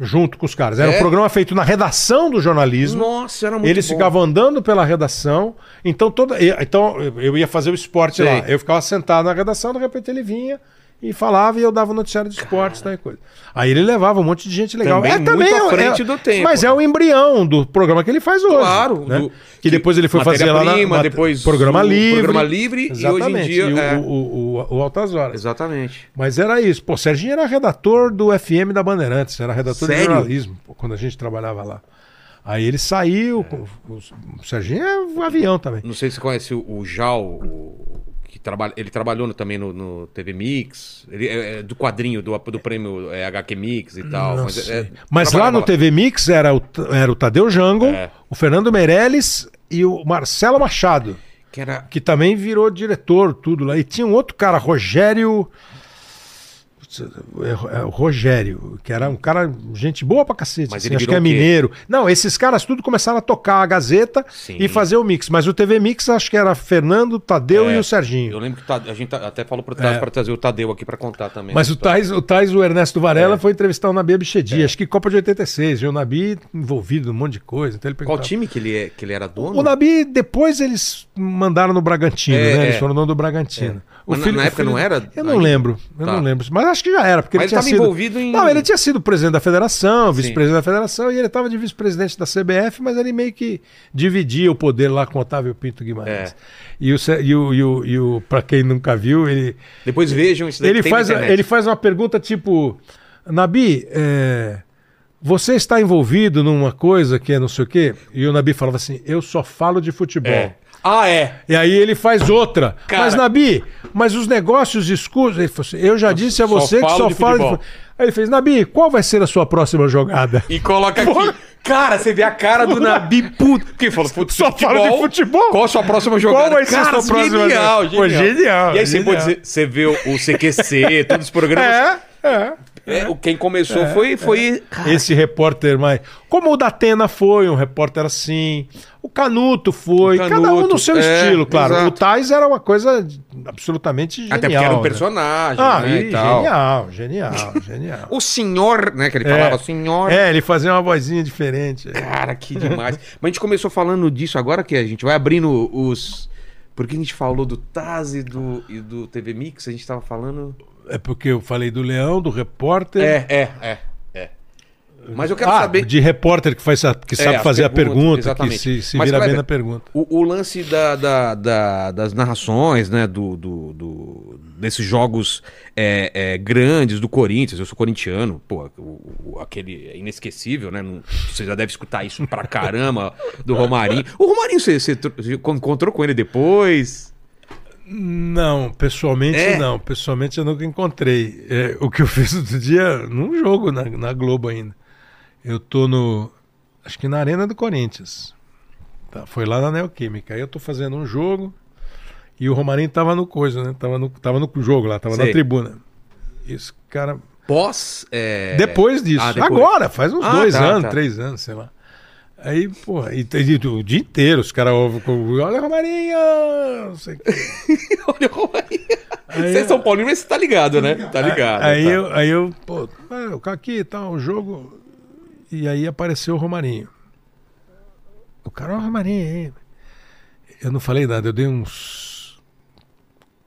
junto com os caras. Era É. um programa feito na redação do jornalismo. Nossa, era muito um- Eles bom. ficavam andando pela redação, então toda, e- então eu- eu ia fazer o esporte Sei. lá. Eu ficava sentado na redação, de repente ele vinha e falava e eu dava o noticiário de esportes, tal e coisa. Aí ele levava um monte de gente legal. Também muito à é um- frente é- do tempo. né? Mas é o embrião do programa que ele faz hoje. Claro, né? do- que depois ele foi fazer lá na Matéria-prima, mate- depois programa o livre. Programa Livre, e hoje em Exatamente, dia, e o, é. o, o- o Altas Horas. Exatamente. Mas era isso. Pô, Serginho era redator do FM da Bandeirantes, era redator de Sério? jornalismo, pô, quando a gente trabalhava lá. Aí ele É. saiu, com- o, o Serginho é um avião também. Não sei se você conhece o, o Jal, o- que trabalha, ele trabalhou no- também no, no TV Mix, ele é, é do quadrinho do, do prêmio é, HQ Mix e tal. Não mas sei. é- Mas lá trabalhava no TV Mix era o, T- era o Tadeu Jango, É. o Fernando Meirelles e o Marcelo Machado, Que era. que também virou diretor, tudo lá. E tinha um outro cara, Rogério. Putz, é- é o Rogério, que era um cara, gente boa pra cacete, Mas assim, ele acho que virou é o quê? mineiro. Não, esses caras tudo começaram a tocar a Gazeta Sim. e fazer o mix. Mas o TV Mix acho que era Fernando, Tadeu É. e o Serginho. Eu lembro que o Tade- a gente tá- até falou pro Tade pra trazer o Tadeu aqui pra contar também. É. Mas o Tadeu. Tais, o Tais, o Ernesto Varela É. foi entrevistar o Nabi Abichedi, acho que Copa de 86, e o Nabi envolvido num monte de coisa. Então ele Qual perguntava- time que ele, é, que ele era dono? O Nabi, depois eles mandaram no Bragantino, É, né? é. Eles foram dono do Bragantino. O Mas na- na época não era Eu não ainda? lembro, eu Tá. não lembro. Mas acho que já era, porque Mas ele ele tinha tava sido... envolvido em- Não, ele tinha sido presidente da federação, vice-presidente da federação, e ele estava de vice-presidente da CBF, mas ele meio que dividia o poder lá com o Otávio Pinto Guimarães. É. E, o, Ce- e, o, e, o, e o- pra quem nunca viu, ele... Depois vejam isso daí. Ele que tem na faz, internet. ele faz uma pergunta tipo: Nabi, é, você está envolvido numa coisa que é não sei o quê? E o Nabi falava assim: Eu só falo de futebol. É. Ah, é. E aí ele faz outra. Cara. Mas, Nabi, mas os negócios escusos. Ele falou assim, eu já disse a só você que falo só de falo de futebol. futebol. Aí ele fez, Nabi, qual vai ser a sua próxima jogada? E coloca aqui. Cara, você vê a cara do Nabi puto. Porque falou, putz, Só fala de futebol. Qual a sua próxima jogada? Qual vai ser a Cara, sua próxima genial, jogada? Pô, genial. genial, E aí você, genial. pode dizer- você vê o, o CQC, todos os programas. É, é. É, o- quem começou foi. foi... Esse repórter mais. Como o da Atena foi, um repórter assim. O Canuto foi. O cada um Canuto, no seu é, estilo, claro. exato. O Tais era uma coisa absolutamente genial. Até porque era um né? personagem. Ah, né, e e tal. genial, genial, genial. O senhor, né? Que ele falava, o senhor. é, ele fazia uma vozinha diferente. Cara, que demais. Mas a gente começou falando disso agora que a gente vai abrindo os. Por que a gente falou do Taz e do, e do TV Mix? A gente tava falando. É porque eu falei do Leão, do repórter. É, é, é. é. Mas eu quero Ah, saber. de repórter que, faz, a- que É, sabe as fazer perguntas, a pergunta, que exatamente. se, se Mas, vira bem Kleber, na pergunta. O, o lance da- da- da- das narrações, né? Do, do- do- desses jogos é, é, grandes do Corinthians. Eu sou corintiano, pô, o- o- aquele é inesquecível, né? Não- você já deve escutar isso pra caramba do Romarinho. O Romarinho, você, você tro- você encontrou com ele depois? Não, pessoalmente É? não. Pessoalmente eu nunca encontrei. É, o que eu fiz outro dia, num jogo na, na Globo ainda. Eu tô no. Acho que na Arena do Corinthians. Tá, foi lá na Neoquímica. Aí eu tô fazendo um jogo e o Romarinho tava no coisa, né? Tava no, tava no jogo lá, tava Sei. na tribuna. Esse cara. Pós. é, Depois disso. Ah, depois. Agora, faz uns Ah, dois tá, anos, tá. três anos, sei lá. Aí, porra, e, e- o dia inteiro os caras ouvem. com- Olha, Romarinho! Não sei o quê. Olha o Romarinho. Aí- Você é São Paulino, mas você tá ligado, né? Tá ligado. Aí tá. eu, aí eu pô, ah, o aqui e tal, o jogo. E aí apareceu o Romarinho. O cara, ó, o Romarinho aí. Eu não falei nada, eu dei uns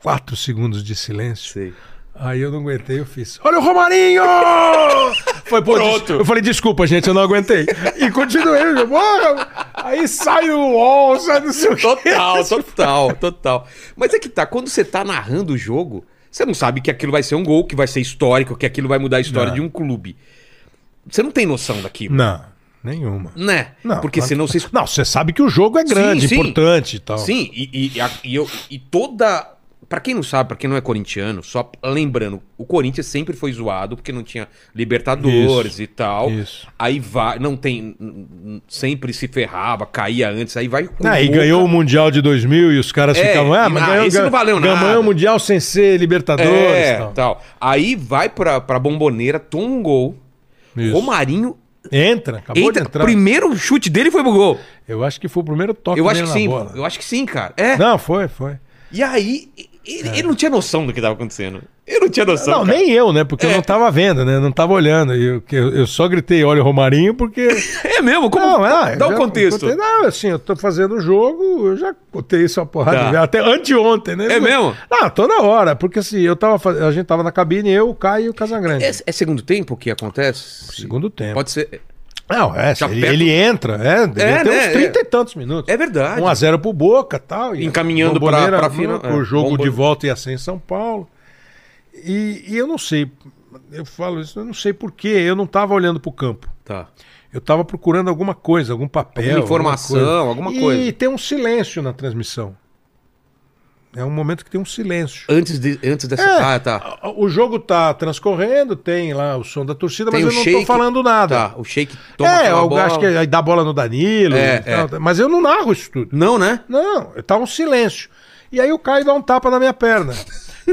quatro segundos de silêncio. Sei. Aí eu não aguentei, eu fiz. Olha o Romarinho! Foi pô, Pronto. des- Eu falei, desculpa, gente, eu não aguentei. E continuei. eu, "Bora!" Aí sai o UOL, sai do seu. Total, total, total. Mas é que tá, quando você tá narrando o jogo, você não sabe que aquilo vai ser um gol, que vai ser histórico, que aquilo vai mudar a história Não. de um clube. Você não tem noção daquilo, Não, nenhuma. né? Não, Porque mas- senão você Não, você sabe que o jogo é grande, sim. importante e tal. Sim, e, e, a- e eu, e toda. Pra quem não sabe, pra quem não é corintiano, só lembrando, o Corinthians sempre foi zoado porque não tinha Libertadores e tal. isso. Aí vai, não tem. n- n- Sempre se ferrava, caía antes, aí vai. um com Ah, e Boca. ganhou o Mundial de 2000 e os caras É, ficavam, ah, e mas ah, ganhou, esse não gan- valeu ganhou nada." o Mundial sem ser Libertadores. É, tal. tal. Aí vai pra, pra bomboneira, toma um gol. Isso. Romarinho Entra, acabou entra. de entrar. Primeiro chute dele foi pro gol. Eu acho que foi o primeiro toque Eu acho dele que na sim. bola. Eu acho que sim, cara. É. Não, foi, foi. E aí, e- ele, ele não tinha noção do que tava acontecendo. Ele não tinha noção. não, cara. nem eu, né? Porque eu É. não tava vendo, né? Não tava olhando. E Eu, que eu, eu só gritei, olha o Romarinho, porque... É mesmo? Como? Não, é, Dá eu o já- contexto. contei- Não, assim, eu tô fazendo o jogo, eu já contei isso a porrada. Tá. de vezes, Até anteontem, né? É mesmo? Ah, toda hora, porque assim, eu tava, faz- a gente tava na cabine, eu, o Caio e o Casagrande. É, é segundo tempo que acontece? Segundo tempo. Pode ser. Não, é, Já ele, perto- ele entra, é, deve É, ter né, uns 30 é. e tantos minutos. É verdade. 1x0 pro Boca tal, e Encaminhando Bomboneira, pra- pra final, né, O é, jogo Bomboneira. de volta ia ser em São Paulo. E, e eu não sei, eu falo isso, eu não sei porquê, eu não tava olhando pro campo. Tá. Eu tava procurando alguma coisa, algum papel. Alguma informação, alguma coisa. E tem um silêncio na transmissão. É um momento que tem um silêncio. Antes, de, antes dessa. É. Ah, tá. O jogo tá transcorrendo, tem lá o som da torcida, Tem mas o eu não shake. tô falando nada Tá. O Sheik toma é, aquela eu bola. acho que aí dá bola no Danilo. É, e tal, Mas eu não narro isso tudo. Não, né? Não, tá um silêncio. E aí o Caio dá um tapa na minha perna.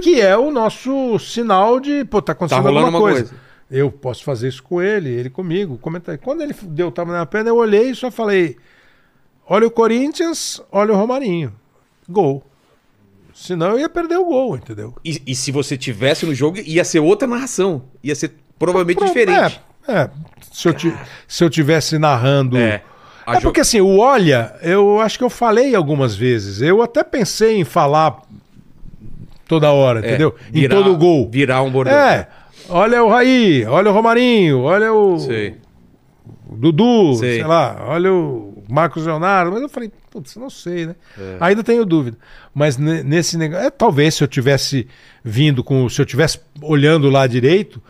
que é o nosso sinal de, pô, tá acontecendo Tá rolando alguma uma coisa. coisa. Eu posso fazer isso com ele, ele comigo. Comenta aí. Quando ele deu o tapa na minha perna, eu olhei e só falei: olha o Corinthians, olha o Romarinho. Gol. Senão eu ia perder o gol, entendeu? E, e se você tivesse no jogo, ia ser outra narração. Ia ser provavelmente diferente. É, é. Se, eu ti- se eu tivesse narrando. É. A é jo- porque assim, o Olha, eu acho que eu falei algumas vezes. Eu até pensei em falar toda hora, É, entendeu? virar- em todo gol. Virar um bordão. É. Olha o Raí, olha o Romarinho, olha o Sei. Dudu, Sei. sei. lá, olha o Marcos Leonardo. Mas eu falei, putz, não sei, né? É. Ainda tenho dúvida. Mas ne- nesse negócio. É, talvez se eu tivesse vindo com. Se eu tivesse olhando lá direito,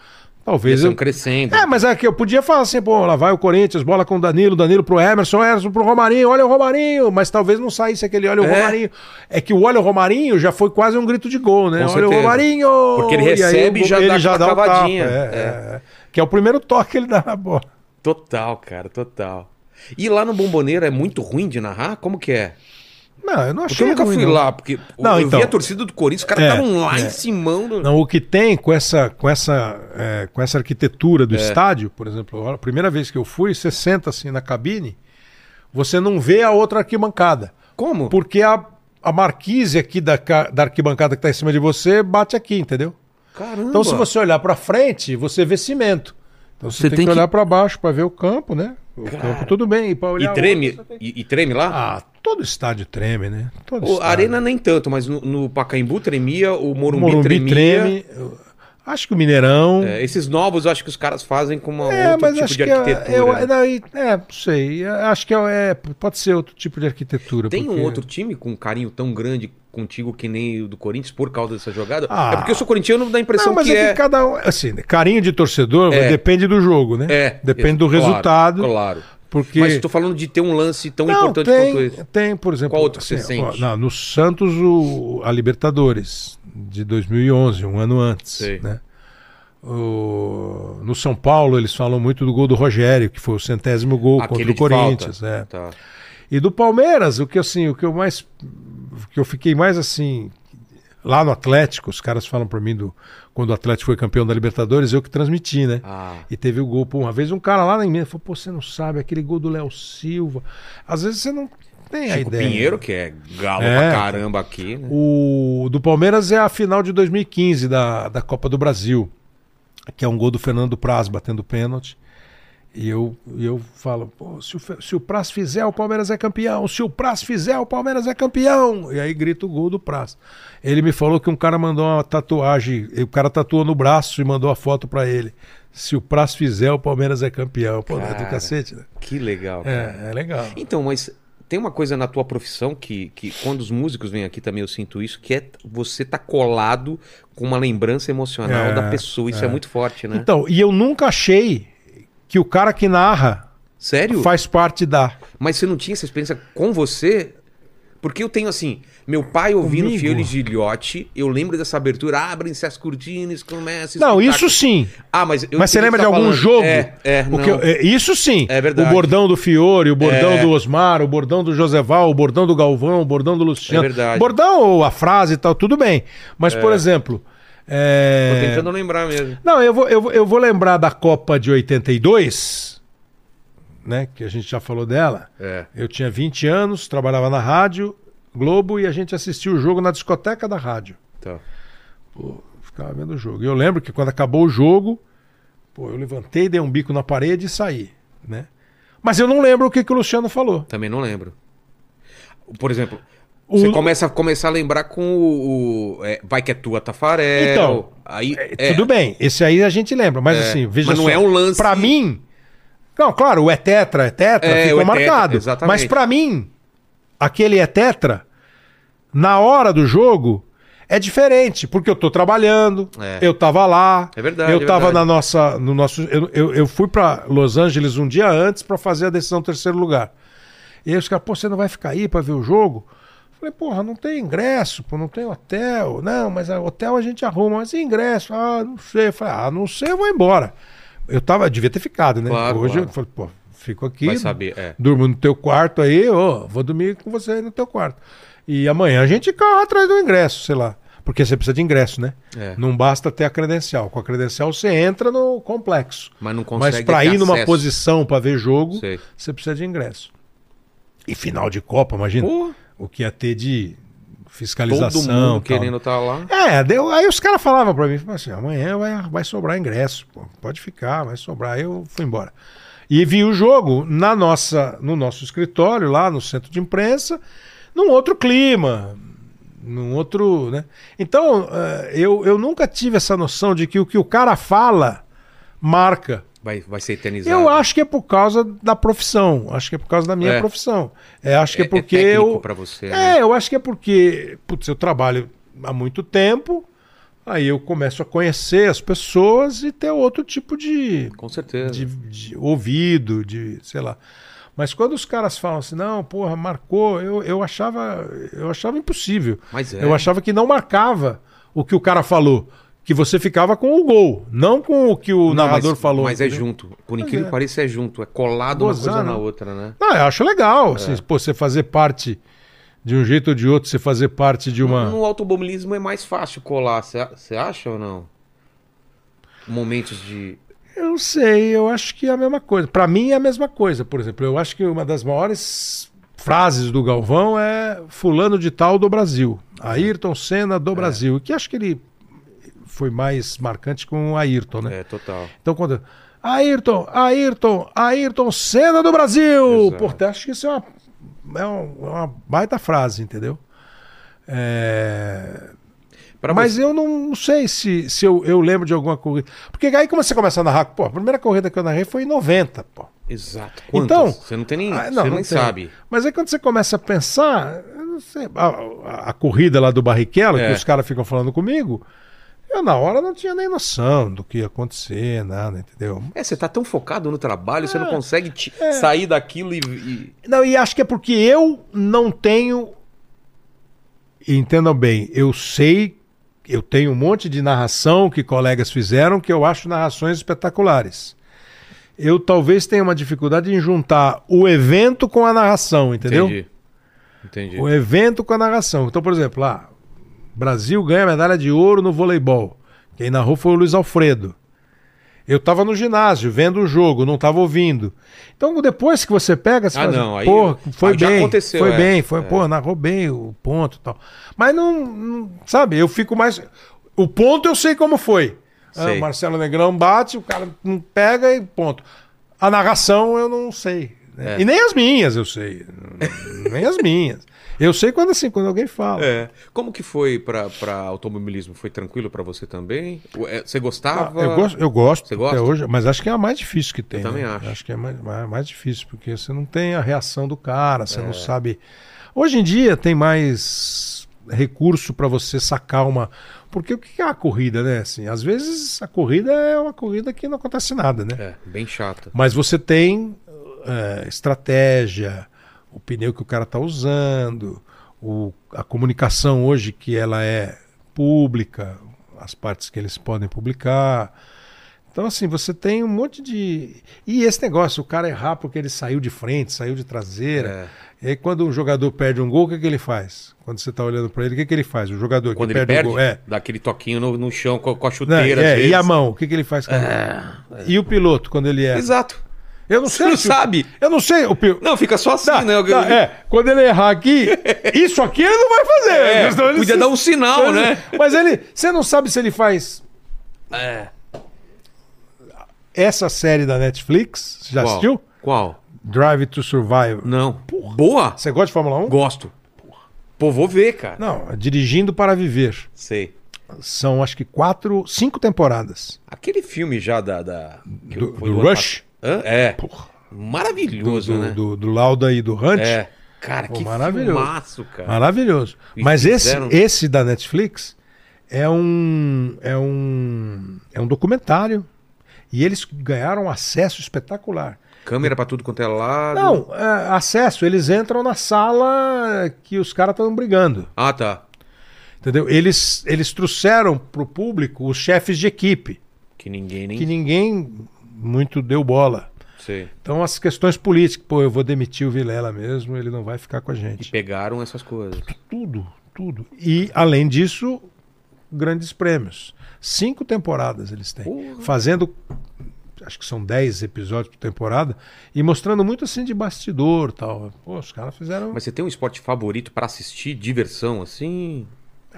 talvez Estão eu. um crescendo. É, mas é que eu podia falar assim, pô, lá vai o Corinthians, bola com o Danilo, Danilo pro Emerson, Emerson pro Romarinho, olha o Romarinho, mas talvez não saísse aquele olha o É. Romarinho. É que o olha o Romarinho já foi quase um grito de gol, né? Com olha o certeza. Romarinho! Porque ele E aí recebe e já dá aquela o tapa, cavadinha. é, É. é. Que é o primeiro toque que ele dá na bola. Total, cara, total. E lá no Bomboneiro é muito ruim de narrar? Como que é? Não, eu não Porque achei eu nunca ruim, fui não. lá, porque Não, eu então. vi a torcida do Corinthians, os caras É, estavam lá é. em cima. do- Não, o que tem com essa, com essa, é, com essa arquitetura do estádio, por exemplo, a primeira vez que eu fui, você senta assim na cabine, você não vê a outra arquibancada. Como? Porque a, a marquise aqui da, ca- da arquibancada que está em cima de você bate aqui, entendeu? Caramba. Então, se você olhar para frente, você vê cimento. Então, você, Você tem, tem que que- olhar para baixo para ver o campo, né? O campo tudo bem. E, pra olhar E treme, outro, você tem que- e, e treme lá? Ah, todo estádio treme, né? Todo O estádio. Arena nem tanto, mas no, no Pacaembu tremia, o Morumbi, Morumbi tremia. treme. Acho que o Mineirão. É, esses novos eu acho que os caras fazem com uma É, outro mas tipo acho de que arquitetura. é, eu, né? daí- é, não sei. Acho que é, é, pode ser outro tipo de arquitetura. Tem um porque- outro time com um carinho tão grande contigo que nem o do Corinthians por causa dessa jogada? Ah. É porque eu sou corintiano, dá a impressão Não, mas que é é... que cada um. Assim, carinho de torcedor É. depende do jogo, né? É, Depende do claro, resultado. Claro. Porque. Mas tô falando de ter um lance tão não, importante tem, quanto esse. tem, por exemplo. Qual assim, outro que você ó, sente? não, no Santos, o, a Libertadores, de 2011, um ano antes. Sei. Né? O- no São Paulo, eles falam muito do gol do Rogério, que foi o centésimo gol Aquele de contra o Ah, falta. Corinthians. é. Tá. E do Palmeiras, o que assim, o que eu mais o que eu fiquei mais assim lá no Atlético, os caras falam para mim do quando o Atlético foi campeão da Libertadores, eu que transmiti, né? Ah. E teve o gol pô, uma vez um cara lá em Minas falou: "Pô, você não sabe aquele gol do Léo Silva". Às vezes você não tem a Chico ideia. Pinheiro, que é galo É. pra caramba aqui, né? O do Palmeiras é a final de 2015 da, da Copa do Brasil, que é um gol do Fernando Praz batendo pênalti. E eu, e eu falo, "Pô, se o, Fe- se o Praz fizer, o Palmeiras é campeão. Se o Praz fizer, o Palmeiras é campeão. E aí grita o gol do Praz. Ele me falou que um cara mandou uma tatuagem, e o cara tatuou no braço e mandou a foto pra ele. Se o Praz fizer, o Palmeiras é campeão. Pô, é Cara. do cacete, né? Que legal, cara. É, é legal. Então, mas tem uma coisa na tua profissão que, que quando os músicos vêm aqui também eu sinto isso, que é você tá colado com uma lembrança emocional É, da pessoa. Isso é, muito forte, né? Então, e eu nunca achei que o cara que narra Sério? faz parte da. Mas você não tinha essa experiência com você? Porque eu tenho assim, meu pai ouvindo Comigo? Fiore Gilhote, eu lembro dessa abertura, abrem se as cortinas, começa Não, espetáculo. isso sim. Ah, mas eu Mas você entendi lembra o de que tá algum falando. jogo? É, é, O não. que eu- é, isso sim. É verdade. O bordão do Fiore, o bordão É. do Osmar, o bordão do Joseval, o bordão do Galvão, o bordão do Luciano. É verdade. Bordão ou a frase e tal, tudo bem. Mas, por exemplo. é, Tô tentando lembrar mesmo. Não, eu vou, eu, vou- eu vou lembrar da Copa de 82, né? Que a gente já falou dela. É. Eu tinha 20 anos, trabalhava na Rádio Globo e a gente assistia o jogo na discoteca da rádio. Tá. Ficava vendo o jogo. E eu lembro que quando acabou o jogo, pô, eu levantei, dei um bico na parede e saí, né? Mas eu não lembro o que, que o Luciano falou. Também não lembro. Por exemplo, O- você começa a começar a lembrar com o, o, é, Vai que é tua Tafarel. Então, aí É, Tudo bem, esse aí a gente lembra, mas É, assim, veja mas não só, é um lance- Pra mim, não, claro, o é tetra, é tetra, É, o ficou é tetra, marcado. exatamente. mas pra mim, aquele é tetra, na hora do jogo, é diferente, porque eu tô trabalhando, É. eu tava lá, É verdade, eu é tava verdade. na nossa, no nosso, eu, eu, eu fui pra Los Angeles um dia antes pra fazer a decisão do terceiro lugar. E aí os caras, pô, você não vai ficar aí pra ver o jogo? Falei, porra, não tem ingresso, pô, não tem hotel. Não, mas a- hotel a gente arruma, mas e ingresso? Ah, não sei. Eu falei, ah, não sei, eu vou embora. Eu tava, eu devia ter ficado, né? Claro, Hoje claro. eu falei, pô, fico aqui. Vai saber, é. Durmo no teu quarto aí, ô, vou dormir com você aí no teu quarto. E amanhã a gente corre atrás do ingresso, sei lá. Porque você precisa de ingresso, né? É. Não basta ter a credencial. Com a credencial você entra no complexo. Mas não consegue Mas pra ter ir numa acesso. posição pra ver jogo, Sei. você precisa de ingresso. E final de Copa, imagina. Pô. O que ia ter de fiscalização. Todo mundo tal. querendo estar lá. É, deu, aí os caras falavam pra mim, falavam assim, amanhã vai, vai sobrar ingresso, pô, pode ficar, vai sobrar. Aí eu fui embora. E vi o jogo na nossa, no nosso escritório, lá no centro de imprensa, num outro clima, num outro, né? Então, eh, eu, eu nunca tive essa noção de que o que o cara fala marca. Vai, vai ser eternizado. Eu acho que é por causa da profissão. Acho que é por causa da minha É. profissão. É, acho que é, É- é porque técnico eu. pra você, é, né? eu acho que é porque, putz, eu trabalho há muito tempo. Aí eu começo a conhecer as pessoas e ter outro tipo de, Com certeza. de, de ouvido, de sei lá. Mas quando os caras falam assim, não, porra, marcou, eu, eu achava eu achava impossível. Mas é. Eu achava que não marcava o que o cara falou, que você ficava com o gol, não com o que o Não, narrador mas, falou. Mas é entendeu? junto. Por incrível é. que pareça, é junto. É colado uma Gozar, coisa na né? outra, né? Não, eu acho legal. assim, pô, você fazer parte de um jeito ou de outro, você fazer parte de uma. No automobilismo é mais fácil colar, você acha ou não? Momentos de. Eu não sei, eu acho que é a mesma coisa. Pra mim é a mesma coisa. Por exemplo, eu acho que uma das maiores frases do Galvão é Fulano de Tal do Brasil. Ayrton Senna do Brasil. Que acho que ele foi mais marcante com o Ayrton, né? É, total. Então quando. Ayrton, Ayrton, Ayrton Senna do Brasil! Exato. Portanto, acho que isso é uma, é um- é uma baita frase, entendeu? É. Pra Mas você- eu não sei se, se eu, eu lembro de alguma corrida. Porque aí como você começa a narrar, pô, a primeira corrida que eu narrei foi em 90, pô. Exato. Quantas? Então- Você não tem nem. Ah, você nem tem. sabe. Mas aí quando você começa a pensar, eu não sei, a, a- a corrida lá do Barrichello, É. que os caras ficam falando comigo, eu na hora não tinha nem noção do que ia acontecer, nada, entendeu? É, você tá tão focado no trabalho, você É. não consegue te- sair daquilo e. e- Não, e acho que é porque eu não tenho. Entendam bem, eu sei, eu tenho um monte de narração que colegas fizeram que eu acho narrações espetaculares. eu talvez tenha uma dificuldade em juntar o evento com a narração, entendeu? Entendi. Entendi. O evento com a narração. Então, por exemplo, lá, Brasil ganha medalha de ouro no voleibol. Quem narrou foi o Luiz Alfredo. Eu tava no ginásio, vendo o jogo, não tava ouvindo. Então, depois que você pega, você Ah, fala, assim, não, aí- pô, foi aí já bem, aconteceu, foi é. bem, foi, É. pô, narrou bem o ponto e tal. Mas não, não- sabe, eu fico mais... O ponto eu sei como foi. Ah, Sei. o Marcelo Negrão bate, o cara não pega e ponto. A narração eu não sei. né? É. E nem as minhas eu sei. nem as minhas. Eu sei quando assim, quando alguém fala. É. Como que foi pra, pra automobilismo? Foi tranquilo pra você também? O- é, Você gostava? Ah, Eu gosto, eu gosto Você até gosta? hoje, mas acho que é a mais difícil que tem. também né? acho. que é mais, mais, mais difícil, porque você não tem a reação do cara, você É. não sabe. Hoje em dia tem mais recurso para você sacar uma. Porque o que é a corrida, né? Assim, às vezes a corrida é uma corrida que não acontece nada, né? É, bem chata. Mas você tem eh, estratégia, o pneu que o cara está usando, o- a comunicação hoje que ela é pública, as partes que eles podem publicar. Então, assim, você tem um monte de. E esse negócio, o cara errar porque ele saiu de frente, saiu de traseira. É. E aí, quando um jogador perde um gol, o que, que ele faz? Quando você está olhando para ele, o que, que ele faz? O jogador Quando que ele perde, perde, um gol. É. dá aquele toquinho no, no chão com, a- com a Não, chuteira. às é, vezes. É, e a mão, o que, que ele faz? com a mão? E o piloto, quando ele erra? Exato. Eu não Você sei. não se o- sabe. Eu não sei. O piloto. Não, fica só assim, Tá, né? tá, é, quando ele errar aqui, isso aqui ele não vai fazer. É, porque senão ele podia se- dar um sinal, senão ele- né? Mas ele, você não sabe se ele faz É. essa série da Netflix, você já Qual? assistiu? Qual? Drive to Survive. Não. Boa? Você gosta de Fórmula 1? Gosto. Pô, vou ver, cara. Não, é Dirigindo para Viver. Sei. São acho que quatro, cinco temporadas. Aquele filme já da. da- que Do- foi do ano Rush? pa- Hã? É. Do, Maravilhoso, do, né? do- do Lauda e do Hunt. É. Cara, Pô, que maravilhoso. filmaço, cara. Maravilhoso. E Mas fizeram- esse, esse da Netflix é um, é um é um documentário e eles ganharam acesso espetacular. Câmera pra tudo quanto é lado. Não, é, acesso, eles entram na sala que os caras estão brigando, Ah, tá. entendeu? Eles eles trouxeram pro público os chefes de equipe, Que ninguém nem. que ninguém muito deu bola. Sei. Então as questões políticas, pô, eu vou demitir o Vilela mesmo, ele não vai ficar com a E gente. pegaram essas coisas. Tudo, tudo. E, além disso, grandes prêmios. Cinco temporadas eles têm. Porra. Fazendo, acho que são dez episódios por temporada, e mostrando muito assim de bastidor tal. Pô, os caras fizeram. Mas você tem um esporte favorito pra assistir, diversão, assim?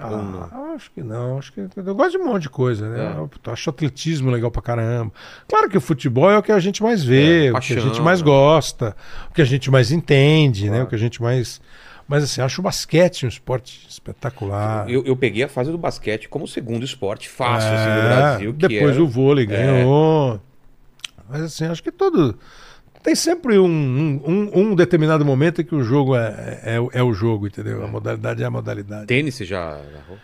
ou não? Ah, acho que não, acho que eu gosto de um monte de coisa, É. né? Eu acho atletismo legal pra caramba. Claro que o futebol é o que a gente mais vê, É, o paixão, que a gente mais né? gosta, o que a gente mais entende, né? Claro. O que a gente mais. Mas assim, acho o basquete um esporte espetacular. Eu, eu peguei a fase do basquete como o segundo esporte fácil É, assim, do Brasil. Que é Depois era- o vôlei ganhou. Mas assim, acho que todo. Tem sempre um, um, um- um determinado momento em que o jogo é, é, é o jogo, entendeu? A modalidade é a modalidade. Tênis você já narrou?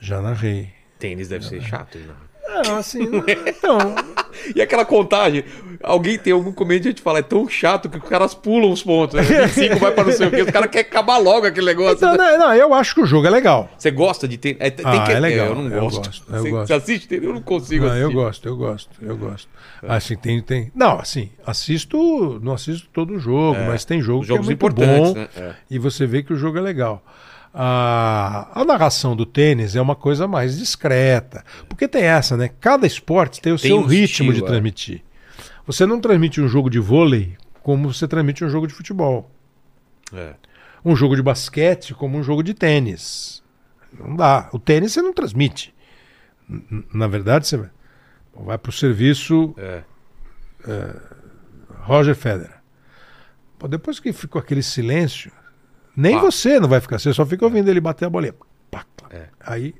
Já narrei. Tênis deve É. ser chato. Né? Não, assim, não- então. E aquela contagem? Alguém tem algum comediante que fala, é tão chato que os caras pulam os pontos. Né? 25 vai pra não sei o quê. Os caras querem acabar logo aquele negócio. Então, não, não, eu acho que o jogo é legal. Você gosta de tênis? É, tem Ah, que... é legal. Eu não Eu gosto. gosto, eu você, gosto. você assiste tênis? Eu não consigo Não, assistir. eu gosto, eu gosto, eu gosto. Assim, tem, tem. Não, assim, assisto. Não assisto todo jogo, mas tem jogo Jogos que é muito importantes, bom. né? É. E você vê que o jogo é legal. Ah, A, a narração do tênis é uma coisa mais discreta. Porque tem essa, né? Cada esporte tem o Tem seu um ritmo estilo, de é. transmitir. Você não transmite um jogo de vôlei como você transmite um jogo de futebol. É. um jogo de basquete como um jogo de tênis. Não dá. O tênis você não transmite. N- n- Na verdade, você vai- vai para o serviço É. Roger Federer. Pô, depois que ficou aquele silêncio, nem Pá. você não vai ficar, você só fica ouvindo ele bater a bolinha. Pá, pá. É. Aí.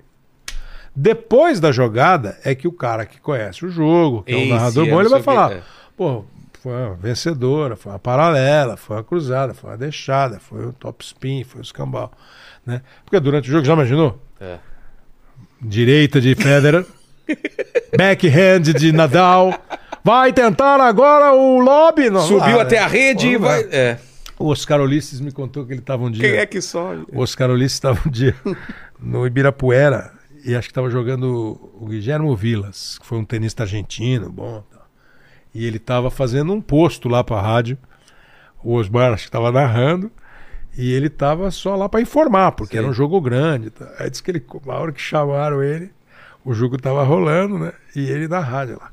Depois da jogada, é que o cara que conhece o jogo, que é um Esse, narrador é, bom, ele não sei vai o falar: quê, é. pô, foi uma vencedora, foi uma paralela, foi uma cruzada, foi uma deixada, foi um top spin, foi um escambau. Né? Porque durante o jogo, já imaginou? É. Direita de Federer, backhand de Nadal, vai tentar agora o lobby. Não, não Subiu dá, até né? a rede Pô, e não dá. vai. É. O Oscar Ulisses me contou que ele estava um dia. Quem é que sobe? O Oscar Ulisses estava um dia no Ibirapuera e acho que estava jogando o Guilhermo Vilas, que foi um tenista argentino, bom. e tal. E ele estava fazendo um posto lá para a rádio. O Osmar acho que estava narrando. E ele estava só lá para informar, porque Sim. era um jogo grande. tá? Aí disse que ele, na hora que chamaram ele, o jogo estava rolando, né? E ele na rádio lá.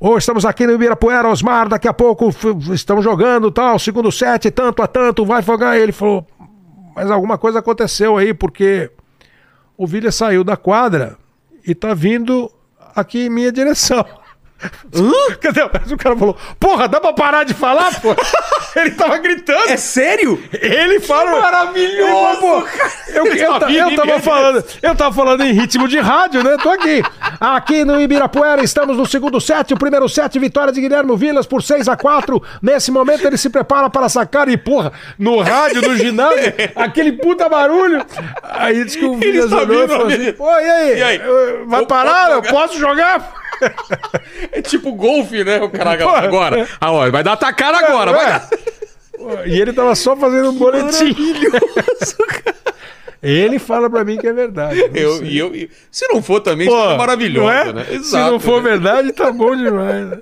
Ô, estamos aqui no Ibirapuera, Osmar, daqui a pouco f- f- estamos jogando tal, segundo set, tanto a tanto, vai fogar. Ele falou, mas alguma coisa aconteceu aí, porque o Vilha saiu da quadra e tá vindo aqui em minha direção. Cadê? Mas o cara falou, porra, dá pra parar de falar, pô? Ele tava gritando. É sério? Ele fala. maravilhoso, Ele fala, pô, cara. Eu, eu, Ele ta- sabia eu de tava mim. falando, eu tava falando em ritmo de rádio, né? Tô aqui. Aqui no Ibirapuera, estamos no segundo set. O primeiro set, vitória de Guilherme Vilas por 6 a 4 Nesse momento, ele se prepara para sacar e, porra, no rádio, no ginásio, aquele puta barulho. Aí diz que o Vilas sabia olhou e o falou nome assim: dele. Pô, e aí? E aí? Eh, Vai Eu parar? posso Eu jogar?" posso jogar? É tipo golfe, né? O cara agora. Ah, ó, vai dar tua cara agora. Vai dar... E ele tava só fazendo um boletim. Ele fala pra mim que é verdade. Não Eu, sei. e eu, e- se não for também, Pô, seria maravilhoso, não é? né? Se não for né? verdade, tá bom demais. né?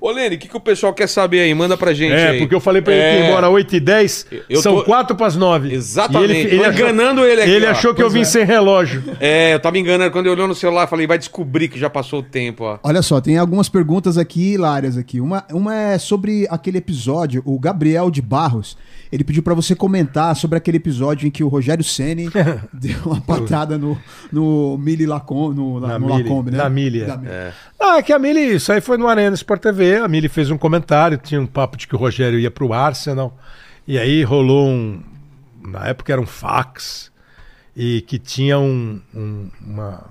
Ô, Lene, o que, que o pessoal quer saber aí? Manda pra gente É, aí. porque eu falei pra ele que É, ir embora 8 e 10 Eu são tô- 4 pras 9. Exatamente. Tô enganando ele aqui, Ele ó. achou que eu Pois vim é. sem relógio. É, eu tava me enganando. Quando ele olhou no celular, eu falei, vai descobrir que já passou o tempo, ó. Olha só, tem algumas perguntas aqui hilárias aqui. Uma, uma é sobre aquele episódio, o Gabriel de Barros, ele pediu pra você comentar sobre aquele episódio em que o Rogério Ceni deu uma patada no, no Mili Lacombe, no, Na no Mili, Lacombe, né? na Mili, é. Na Mili. Ah, é que a Mili, isso aí foi no Arena Sport TV. A Mili fez um comentário, tinha um papo de que o Rogério ia pro Arsenal. E aí rolou um. Na época era um fax. E que tinha um. um- uma,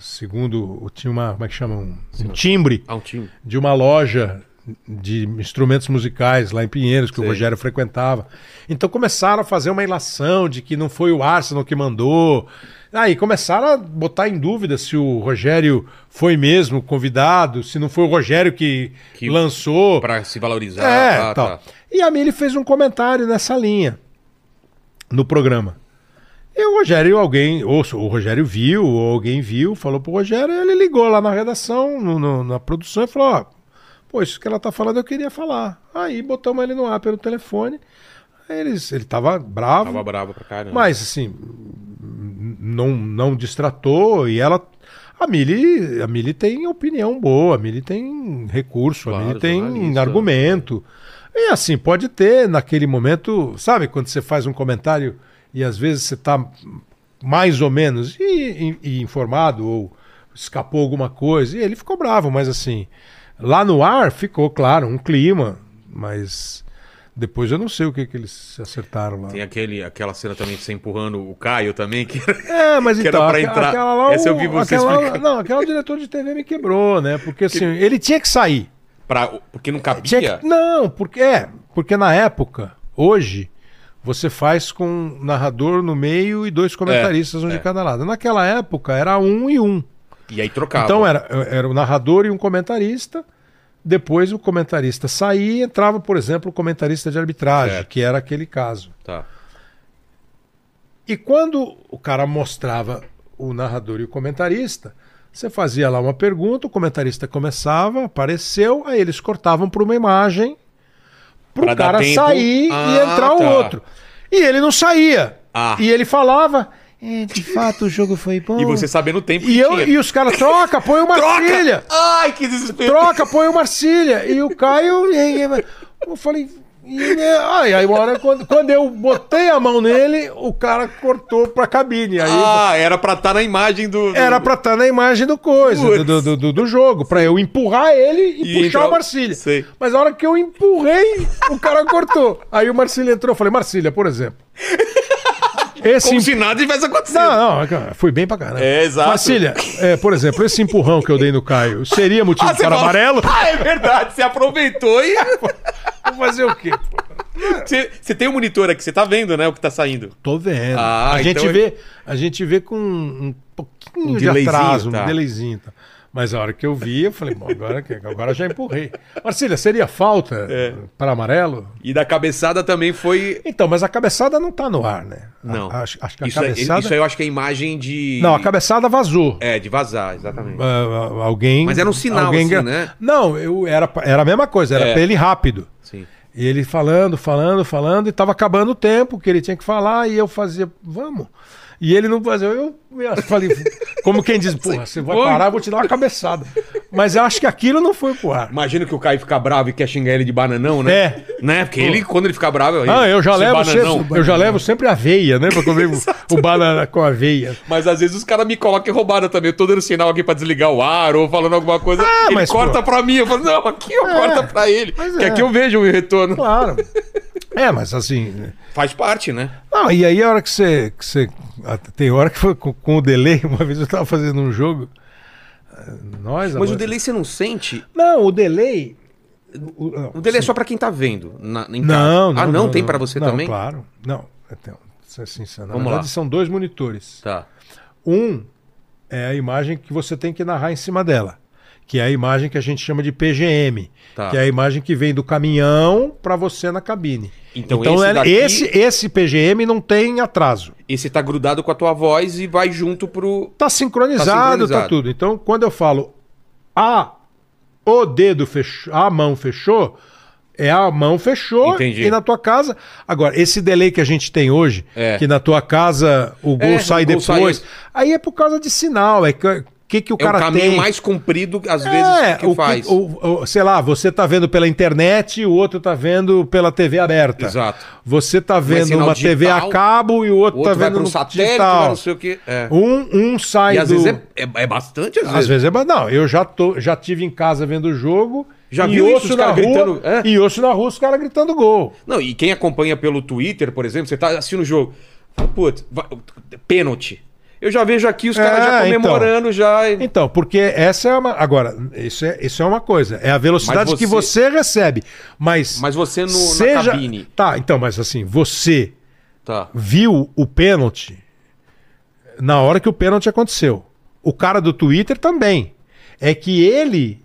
segundo. Tinha uma. Como é que chama? Um, um timbre Ah, um time. de uma loja de instrumentos musicais lá em Pinheiros, que Sei. o Rogério frequentava. Então começaram a fazer uma ilação de que não foi o Arsenal que mandou. Aí começaram a botar em dúvida se o Rogério foi mesmo convidado, se não foi o Rogério que, Que- lançou. Pra se valorizar. É, tá, tal. tá. E a Mili fez um comentário nessa linha no programa. E o Rogério, alguém, ou so- o Rogério viu, ou alguém viu, falou pro Rogério, ele ligou lá na redação, no- no- na produção, e falou: ó, pô, isso que ela tá falando eu queria falar. Aí botamos ele no ar pelo telefone. Aí eles, ele tava bravo, Tava bravo pra caramba. mas assim, não, não distratou e ela. A Mili, a Mili tem opinião boa, a Mili tem recurso, Claro, a Mili tem jornalista. argumento. E assim, pode ter naquele momento, sabe, quando você faz um comentário e às vezes você tá mais ou menos e, e- e informado ou escapou alguma coisa e ele ficou bravo, mas assim, lá no ar ficou, claro, um clima, mas depois eu não sei o que, que eles acertaram lá. Tem aquele, aquela cena também de você empurrando o Caio também, que É, mas Que era então, pra aqua- entrar. aquela lá, Essa eu o- vi você aquela, explicando. Não, aquela o diretor de TV me quebrou, né? Porque assim, ele tinha que sair. pra, porque não Tinha cabia. que- não, porque é, porque na época, hoje, você faz com um narrador no meio e dois comentaristas um é. de cada lado. Naquela época era um e um. E aí trocava. Então era, era o narrador e um comentarista. Depois o comentarista saía e entrava, por exemplo, o comentarista de arbitragem, Certo. que era aquele caso. Tá. E quando o cara mostrava o narrador e o comentarista, você fazia lá uma pergunta, o comentarista começava, apareceu, aí eles cortavam para uma imagem para Pra o dar cara tempo. sair e Ah, entrar o tá. outro. E ele não saía. Ah. E ele falava. "É, de fato, o jogo foi bom. E você sabendo o tempo Hum. E, que eu, tinha. e os caras, troca, põe o Marcília. Ai, que desespero. Troca, põe o Marcília. E o Caio. e- e- Eu falei. e- né?" Aí, aí uma hora, quando, quando eu botei a mão nele, o cara cortou pra cabine. Aí Ah, era pra estar na imagem do... do- era pra estar na imagem do coisa, Putz. do, do, do, do jogo, pra eu empurrar ele e, E puxar entrar o o- Marcília. Sei. Mas a hora que eu empurrei, o cara cortou. Aí o Marcília entrou, eu falei, Marcília, por exemplo. Esse Como empurrão. se nada tivesse acontecido. Ah, Não, não, cara, fui bem pra caramba. É, exato. Marcília, é, por exemplo, esse empurrão que eu dei no Caio seria motivo Ah, você para fala- um amarelo? Ah, é verdade. Você aproveitou e... Vou fazer o quê? pô? Você, você tem o monitor aqui, você tá vendo, né, o que tá saindo. Tô vendo. Ah, a, gente então- vê, a gente vê com um pouquinho Um de delayzinho, atraso, tá. um delayzinho. Tá. Mas a hora que eu vi, eu falei, bom, agora, que- agora já empurrei. Marcília, seria falta É. para amarelo? E da cabeçada também foi. Então, mas a cabeçada não tá no ar, né? A- Não. Acho, acho que a isso, é- cabeçada. isso aí eu acho que é imagem de. Não, a cabeçada vazou. É, de vazar, exatamente. Ah, alguém. Mas era um sinal, alguém assim, gra- né? Não, eu, era, era a mesma coisa, era É. pra ele ir rápido. Sim. E ele falando, falando, falando, e tava acabando o tempo que ele tinha que falar, e eu fazia, vamos. E ele não fazia, eu, eu falei, como quem diz, porra, você vai Oi. parar, eu vou te dar uma cabeçada. Mas eu acho que aquilo não foi pro ar. Imagina que o Caio fica bravo e quer xingar ele de bananão, né? É. Né? Porque ele, quando ele fica bravo, ele- Ah, eu já, esse levo bananão. sempre, eu já levo sempre aveia, né? Pra comer o- o banana com aveia. Mas às vezes os caras me colocam em roubada também. Eu tô dando sinal aqui pra desligar o ar ou falando alguma coisa. Ah, ele mas, corta pô. pra mim. Eu falo, não, aqui eu É, corta pra ele. mas Porque é. aqui eu vejo o retorno. Claro. É, mas assim. né? Faz parte, né? Não, e aí a hora que você. Que você ah, tem hora que foi com, com o delay, uma vez eu tava fazendo um jogo. ah, Nós, Mas amor- o delay você não sente. Não, o delay. O, não, O delay é sim. só pra quem tá vendo. na- em Não, casa. Ah, não, tem pra você não, também? Claro. Não, então, isso é assim, isso é- na Vamos verdade lá. são dois monitores. Tá. Um é a imagem que você tem que narrar em cima dela, que é a imagem que a gente chama de PGM, Tá. que é a imagem que vem do caminhão para você na cabine. Então, esse é- daqui- esse, esse PGM não tem atraso. E você tá grudado com a tua voz e vai junto pro. Tá sincronizado, Tá tá sincronizado. tudo. Então, quando eu falo a o dedo fechou, a mão fechou, é a mão fechou Entendi. e na tua casa. Agora, esse delay que a gente tem hoje, É. que na tua casa o gol É, sai o gol depois, sai- aí é por causa de sinal, é que que, que É o cara o caminho tem. mais comprido, às vezes, É, que o que- faz. o- o- sei lá, você tá vendo pela internet, o outro tá vendo pela TV aberta. Exato. é Você tá vendo sinal uma TV a digital, cabo e o O outro, outro tá vai vendo pra um no satélite, digital. vai não sei o quê. É. Um, um sai E às do... vezes é, é- é bastante, às, Às vezes. vezes é, mas não, eu já, tô, já tive em casa vendo o jogo. Já e viu isso, ouço os na caras rua, gritando, é? E ouço na rua os caras gritando gol. Não, e quem acompanha pelo Twitter, por exemplo, você tá assistindo o jogo. Fala, Putz, vai- pênalti. Eu já vejo aqui os caras É, já comemorando já. e- Então, porque essa é uma. Agora, isso é, isso é uma coisa. É a velocidade Mas que você- você recebe. Mas. Mas você no- na cabine. Tá, então, mas assim, você Tá. viu o pênalti na hora que o pênalti aconteceu. O cara do Twitter também. É que ele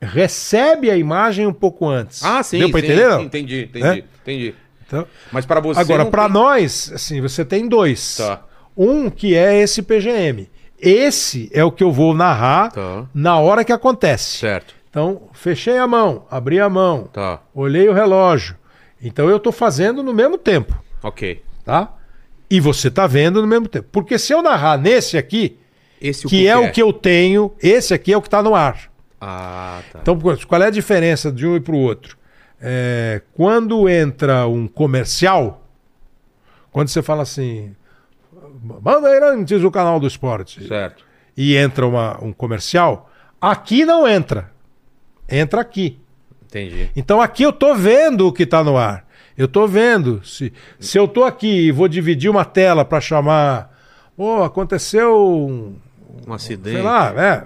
recebe a imagem um pouco antes. Ah, sim. Deu pra sim, entender? sim, não? Entendi, entendi, É? entendi. Então, Mas pra você. Agora, não pra tem- nós, assim, você tem dois. Tá. Um que é esse PGM. Esse é o que eu vou narrar Tá. na hora que acontece. Certo. Então, fechei a mão, abri a mão, Tá. olhei o relógio. Então, eu tô fazendo no mesmo tempo, Ok. tá? E você tá vendo no mesmo tempo. Porque se eu narrar nesse aqui, Esse que é o que eu tenho, esse aqui é o que tá no ar. Ah, tá. Então, qual é a diferença de um e para o outro? É, quando entra um comercial, quando você fala assim, Bandeirantes, o canal do esporte, Certo. e entra uma- um comercial, aqui não entra. Entra aqui. Entendi. Então aqui eu tô vendo o que tá no ar. Eu tô vendo. Se, se eu tô aqui e vou dividir uma tela para chamar. Pô, aconteceu um, Um acidente. sei lá, né?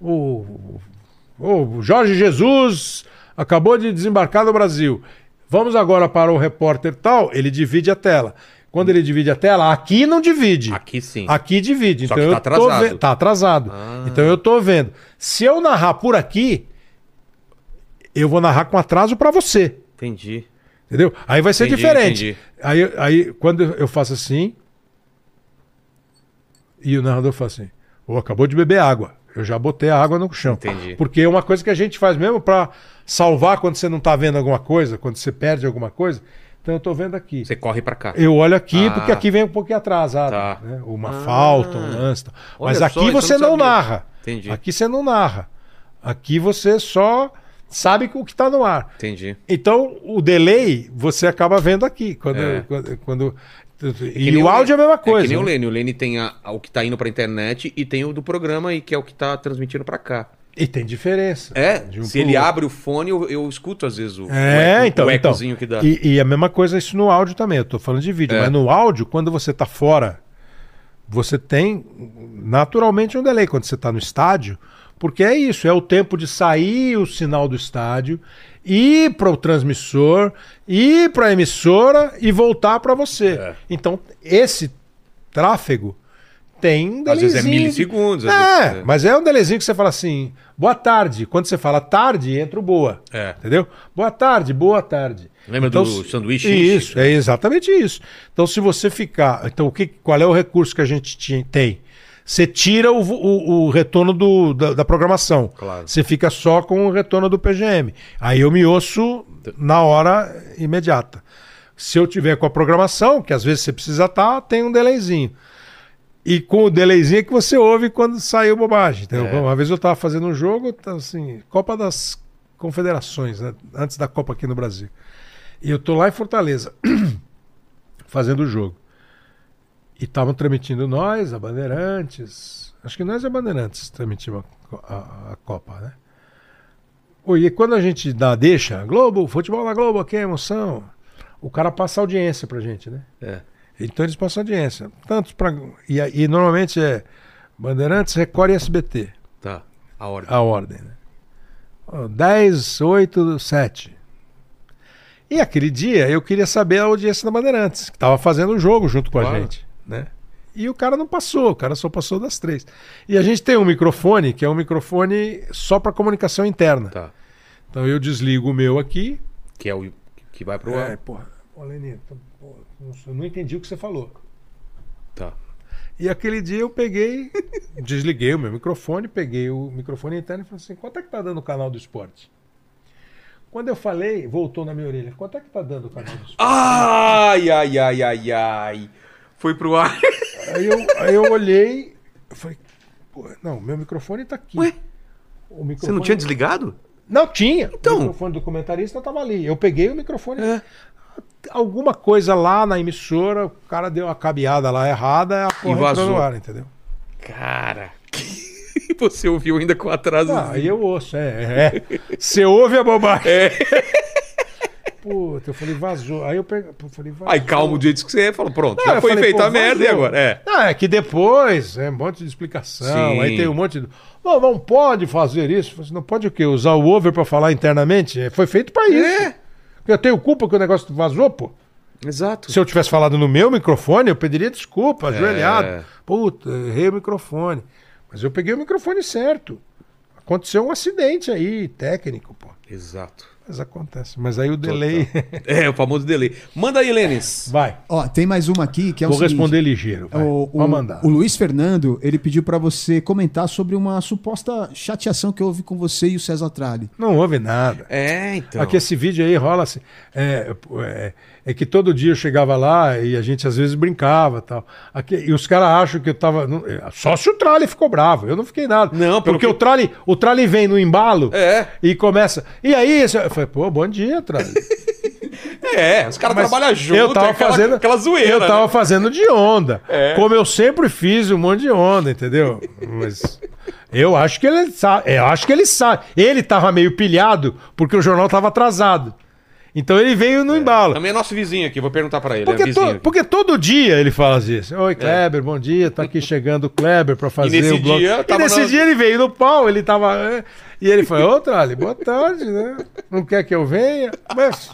O, o Jorge Jesus acabou de desembarcar no Brasil. Vamos agora para o repórter tal, ele divide a tela. Quando ele divide a tela, aqui não divide. Aqui sim. Aqui divide. Só que Então tá eu tô atrasado. vendo. Tá atrasado. Ah. Então eu tô vendo. Se eu narrar por aqui, eu vou narrar com atraso para você. Entendi. Entendeu? Aí vai ser Entendi, diferente. entendi. Aí, aí, quando eu faço assim. E o narrador fala assim: Ô, acabou de beber água. Eu já botei a água no chão. Entendi. Porque é uma coisa que a gente faz mesmo pra salvar quando você não tá vendo alguma coisa, quando você perde alguma coisa. Então eu tô vendo aqui. Você corre pra cá. Eu olho aqui, Ah. porque aqui vem um pouquinho atrasado. Tá. né? Uma Ah. falta, um lance. tal. Olha Mas só, aqui isso eu você não não, sabia. narra. Entendi. Aqui você não narra. Aqui você só sabe o que tá no ar. Entendi. Então, o delay você acaba vendo aqui. Quando, É. quando, quando- Que e nem o áudio é a mesma coisa. É que nem o né? Lene. O Lene tem a- a- o que tá indo pra internet e tem o do programa aí, que é o que tá transmitindo pra cá. E tem diferença. É, De um se pro ele outro. abre o fone, eu, eu escuto às vezes o, É, o eco- então. o então. ecozinho que dá. E, e a mesma coisa isso no áudio também. Eu tô falando de vídeo. É. Mas no áudio, quando você tá fora, você tem naturalmente um delay quando você tá no estádio. Porque é isso, é o tempo de sair o sinal do estádio, ir para o transmissor, ir para a É. emissora e voltar para você. Então, esse tráfego Tem um Às delezinho. vezes é milissegundos, às É, vezes- né? mas é um delezinho que você fala assim, boa tarde. Quando você fala tarde, entra o boa. É. Entendeu? Boa tarde, boa tarde. Então Lembra do se- sanduíche? Isso, é exatamente isso. Então, se você ficar. Então, o que, qual é o recurso que a gente ti- tem? Você tira o, vo- o- o retorno do- da, da programação. Claro. Você fica só com o retorno do PGM. Aí eu me ouço na hora imediata. Se eu tiver com a programação, que às vezes você precisa estar, tem um delayzinho. E com o delayzinho é que você ouve quando saiu bobagem. entendeu? É. Uma vez eu estava fazendo um jogo, tá assim, Copa das Confederações, né? antes da Copa aqui no Brasil. E eu tô lá em Fortaleza, fazendo o jogo. E estavam transmitindo nós, a Bandeirantes. Acho que nós e a Bandeirantes transmitimos a co- a, a Copa, né? Oi, e quando a gente dá deixa, Globo, futebol na Globo, aqui é emoção. O cara passa audiência pra gente, né? É. Então eles passam audiência. Tanto pra, e, a- e normalmente é Bandeirantes, Record e SBT, Tá. A hora. a ordem. Né? Ó, 10, 8, 7. E aquele dia eu queria saber a audiência da Bandeirantes, que estava fazendo o jogo junto com a Claro. gente. Né? E o cara não passou, o cara só passou das três. E a gente tem um microfone, que é um microfone só para comunicação interna. Tá. Então eu desligo o meu aqui, Que é o que vai pro É, ar. porra. Ô, Lenito, tô- pô, não sei- eu não entendi o que você falou. Tá. E aquele dia eu peguei, desliguei o meu microfone, peguei o microfone interno e falei assim: quanto é que tá dando o canal do esporte? Quando eu falei, voltou na minha orelha: quanto é que tá dando o canal do esporte? Ai, ai, ai, ai, ai. Foi pro ar. Aí eu, aí eu olhei, eu falei: pô, não, meu microfone tá aqui. Ué? O Você microfone- não tinha desligado? Não tinha. Então. O microfone do comentarista estava ali. Eu peguei o microfone. É. Alguma coisa lá na emissora, o cara deu uma cabeada lá errada, a porra entrou vazou. no ar, entendeu? Cara. Você ouviu ainda com atraso. Ah, aí eu ouço, é. é. Você ouve a bobagem. É. Puta, eu falei, vazou. Aí eu peguei, eu falei, vazou. Aí calma o jeito que você é, fala, pronto, Não, já eu foi falei, feita pô, a merda e vazou. agora? É. Não, é que depois é um monte de explicação. Sim. Aí tem um monte de. Não, não pode fazer isso. Eu falei, assim, Não pode o quê? Usar o over pra falar internamente? É, Foi feito pra isso. É. Eu tenho culpa que o negócio vazou, pô. Exato. Se eu tivesse falado no meu microfone, eu pediria desculpa, ajoelhado. É. Puta, errei o microfone. Mas eu peguei o microfone certo. Aconteceu um acidente aí, técnico, pô. Exato. Mas acontece. Mas aí o delay. É, o famoso delay. Manda aí, Lênis. Vai. Ó, tem mais uma aqui que é o Vou seguinte. É responder ligeiro. Vai. O, o, Pode mandar. o Luiz Fernando, ele pediu pra você comentar sobre uma suposta chateação que houve com você e o César Tralli. Não houve nada. É, então. Aqui esse vídeo aí rola assim. É, é, é que todo dia eu chegava lá e a gente às vezes brincava e tal. Aqui, e os caras acham que eu tava. não, é, Só se o Trale ficou bravo. Eu não fiquei nada. Não, pelo porque que- o Trale o Trale vem no embalo É. e começa. E aí, eu falei, pô, bom dia, Trale. É, os caras Mas trabalham junto. Eu tava é aquela, fazendo Aquela zoeira. Eu tava né? fazendo de onda. É. Como eu sempre fiz um monte de onda, entendeu? Mas eu acho que ele sabe. Eu acho que ele sabe. Ele tava meio pilhado porque o jornal tava atrasado. Então ele veio no embalo. Também é nosso vizinho aqui, vou perguntar pra ele. é Porque, to- vizinho aqui. porque todo dia ele faz isso. Oi, Kleber, bom dia. Tá aqui chegando o Kleber pra fazer nesse o bloco. dia, e tava nesse na- dia ele veio no pau, ele tava. é, E ele falou: Ô, Trali, boa tarde, né? Não quer que eu venha? Mas.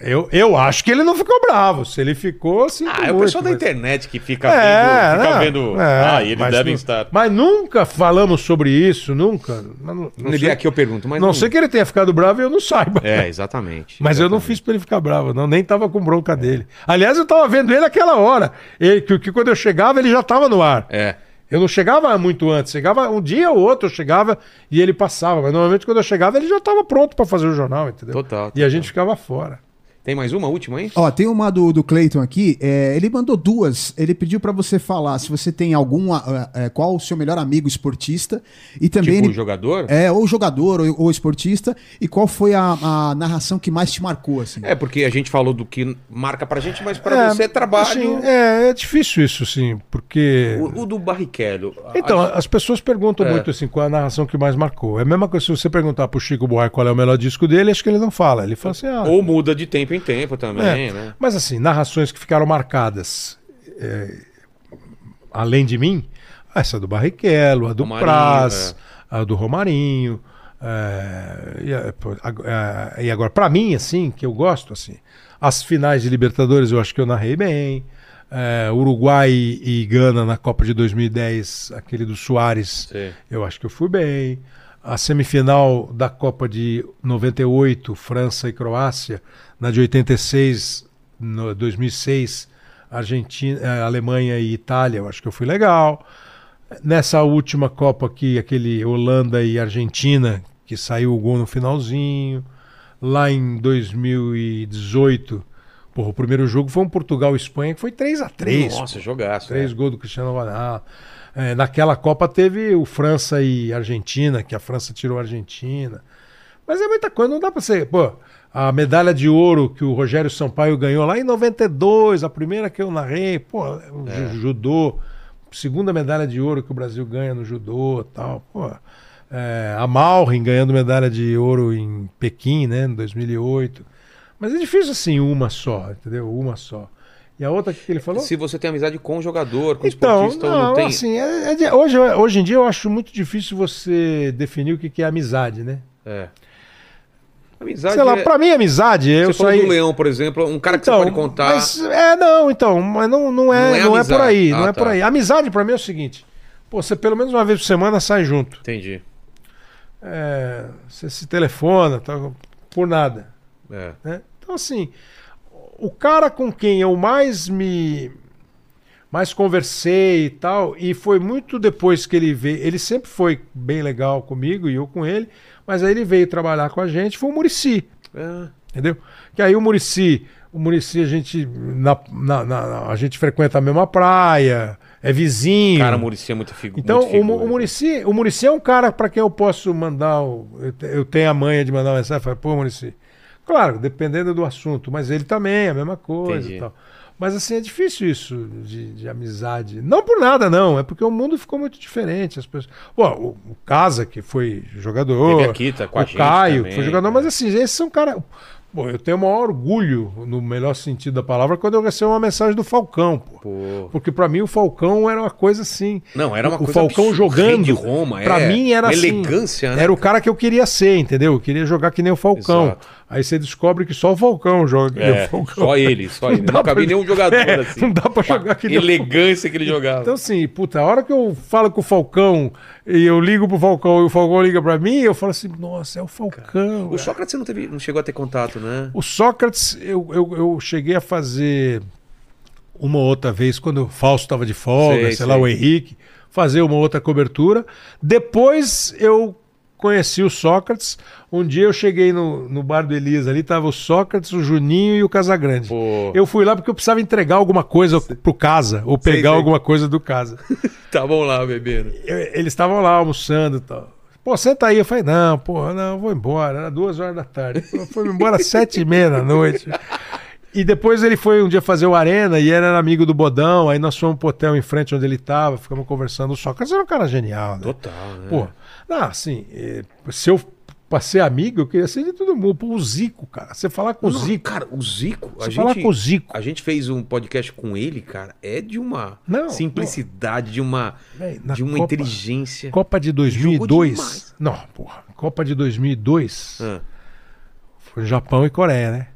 Eu, eu acho que ele não ficou bravo. Se ele ficou, sim. Ah, é o pessoal da internet que fica É, vendo. Fica né? vendo... É, ah, eles mas devem nu- estar. Mas nunca falamos sobre isso, nunca. Mas não, não Ele sei, aqui eu pergunto, mas. não sei que ele tenha ficado bravo e eu não saiba. É, exatamente. Mas eu não fiz pra ele ficar bravo, não. Nem tava com bronca dele. Aliás, eu tava vendo ele aquela hora. Ele, que, que quando eu chegava, ele já tava no ar. É. Eu não chegava muito antes. Chegava um dia ou outro, eu chegava e ele passava. Mas normalmente quando eu chegava, ele já tava pronto pra fazer o jornal, entendeu? Total, E a total. gente ficava fora. Tem mais uma última aí? Ó, tem uma do, do Cleiton aqui, é, ele mandou duas, ele pediu pra você falar se você tem algum, ah, ah, é, qual o seu melhor amigo esportista, e também... Tipo, ele- um jogador? É, ou jogador, ou, ou esportista, e qual foi a, a narração que mais te marcou, assim? É, porque a gente falou do que marca pra gente, mas pra você é trabalho. assim, é, é difícil isso, sim, porque. O, o do Barrichello. a- Então, a- as pessoas perguntam É. muito assim, qual é a narração que mais marcou. É a mesma coisa se você perguntar pro Chico Buarque qual é o melhor disco dele, acho que ele não fala. Ele fala assim, ah, Ou muda de tempo em tempo também, é. né? Mas assim, narrações que ficaram marcadas é, além de mim, essa do Barrichello, a do Romarinho, é. Praz, a do Romarinho. é, e, a- pô, ag- é, e agora, pra mim, assim, que eu gosto, assim, as finais de Libertadores eu acho que eu narrei bem. é, Uruguai e, e Gana na Copa de 2010, aquele do Soares, Sim. eu acho que eu fui bem. A semifinal da Copa de 98, França e Croácia. Na de 86, no 2006, Argentina, eh, Alemanha e Itália, eu acho que eu fui legal. Nessa última Copa aqui, aquele Holanda e Argentina, que saiu o gol no finalzinho. Lá em 2018, porra, o primeiro jogo foi um Portugal e Espanha, que foi 3 a 3 Nossa, jogaço. Três é. né? gols do Cristiano Ronaldo. É, naquela Copa teve o França e Argentina, que a França tirou a Argentina. Mas é muita coisa, não dá pra ser. Pô, a medalha de ouro que o Rogério Sampaio ganhou lá em 92, a primeira que eu narrei, pô, o ju- judô. Segunda medalha de ouro que o Brasil ganha no judô tal, pô. É, a Malrin ganhando medalha de ouro em Pequim, né, em 2008. Mas é difícil assim, uma só, entendeu? Uma só. E a outra que ele falou? Se você tem amizade com o jogador, com o Então, esportista ou não tem. assim, é- é de- hoje, hoje em dia eu acho muito difícil você definir o que que é amizade, né? É. Amizade. Sei lá, é- pra mim amizade, eu você falou saí... Então, do Leão, por exemplo, um cara que você pode contar. Mas, é, não, então, mas não, não é, Não não é é, por amizade. aí, não Ah, é por tá. aí. Amizade pra mim é o seguinte, pô, você pelo menos uma vez por semana sai junto. Entendi. É, você se telefona, tal, por nada. É. né? Então, assim, o cara com quem eu mais me. mais conversei e tal, e foi muito depois que ele veio. Ele sempre foi bem legal comigo e eu com ele, mas aí ele veio trabalhar com a gente, foi o Murici, Ah, entendeu? Que aí o Murici. O Murici, a gente. na- na- na- a gente frequenta a mesma praia, é vizinho. Cara, o Murici é muita figu- muito Então, o, figura. Mu- o, Murici, o Murici é um cara para quem eu posso mandar. o- eu te- eu tenho a manha de mandar uma mensagem e falar, pô, Murici. Claro, dependendo do assunto, mas ele também, a mesma coisa Entendi. e tal. Mas assim, é difícil isso de, de amizade. Não por nada, não. É porque o mundo ficou muito diferente. As pessoas... Pô, o, o Casa, que foi jogador. Teve aqui, tá com a o gente Caio, que também, foi jogador. é. Mas assim, esses são caras. Pô, eu tenho o maior orgulho, no melhor sentido da palavra, quando eu recebo uma mensagem do Falcão, pô. Pô. Porque pra mim o Falcão era uma coisa assim. Não, era uma o coisa Falcão absurda, rei jogando de Roma, Pra é, mim era uma assim. elegância, né? Era o cara que eu queria ser, entendeu? Eu queria jogar que nem o Falcão. Exato. Aí você descobre que só o Falcão joga que nem É, o Falcão. só ele, só ele. dá Nunca pra- vi nenhum jogador É, assim. Não dá pra Com a jogar que nem o elegância que ele jogava. então, assim, puta, a hora que eu falo com o Falcão e eu ligo pro Falcão e o Falcão liga pra mim, eu falo assim, nossa, é o Falcão. o Sócrates não, teve, não chegou a ter contato, né? O Sócrates, eu, eu, eu cheguei a fazer uma outra vez, quando o Fausto estava de folga, Sei, sei, sei. lá, o Henrique, fazer uma outra cobertura. Depois eu conheci o Sócrates. Um dia eu cheguei no, no bar do Elisa ali, tava o Sócrates, o Juninho e o Casagrande. Pô. Eu fui lá porque eu precisava entregar alguma coisa pro Casa, ou Sei, pegar sei. alguma coisa do Casa. Tá bom lá, bebendo. Eu- eles estavam lá almoçando e tal. Pô, senta aí. Eu falei, não, porra, não, eu vou embora. Era duas horas da tarde. Eu fui embora às sete e meia da noite. E depois ele foi um dia fazer o Arena e era amigo do Bodão. Aí nós fomos pro hotel em frente onde ele tava, ficamos conversando. O Sócrates era um cara genial, né? Total, né? Pô, não, assim, eh, se eu passei amigo, eu queria ser de todo mundo. Pô, o Zico, cara. Você falar o com o Zico. Zico, cara, o Zico, a Você falar gente, com o Zico. a gente fez um podcast com ele, cara, é de uma Não, simplicidade, de uma, Véi, na de uma Copa- inteligência. Copa de demais. 2002. Não, porra. Copa de 2002. Ah. Foi Japão e Coreia, né?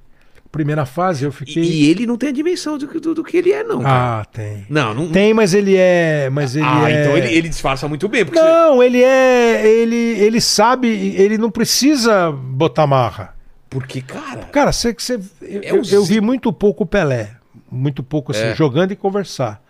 Primeira fase eu E, fiquei. e ele não tem a dimensão do, que- do, do que ele é, não. cara. Ah, tem. Não, não Tem, mas ele é. Mas ele Ah, é... então ele, ele disfarça muito bem. Porque você- Não, ele é. Ele, ele sabe, ele não precisa botar marra. Porque, cara. Cara, você, você, eu, É um eu- eu vi muito pouco o Pelé. Muito pouco assim, É. jogando e conversar.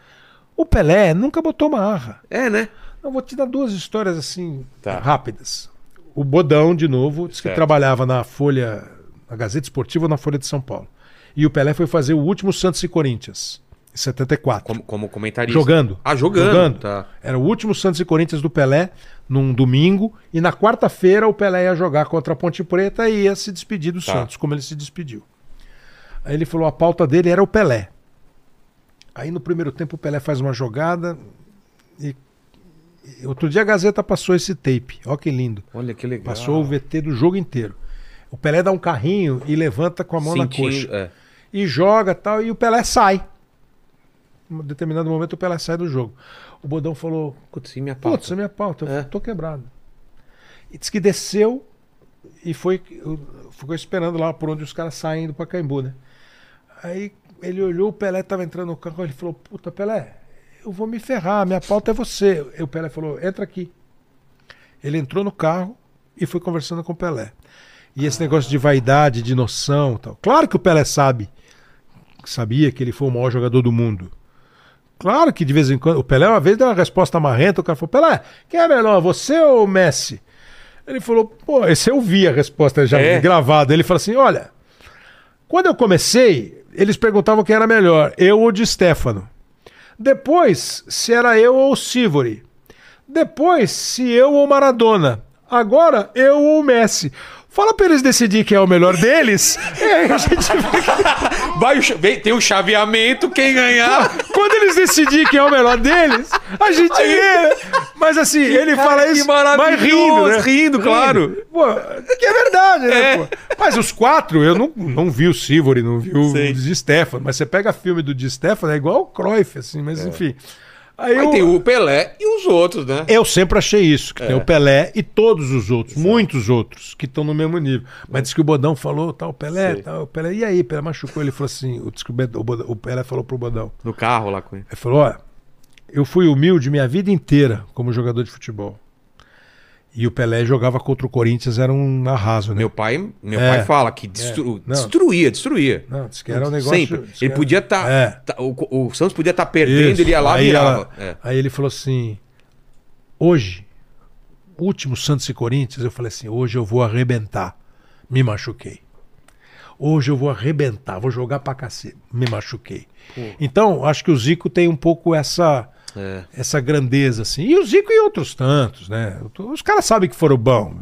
O Pelé nunca botou marra. É, né? Eu vou te dar duas histórias assim, Tá. rápidas. O Bodão, de novo, disse que Certo. trabalhava na Folha, na Gazeta Esportiva ou na Folha de São Paulo. E o Pelé foi fazer o último Santos e Corinthians, em 74. Como, como comentarista. Jogando. Ah, jogando. Tá. Era o último Santos e Corinthians do Pelé, num domingo. E na quarta-feira o Pelé ia jogar contra a Ponte Preta e ia se despedir do Tá. Santos, como ele se despediu. Aí ele falou: a pauta dele era o Pelé. Aí no primeiro tempo o Pelé faz uma jogada. E, e outro dia a Gazeta passou esse tape. Ó que lindo. Olha que legal. Passou o VT do jogo inteiro. O Pelé dá um carrinho e levanta com a mão na coxa Sentindo, é. e joga tal, e o Pelé sai. Em um determinado momento o Pelé sai do jogo. O Bodão falou: Putz, e minha pauta? Putz, a minha pauta, eu É. tô quebrado. E disse que desceu e foi, ficou esperando lá por onde os caras saem do Pacaembu, né? Aí Ele olhou, o Pelé estava entrando no campo, ele falou: Puta, Pelé, eu vou me ferrar, minha pauta é você. E o Pelé falou: Entra aqui. Ele entrou no carro e foi conversando com o Pelé. E esse negócio de vaidade, de noção tal. Claro que o Pelé sabe, sabia que ele foi o maior jogador do mundo. Claro que de vez em quando. O Pelé uma vez deu uma resposta marrenta, o cara falou: Pelé, quem é melhor, você ou o Messi? Ele falou: Pô, esse eu vi a resposta já É? gravada. Ele falou assim: Olha, quando eu comecei, eles perguntavam quem era melhor, eu ou de Stefano. Depois, se era eu ou o Sivori. Depois, se eu ou Maradona. Agora, eu ou Messi. Fala pra eles decidir quem é o melhor deles. E É, aí a gente Vai o cha- vem- tem o chaveamento, quem ganhar. Quando eles decidirem quem é o melhor deles, a gente ganha. Mas assim, ele cara, fala que isso, mas maravilhoso, rindo, né? rindo, claro. Pô, que é verdade, né? É. pô? Mas os quatro, eu não, não vi o Sivori, não vi o Sei. Di Stefano, mas você pega filme do Di Stefano, é igual o Cruyff, assim, mas enfim. Aí É. Aí eu, tem o Pelé e os outros, né? eu sempre achei isso, que tem o Pelé e todos os outros, muitos outros, que estão no mesmo nível. Mas diz que o Bodão falou, tal, Pelé, Sei. tal, o Pelé, e aí, Pelé machucou, ele falou assim, o- diz que o Bedão- o Bodão- o Pelé falou pro Bodão, No carro lá com ele. ele falou: ó, eu fui humilde minha vida inteira como jogador de futebol. E o Pelé jogava contra o Corinthians, era um arraso, né? Meu pai, meu É. pai fala que destru- Não. destruía, destruía. Não, disse que era um negócio. Sempre. disse que Ele era- podia estar. É. o, o Santos podia estar perdendo, Isso. ele ia lá e aí virava. ela- É. Aí ele falou assim: hoje, último Santos e Corinthians, eu falei assim: hoje eu vou arrebentar. Me machuquei. Hoje eu vou arrebentar, vou jogar pra cacete. Me machuquei. Então, acho que o Zico tem um pouco essa. É. Essa grandeza, assim. E o Zico e outros tantos, né? Os caras sabem que foram bons.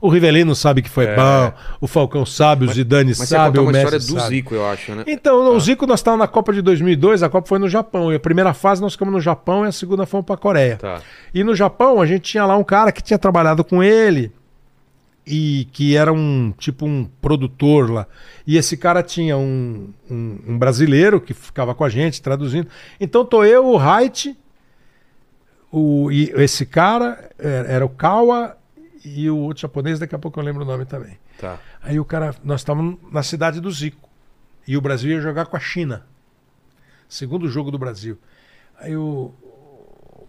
O Rivelino sabe que foi É. bom. O Falcão sabe, o Zidane Mas sabe, você o contou uma Messi história do sabe. Zico, eu acho, né? Então, o Zico, nós estávamos na Copa de 2002, a Copa foi no Japão. E a primeira fase nós ficamos no Japão e a segunda fomos para a Coreia. Tá. E no Japão a gente tinha lá um cara que tinha trabalhado com ele e que era um tipo um produtor lá. E esse cara tinha um, um, um brasileiro que ficava com a gente traduzindo. Então tô eu, o Haidt, o, e esse cara era, era o Kawa e o outro japonês, daqui a pouco eu lembro o nome também. Tá. Aí o cara, nós estávamos na cidade do Zico. E o Brasil ia jogar com a China. Segundo jogo do Brasil. Aí o,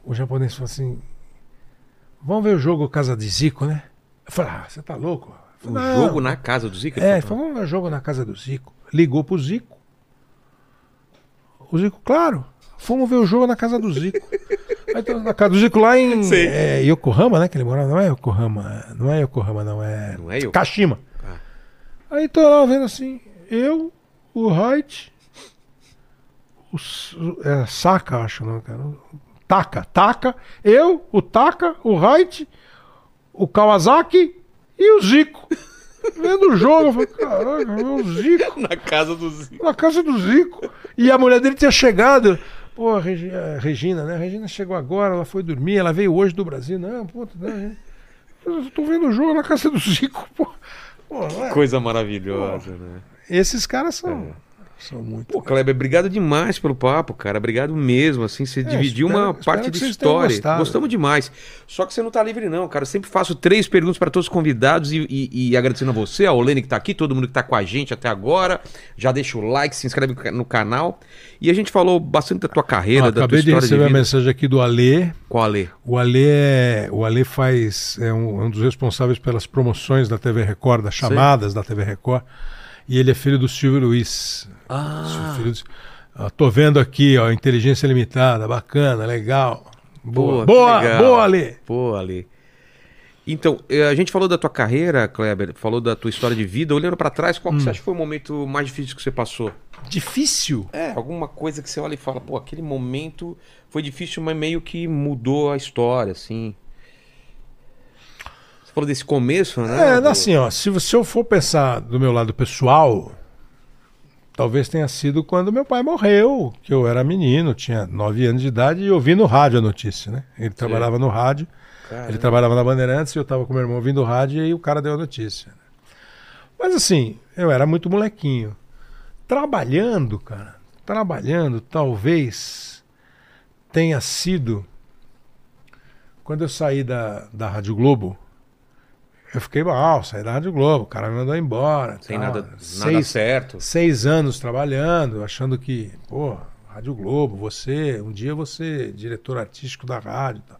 o japonês falou assim: Vamos ver o jogo Casa de Zico, né? Eu falei: Ah, você tá louco? Eu O falei, "Não." jogo na casa do Zico? Tá. ele É, ele falou, falou: Vamos ver o jogo na casa do Zico. Ligou pro Zico. O Zico, claro. Fomos ver o jogo na casa do Zico. Aí tá na casa do Zico lá em Sei. é, Yokohama, né? Que ele morava. Não é Yokohama. Não é Yokohama, não. É Não é Yoko- Kashima. Aí tô lá vendo assim, eu, o Height, o, S- o- é, Saka, acho não, cara. o- Taka, Taka, eu, o Taka, o Height, o Kawasaki e o Zico. Vendo o jogo, eu falei, caralho, meu, o Zico Na casa do Zico. na casa do Zico. E a mulher dele tinha chegado. Pô, a Regi- a Regina, né? A Regina chegou agora, ela foi dormir, ela veio hoje do Brasil. Não, puta, não. Eu tô vendo o jogo na casa do Zico, pô. Pô, não é? Coisa maravilhosa, né? Esses caras são, são muito. É. Pô, Kleber, obrigado demais pelo papo, cara. Obrigado mesmo, assim, você dividiu É, espero- uma espero parte que da vocês tenham história. gostado. Gostamos demais. Só que você não tá livre não, cara. Eu sempre faço três perguntas para todos os convidados e, e- e agradecendo a você, a Olene que tá aqui, todo mundo que tá com a gente até agora. Já deixa o like, se inscreve no canal. E a gente falou bastante da tua carreira, da Ah, tua acabei de história receber a vida. mensagem aqui do Alê. Com a Lê. O Alê, é, o Alê faz, é um, é um dos responsáveis pelas promoções da TV Record, das chamadas da TV Record. E ele é filho do Silvio Luiz. Ah, Filho do- Ah, tô vendo aqui, ó, inteligência limitada, bacana, legal. Boa, que boa, legal. boa, Ale. Boa, Lê. Então, eh, a gente falou da tua carreira, Kleber, falou da tua história de vida. Olhando pra trás, Hum. qual que você acha que foi o momento mais difícil que você passou? Difícil. É, alguma coisa que você olha e fala, pô, aquele momento foi difícil, mas meio que mudou a história, assim. Você falou desse começo, né? É, Do- assim, ó, se, você- se eu for pensar do meu lado pessoal, talvez tenha sido quando meu pai morreu, que eu era menino, tinha nove anos de idade e eu vi no rádio a notícia, né? Ele trabalhava no rádio, Caramba. ele tá trabalhava na Bandeirantes e eu tava com meu irmão ouvindo o rádio e aí o cara deu a notícia. né? Mas assim, eu era muito molequinho. Trabalhando, cara, trabalhando, talvez tenha sido quando eu saí da, da Rádio Globo, Eu fiquei mal, saí da Rádio Globo, o cara me mandou embora. Sem tal. nada, nada certo. Seis anos trabalhando, achando que, pô, Rádio Globo, você, um dia você diretor artístico da rádio. e tal.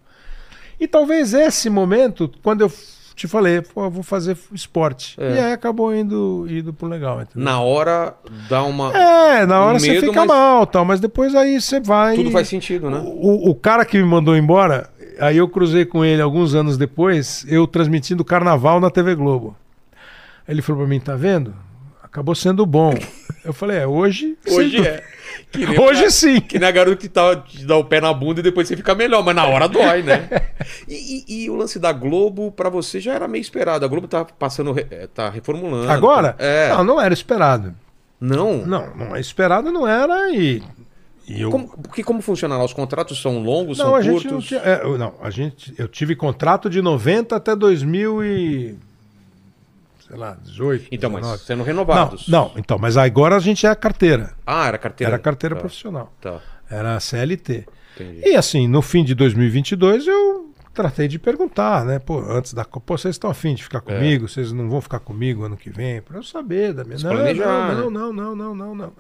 E talvez esse momento, quando eu te falei, pô, eu vou fazer esporte. É. E aí acabou indo, indo pro legal, entendeu? Na hora dá uma. É, na hora um você medo, fica mas mal, tal, mas depois aí você vai. Tudo faz sentido, né? O, o- o cara que me mandou embora, aí eu cruzei com ele alguns anos depois, eu transmitindo carnaval na TV Globo. Ele falou pra mim, tá vendo? Acabou sendo bom. Eu falei, é, hoje. Hoje sim. é. Que nem- Hoje é sim. Que na garota que tá, te dá o pé na bunda e depois você fica melhor, mas na hora dói, né? E, e- e o lance da Globo, pra você, já era meio esperado. A Globo tá passando, re- eh, tá reformulando. Agora? É. Não, não era esperado. Não. Não, não é esperado, não era e. e eu... Como, porque como funciona lá? Os contratos são longos, Não, são a curtos? gente não tinha. é, eu- não, a gente. Eu tive contrato de 90 até 2000 e. Sei lá, 18. Então, mas 19. sendo renovados. Não, não, então, mas agora a gente é a carteira. Ah, era carteira. Era a carteira tá, profissional. Tá, Era a CLT. entendi. E assim, no fim de 2022 eu tratei de perguntar, né? Pô, antes da Copa, pô, vocês estão afim de ficar É. comigo? Vocês não vão ficar comigo ano que vem? Pra eu saber da minha... Não, planejar, né? não, não, não, não, não, não, não.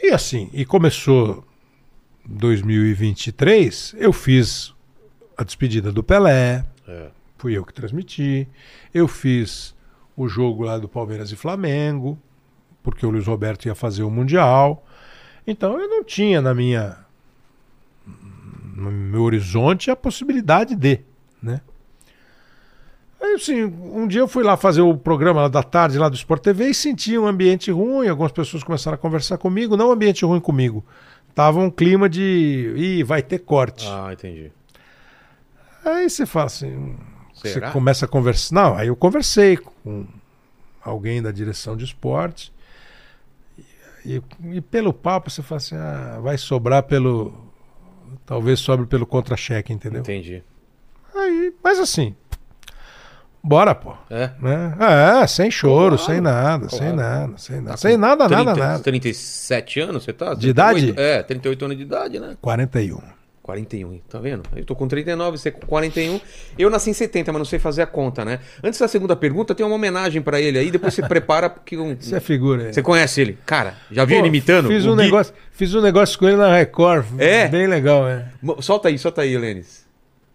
E assim, e começou 2023, eu fiz a despedida do Pelé, É. fui eu que transmiti, eu fiz o jogo lá do Palmeiras e Flamengo, porque o Luiz Roberto ia fazer o Mundial. Então eu não tinha na minha no meu horizonte a possibilidade de, né? Aí assim, um dia eu fui lá fazer o programa lá da tarde lá do Sport TV e senti um ambiente ruim, algumas pessoas começaram a conversar comigo, não um ambiente ruim comigo. Tava um clima de, ih, vai ter corte. Ah, entendi. Aí você fala assim, você Será? começa a conversar. Não, aí eu conversei com alguém da direção de esporte. E, e pelo papo você fala assim, ah, vai sobrar pelo. Talvez sobre pelo contra-cheque, entendeu? Entendi. Aí, mas assim, bora, pô. É. Né? Ah, é, sem choro, sem nada, sem nada, Tá sem nada. sem nada, nada, nada. 37 anos você tá? De idade? 38? É, 38 anos de idade, né? 41. 41, tá vendo? Eu tô com 39, você com 41. Eu nasci em 70, mas não sei fazer a conta, né? Antes da segunda pergunta, tem uma homenagem pra ele aí, depois você prepara porque um- Você é figura aí. você conhece ele. Cara, já viu Pô, ele imitando? Fiz O um, Gui- negócio, fiz um negócio com ele na Record. É? Bem legal, é. Mo- Solta aí, solta aí, Lênis.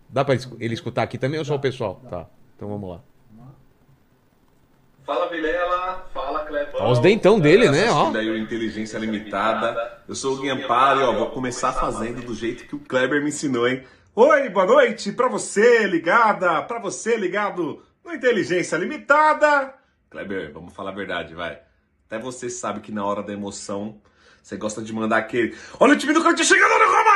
Dá pra escu- ele escutar aqui também ou só o pessoal? Tá. Então vamos lá. Fala Vilela, fala Clebão. Olha os dentão dele, né? Ó. Daí o Inteligência Limitada. Eu sou o Gui Amparo e ó, vou começar fazendo do jeito que o Kleber me ensinou, hein? Oi, boa noite pra você ligada, pra você ligado no Inteligência Limitada. Kleber, vamos falar a verdade, vai. Até você sabe que na hora da emoção você gosta de mandar aquele. Olha o time do Corinthians chegando no Romarinho!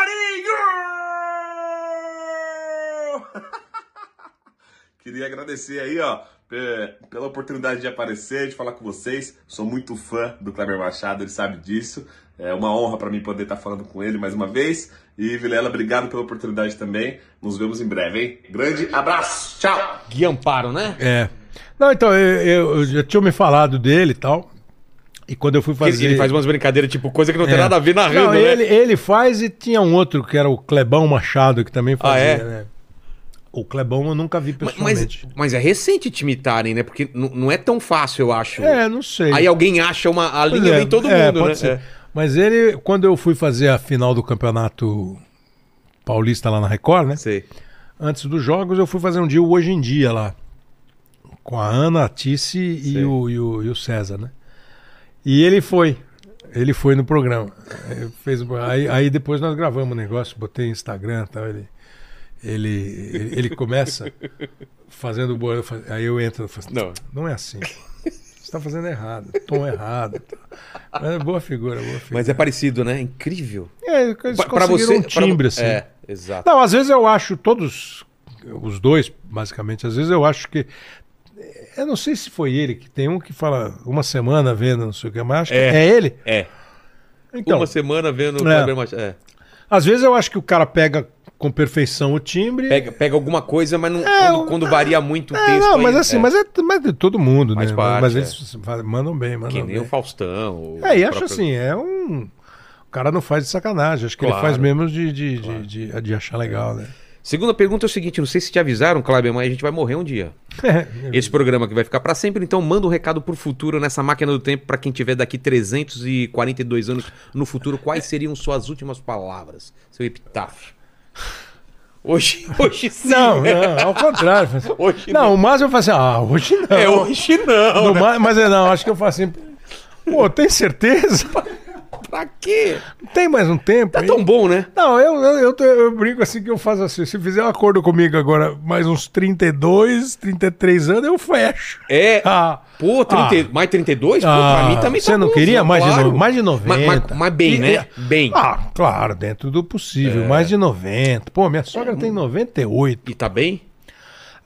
Queria agradecer aí, ó, pe- pela oportunidade de aparecer, de falar com vocês. Sou muito fã do Kleber Machado, ele sabe disso. É uma honra para mim poder estar falando com ele mais uma vez. E Vilela, obrigado pela oportunidade também. Nos vemos em breve, hein? Grande abraço, tchau. Gui Amparo, né? É. Não, então, eu, eu- eu já tinha me falado dele e tal. E quando eu fui fazer. Ele, ele faz umas brincadeiras, tipo, coisa que não tem É. nada a ver narrando, né? Não, ele, ele faz e tinha um outro que era o Clebão Machado, que também fazia, é? né? O Clebão eu nunca vi Ma- Mas, pessoalmente. mas é recente te imitarem, né? Porque n- não é tão fácil, eu acho. É, não sei. Aí alguém acha uma, a Pois linha é, em todo é, mundo, pode né? ser. É. Mas ele, quando eu fui fazer a final do campeonato paulista lá na Record, né? Sei. Antes dos jogos, eu fui fazer um dia o hoje em dia lá. Com a Ana, a Tice Sei. e o, e, o, e o César, né? E ele foi. Ele foi no programa. Aí Fez, um- aí, aí depois nós gravamos o negócio, botei Instagram e tal. Ele, ele, ele, ele começa fazendo o bolo. eu fa- Aí eu entro e falo assim, Não. não é assim. pô. Você está fazendo errado, tom errado. Mas é boa figura, boa figura. Mas é parecido, né? Incrível. é, eles Pra- pra conseguiram um pra- timbre, assim. É, exato. Não, às vezes eu acho todos os dois, basicamente, às vezes eu acho que eu não sei se foi ele que tem um que fala uma semana vendo, não sei o que, mas acho que É. é ele. É. Então, Uma semana vendo o É. Kleber Machado. É. às vezes eu acho que o cara pega com perfeição o timbre. Pega, pega alguma coisa, mas não, quando, É, eu- quando varia muito o É, texto. não, aí- mas assim, é. mas é, mas é todo mundo, Faz né? parte, mas é. eles fa- mandam bem, mandam Que nem bem. o Faustão. o É, e acho próprio- assim, é um. O cara não faz de sacanagem, acho que Claro. ele faz mesmo de, de, de, de, de achar legal, né? Segunda pergunta é o seguinte: não sei se te avisaram, Kleber, mas a gente vai morrer um dia. esse programa que vai ficar para sempre. Então manda um recado pro futuro nessa máquina do tempo para quem tiver daqui 342 anos no futuro. Quais seriam suas últimas palavras? Seu epitáfio. Hoje, hoje sim. Não, né? não, ao contrário. eu falo assim, Hoje não, o máximo eu falo assim, ah, hoje não. É hoje não. No ma- Mas é, não, acho que eu falo assim, pô, tem certeza? Pra quê? Tem mais um tempo Tá aí? tão bom, né? Não, eu, eu, eu, tô- eu brinco assim que eu faço assim, se fizer um acordo comigo agora, mais uns 32, 33 anos, eu fecho. É. Ah, Pô, 30, Ah. mais 32? Pô, pra Ah, mim também tá Você não bom, queria João, mais, de claro. no, mais de Mas- 90? Mas, mas bem, E- né? Bem. É. Ah, claro, dentro do possível. Mais de 90. Pô, minha sogra tem 98. E tá bem?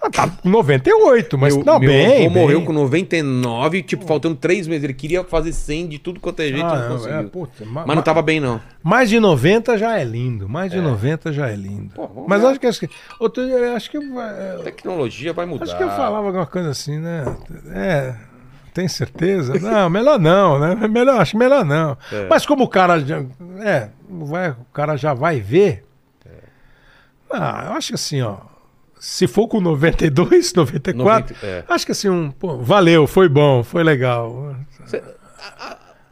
Ah, tá com 98, mas meu, não, meu bem. avô bem. morreu com 99, tipo, faltando 3 meses. Ele queria fazer 100 de tudo quanto é jeito, Ah, não não, conseguiu. é, puta, ma- mas não tá- tava bem, não. Mais de 90 já é lindo. Mais de 90 já é lindo. vamos mas lá. acho que. Acho que, outro, eu acho que é, eu- eu- Tecnologia vai mudar. Acho que eu falava alguma coisa assim, né? É. Tem certeza? Não, melhor não, né? Melhor, acho que melhor não. É. Mas como o cara já, é, vai, o cara já vai ver. É. Ah, eu acho que assim, ó. Se for com 92, 94, 90, é. acho que assim, um, pô, valeu, foi bom, foi legal.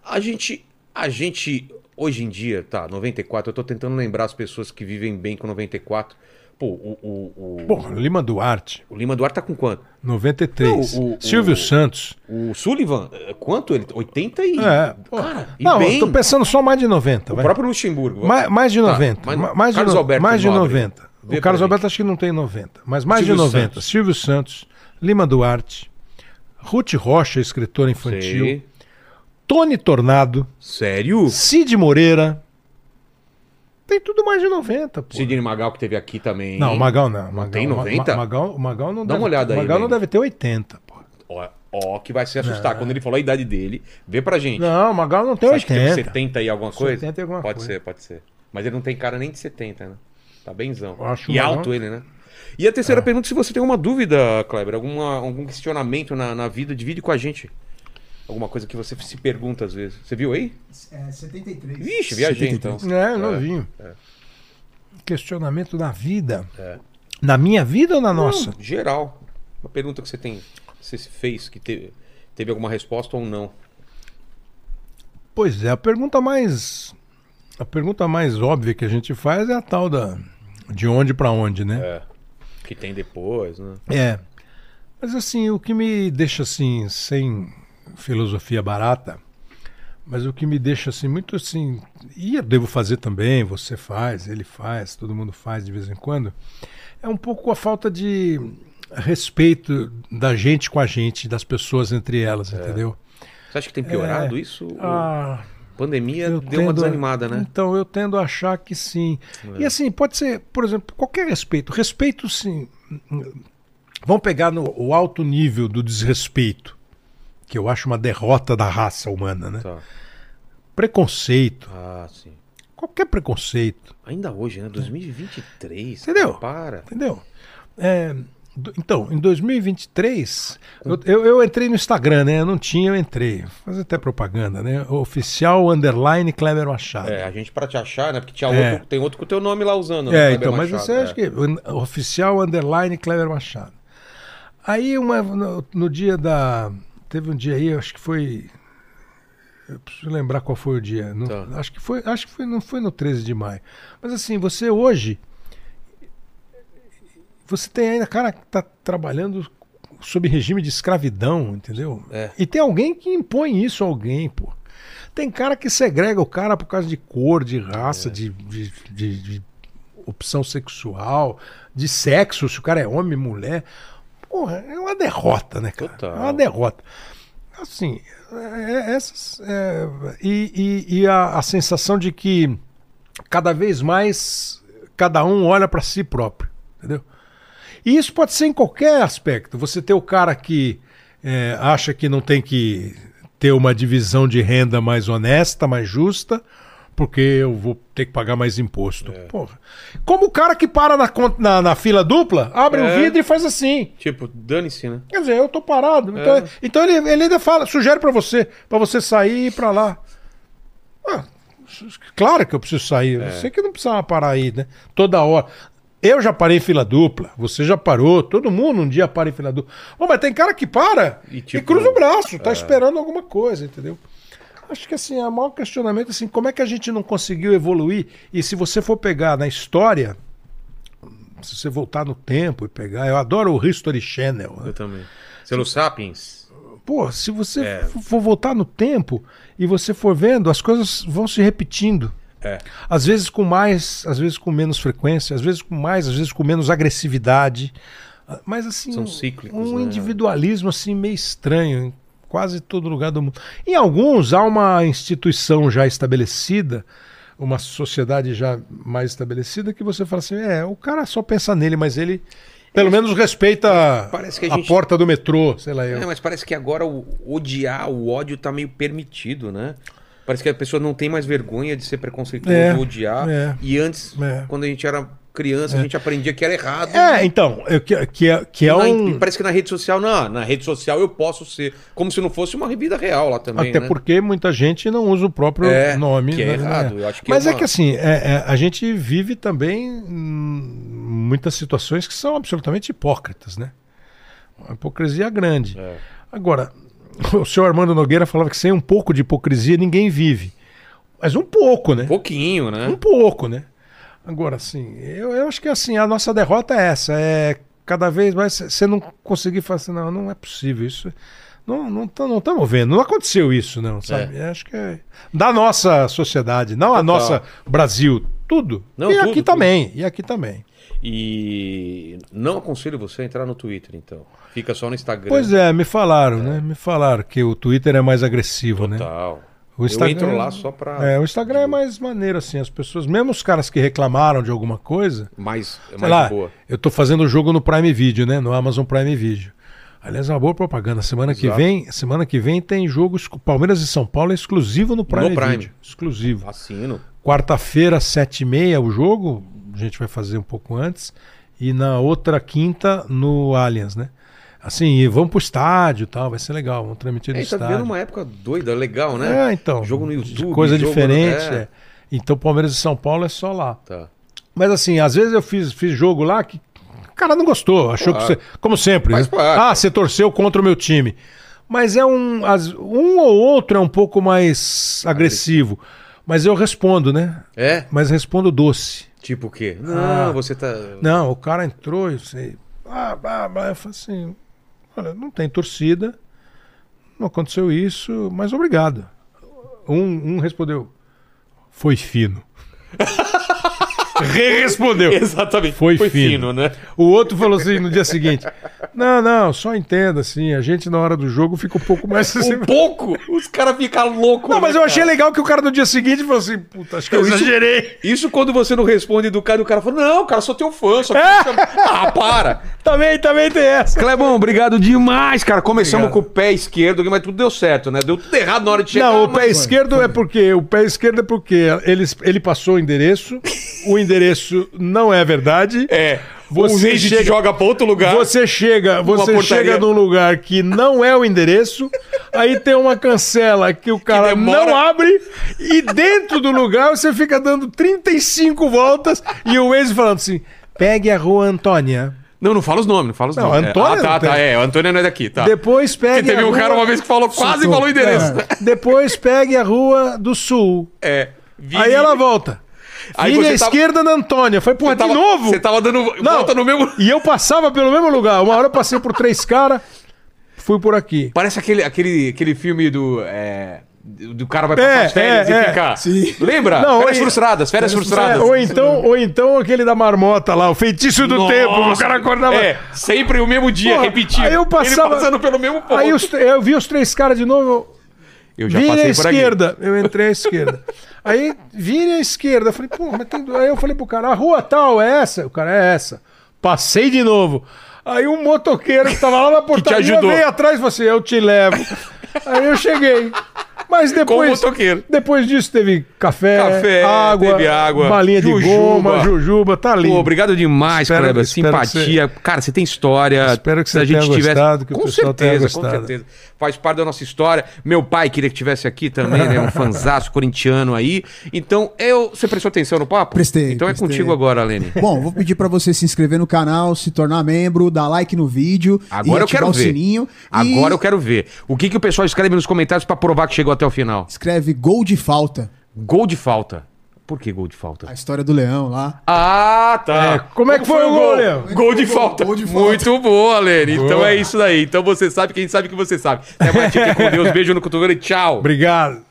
A gente, a gente, hoje em dia, tá, 94, eu tô tentando lembrar as pessoas que vivem bem com 94. Pô, o, o, o, Pô, Lima Duarte, o Lima Duarte tá com quanto? 93. Não, o- o- Silvio o- Santos. O Sullivan, eh, quanto ele? 80 e... É, pô. Cara, e não, bem. eu tô pensando só mais de 90. O vai. próprio Luxemburgo. Ma- Mais, de Tá, 90. mas- ma- mais, de Carlos no- Alberto mais de Nobre. 90. Vê pra O Carlos gente. Alberto acho que não tem 90. Mas mais Silvio de 90. Santos. Silvio Santos, Lima Duarte, Ruth Rocha, escritora infantil, Sei. Tony Tornado, Sério? Cid Moreira. Tem tudo mais de 90, pô. Sidney Magal que teve aqui também. Não, o Magal não. Magal, tem Ma- 90? Ma- Magal, o Magal não Dá deve, uma olhada aí, Magal não Lênin. deve ter 80, pô. Ó, ó, que vai se assustar. É. Quando ele falou a idade dele, vê pra gente. Não, o Magal não tem Você acha que tem 80. 70 e alguma coisa? 70 e alguma pode coisa. ser, pode ser. Mas ele não tem cara nem de 70, né? Tá benzão. Eu acho e legal. alto ele, né? E a terceira pergunta, se você tem alguma dúvida, Kleber, alguma, algum questionamento na, na vida, divide com a gente. Alguma coisa que você se pergunta às vezes. Você viu aí? É, 73. Vixe, viajei então. É, novinho. Questionamento da vida. Na minha vida ou na nossa? É. Não, geral. Uma pergunta que você tem, você se fez, que teve, teve alguma resposta ou não. Pois é, a pergunta mais a pergunta mais óbvia que a gente faz é a tal da de onde pra onde, né? É. Que tem depois, né? É. Mas assim, o que me deixa assim sem filosofia barata, mas o que me deixa assim muito assim, e eu devo fazer também, você faz, ele faz, todo mundo faz de vez em quando, é um pouco a falta de respeito da gente com a gente, das pessoas entre elas, entendeu? Você acha que tem piorado isso? É. Ah, A pandemia Eu deu uma tendo- desanimada, né? É. Então, eu tendo a achar que sim. E assim, pode ser, por exemplo, qualquer respeito. Respeito, sim. Vamos pegar no, o alto nível do desrespeito, que eu acho uma derrota da raça humana, né? Tá. Preconceito. Ah, sim. Qualquer preconceito, Ainda hoje, né? 2023. É. Entendeu? Para. entendeu? É, do- então, em 2023, eu, eu, eu entrei no Instagram, né? Eu não tinha, eu entrei. Vou fazer até propaganda, né? Oficial Underline Kleber Machado. É, a gente pra te achar, né? Porque tinha É. outro, tem outro com o teu nome lá usando. né? É, Kleber então, mas Machado, você é. acha que. o Oficial underline Kleber Machado. Aí, uma, no, no dia da. Teve um dia aí, acho que foi. Eu preciso lembrar qual foi o dia. não- Tá. Acho que foi. Acho que foi, não foi no 13 de maio. Mas assim, você hoje. Você tem ainda cara que está trabalhando sob regime de escravidão, entendeu? É. E tem alguém que impõe isso a alguém, pô. Tem cara que segrega o cara por causa de cor, de raça, de- de- de- de opção sexual, de sexo, se o cara é homem, mulher. Porra, é uma derrota, né, cara? Total. É uma derrota. Assim, é- é- essas. é, e e- e a, a sensação de que cada vez mais cada um olha para si próprio, entendeu? E isso pode ser em qualquer aspecto. Você ter o cara que é, acha que não tem que ter uma divisão de renda mais honesta, mais justa, porque eu vou ter que pagar mais imposto. Porra. Como o cara que para na, cont- na- na fila dupla, abre É. o vidro e faz assim. Tipo, dane-se, né? Quer dizer, eu tô parado. Então, É. então ele, ele ainda fala, sugere pra você, pra você sair e ir pra lá. É. Ah, s- claro que eu preciso sair. Eu sei que não precisava parar aí, né? Toda hora. Eu já parei em fila dupla, você já parou, todo mundo um dia para em fila dupla. Ô, mas tem cara que para E, e, tipo, cruza o braço, tá esperando alguma coisa, entendeu? Acho que assim, é o maior questionamento assim, como é que a gente não conseguiu evoluir? E se você for pegar na história, se você voltar no tempo e pegar, eu adoro o History Channel. né? Eu também. Selo Sapiens. Pô, se você É. f- for voltar no tempo e você for vendo, as coisas vão se repetindo. É. Às vezes com mais, às vezes com menos frequência, às vezes com mais, às vezes com menos agressividade. Ah, Mas assim, São um- cíclicos, um né? individualismo assim meio estranho em quase todo lugar do mundo. Em alguns há uma instituição já estabelecida, uma sociedade já mais estabelecida que você fala assim, é, o cara só pensa nele, mas ele pelo menos respeita É. Parece que a a, gente- porta do metrô, sei lá. eu. É, mas parece que agora o odiar, o ódio tá meio permitido, né? Parece que a pessoa não tem mais vergonha de ser preconceituoso, É, odiar. é. e antes, É. quando a gente era criança, a gente aprendia que era errado. É, então, eu, que, que, é- que é Na- um. Parece que na rede social, não, na rede social eu posso ser. Como se não fosse uma vida real lá também. Até né? porque muita gente não usa o próprio É, nome. que é né? errado, eu acho que é Mas é, uma- que assim, é- é, a gente vive também hum, muitas situações que são absolutamente hipócritas, né? Uma hipocrisia grande. É. Agora, o senhor Armando Nogueira falava que sem um pouco de hipocrisia ninguém vive. Mas um pouco, né? Pouquinho, né? Um pouco, né? Agora, assim, eu, eu acho que assim, a nossa derrota é essa. É cada vez mais você não conseguir falar assim, não, não é possível isso. Não não tá- não estamos vendo, não aconteceu isso, não, sabe? Eu Acho que é da nossa sociedade, não a nossa Brasil, tudo. Não, e tudo, aqui tudo. também, e aqui também. E não aconselho você a entrar no Twitter, então. Fica só no Instagram. Pois é, me falaram, né? Me falaram que o Twitter é mais agressivo, né? Total. O Instagram- Eu entro lá só pra. É, o Instagram é mais maneiro, assim, as pessoas, mesmo os caras que reclamaram de alguma coisa, mais, é Sei mais lá, boa. eu tô fazendo o jogo no Prime Video, né? No Amazon Prime Video. Aliás, é uma boa propaganda. Semana que Exato. vem, semana que vem tem jogo exclu- Palmeiras e São Paulo é exclusivo no Prime, No Prime. Video. Exclusivo. Assino. Quarta-feira, sete e meia o jogo. A gente vai fazer um pouco antes. E na outra quinta no Allianz, né? Assim, e vamos pro estádio e tal, vai ser legal. Vamos transmitir no É, tá estádio. vivendo uma época doida, legal, né? É, então. Jogo no YouTube. Coisa jogo no- diferente. é. é. Então Palmeiras e São Paulo é só lá. Tá. Mas assim, às vezes eu fiz, fiz jogo lá que o cara não gostou, achou Claro. que você. Como sempre, Faz né? parte. Ah, você torceu contra o meu time. Mas é um. as- um ou outro é um pouco mais agressivo. Mas eu respondo, né? É? Mas respondo doce. Tipo o quê? Não, você tá. Ah. Não, o cara entrou, eu sei. Blá, blá, blá. Eu falei assim: olha, não tem torcida, não aconteceu isso, mas obrigado. Um, um respondeu: foi fino. Re-respondeu. Exatamente. Foi fino. né? O outro falou assim no dia seguinte: Não, não, só entenda, assim, a gente na hora do jogo fica um pouco mais. Um pouco, os caras ficam loucos. não, mas né, eu achei cara? legal que o cara no dia seguinte falou assim: Puta, acho que eu Isso- exagerei. Isso quando você não responde do cara, o cara fala: Não, cara, sou teu fã. Só que ah, para. Também, também tem essa. Clebão, obrigado demais, cara. Começamos Obrigado. com o pé esquerdo, mas tudo deu certo, né? Deu tudo errado na hora de chegar. Não, o pé mas- esquerdo é porque. O pé esquerdo é porque ele, ele passou o endereço, o endereço não é verdade. É. Você o Regis chega- joga pra outro lugar. Você chega, você portaria. chega num lugar que não é o endereço, aí tem uma cancela que o cara demora. não abre e dentro do lugar você fica dando 35 voltas e o Waze falando assim: "Pegue a Rua Antônia". Não, não fala os nomes, não fala os Não, nomes. É, Antônio ah, tá, não tem. tá, é. O Antônio não é daqui, tá. Depois pegue Porque teve a um rua- cara uma vez que falou, quase falou o endereço. É. Depois pegue a Rua do Sul. É. Vini- Aí ela volta. Aí Aí Vira à você tava- esquerda na Antônia. Foi porra, Você de tava- novo? Você tava dando volta no mesmo. E eu passava pelo mesmo lugar. Uma hora eu passei por três caras, fui por aqui. Parece aquele, aquele, aquele filme do. é, Do cara vai É, passar as férias é, e é. ficar. Sim. Lembra? Não, férias ou- frustradas, férias frustradas. É, ou, então, ou então aquele da marmota lá, o feitiço do Nossa. tempo. O cara acordava. É, sempre o mesmo dia, Porra, repetido. aí eu passava- Ele passando pelo mesmo ponto. Aí os- eu vi os três caras de novo. Eu Eu já vire à passei por aqui. esquerda. Eu entrei à esquerda. Aí vire à esquerda. Eu falei, pô, mas tem. du- Aí eu falei pro cara, a rua tal é essa? O cara é essa. Passei de novo. Aí um motoqueiro que tava lá na portaria ajudou. veio atrás e falou assim: eu te levo. Aí eu cheguei. Mas depois, Com motoqueiro. depois disso teve café, Café, água, teve água, balinha de jujuba. goma, jujuba, tá lindo. Pô, obrigado demais, Espero- Kleber. espero que você- Simpatia. Cara, você tem história. Espero que Se você a gente tenha tivesse- gostado, que o com pessoal certeza, tenha Com gostado. certeza. Faz parte da nossa história. Meu pai queria que tivesse aqui também, né? Um fanzaço corintiano aí. Então, eu. Você prestou atenção no papo? Prestei, Então prestei. é contigo agora, Lene. Bom, vou pedir pra você se inscrever no canal, se tornar membro, dar like no vídeo, Agora eu ativar quero o ver. sininho. Agora e eu quero ver. O que, que o pessoal escreve nos comentários pra provar que chegou até o final? escreve gol de falta. Gol de falta. Por que gol de falta? A história do leão lá. Ah, tá. É, como é que foi o gol, Leandro? Gol, de falta. Gol de falta. Muito boa, Lene. Então Boa. é isso daí. Então você sabe, quem sabe que você sabe. Até mais, fique com Deus. Beijo no cotovelo e tchau. Obrigado.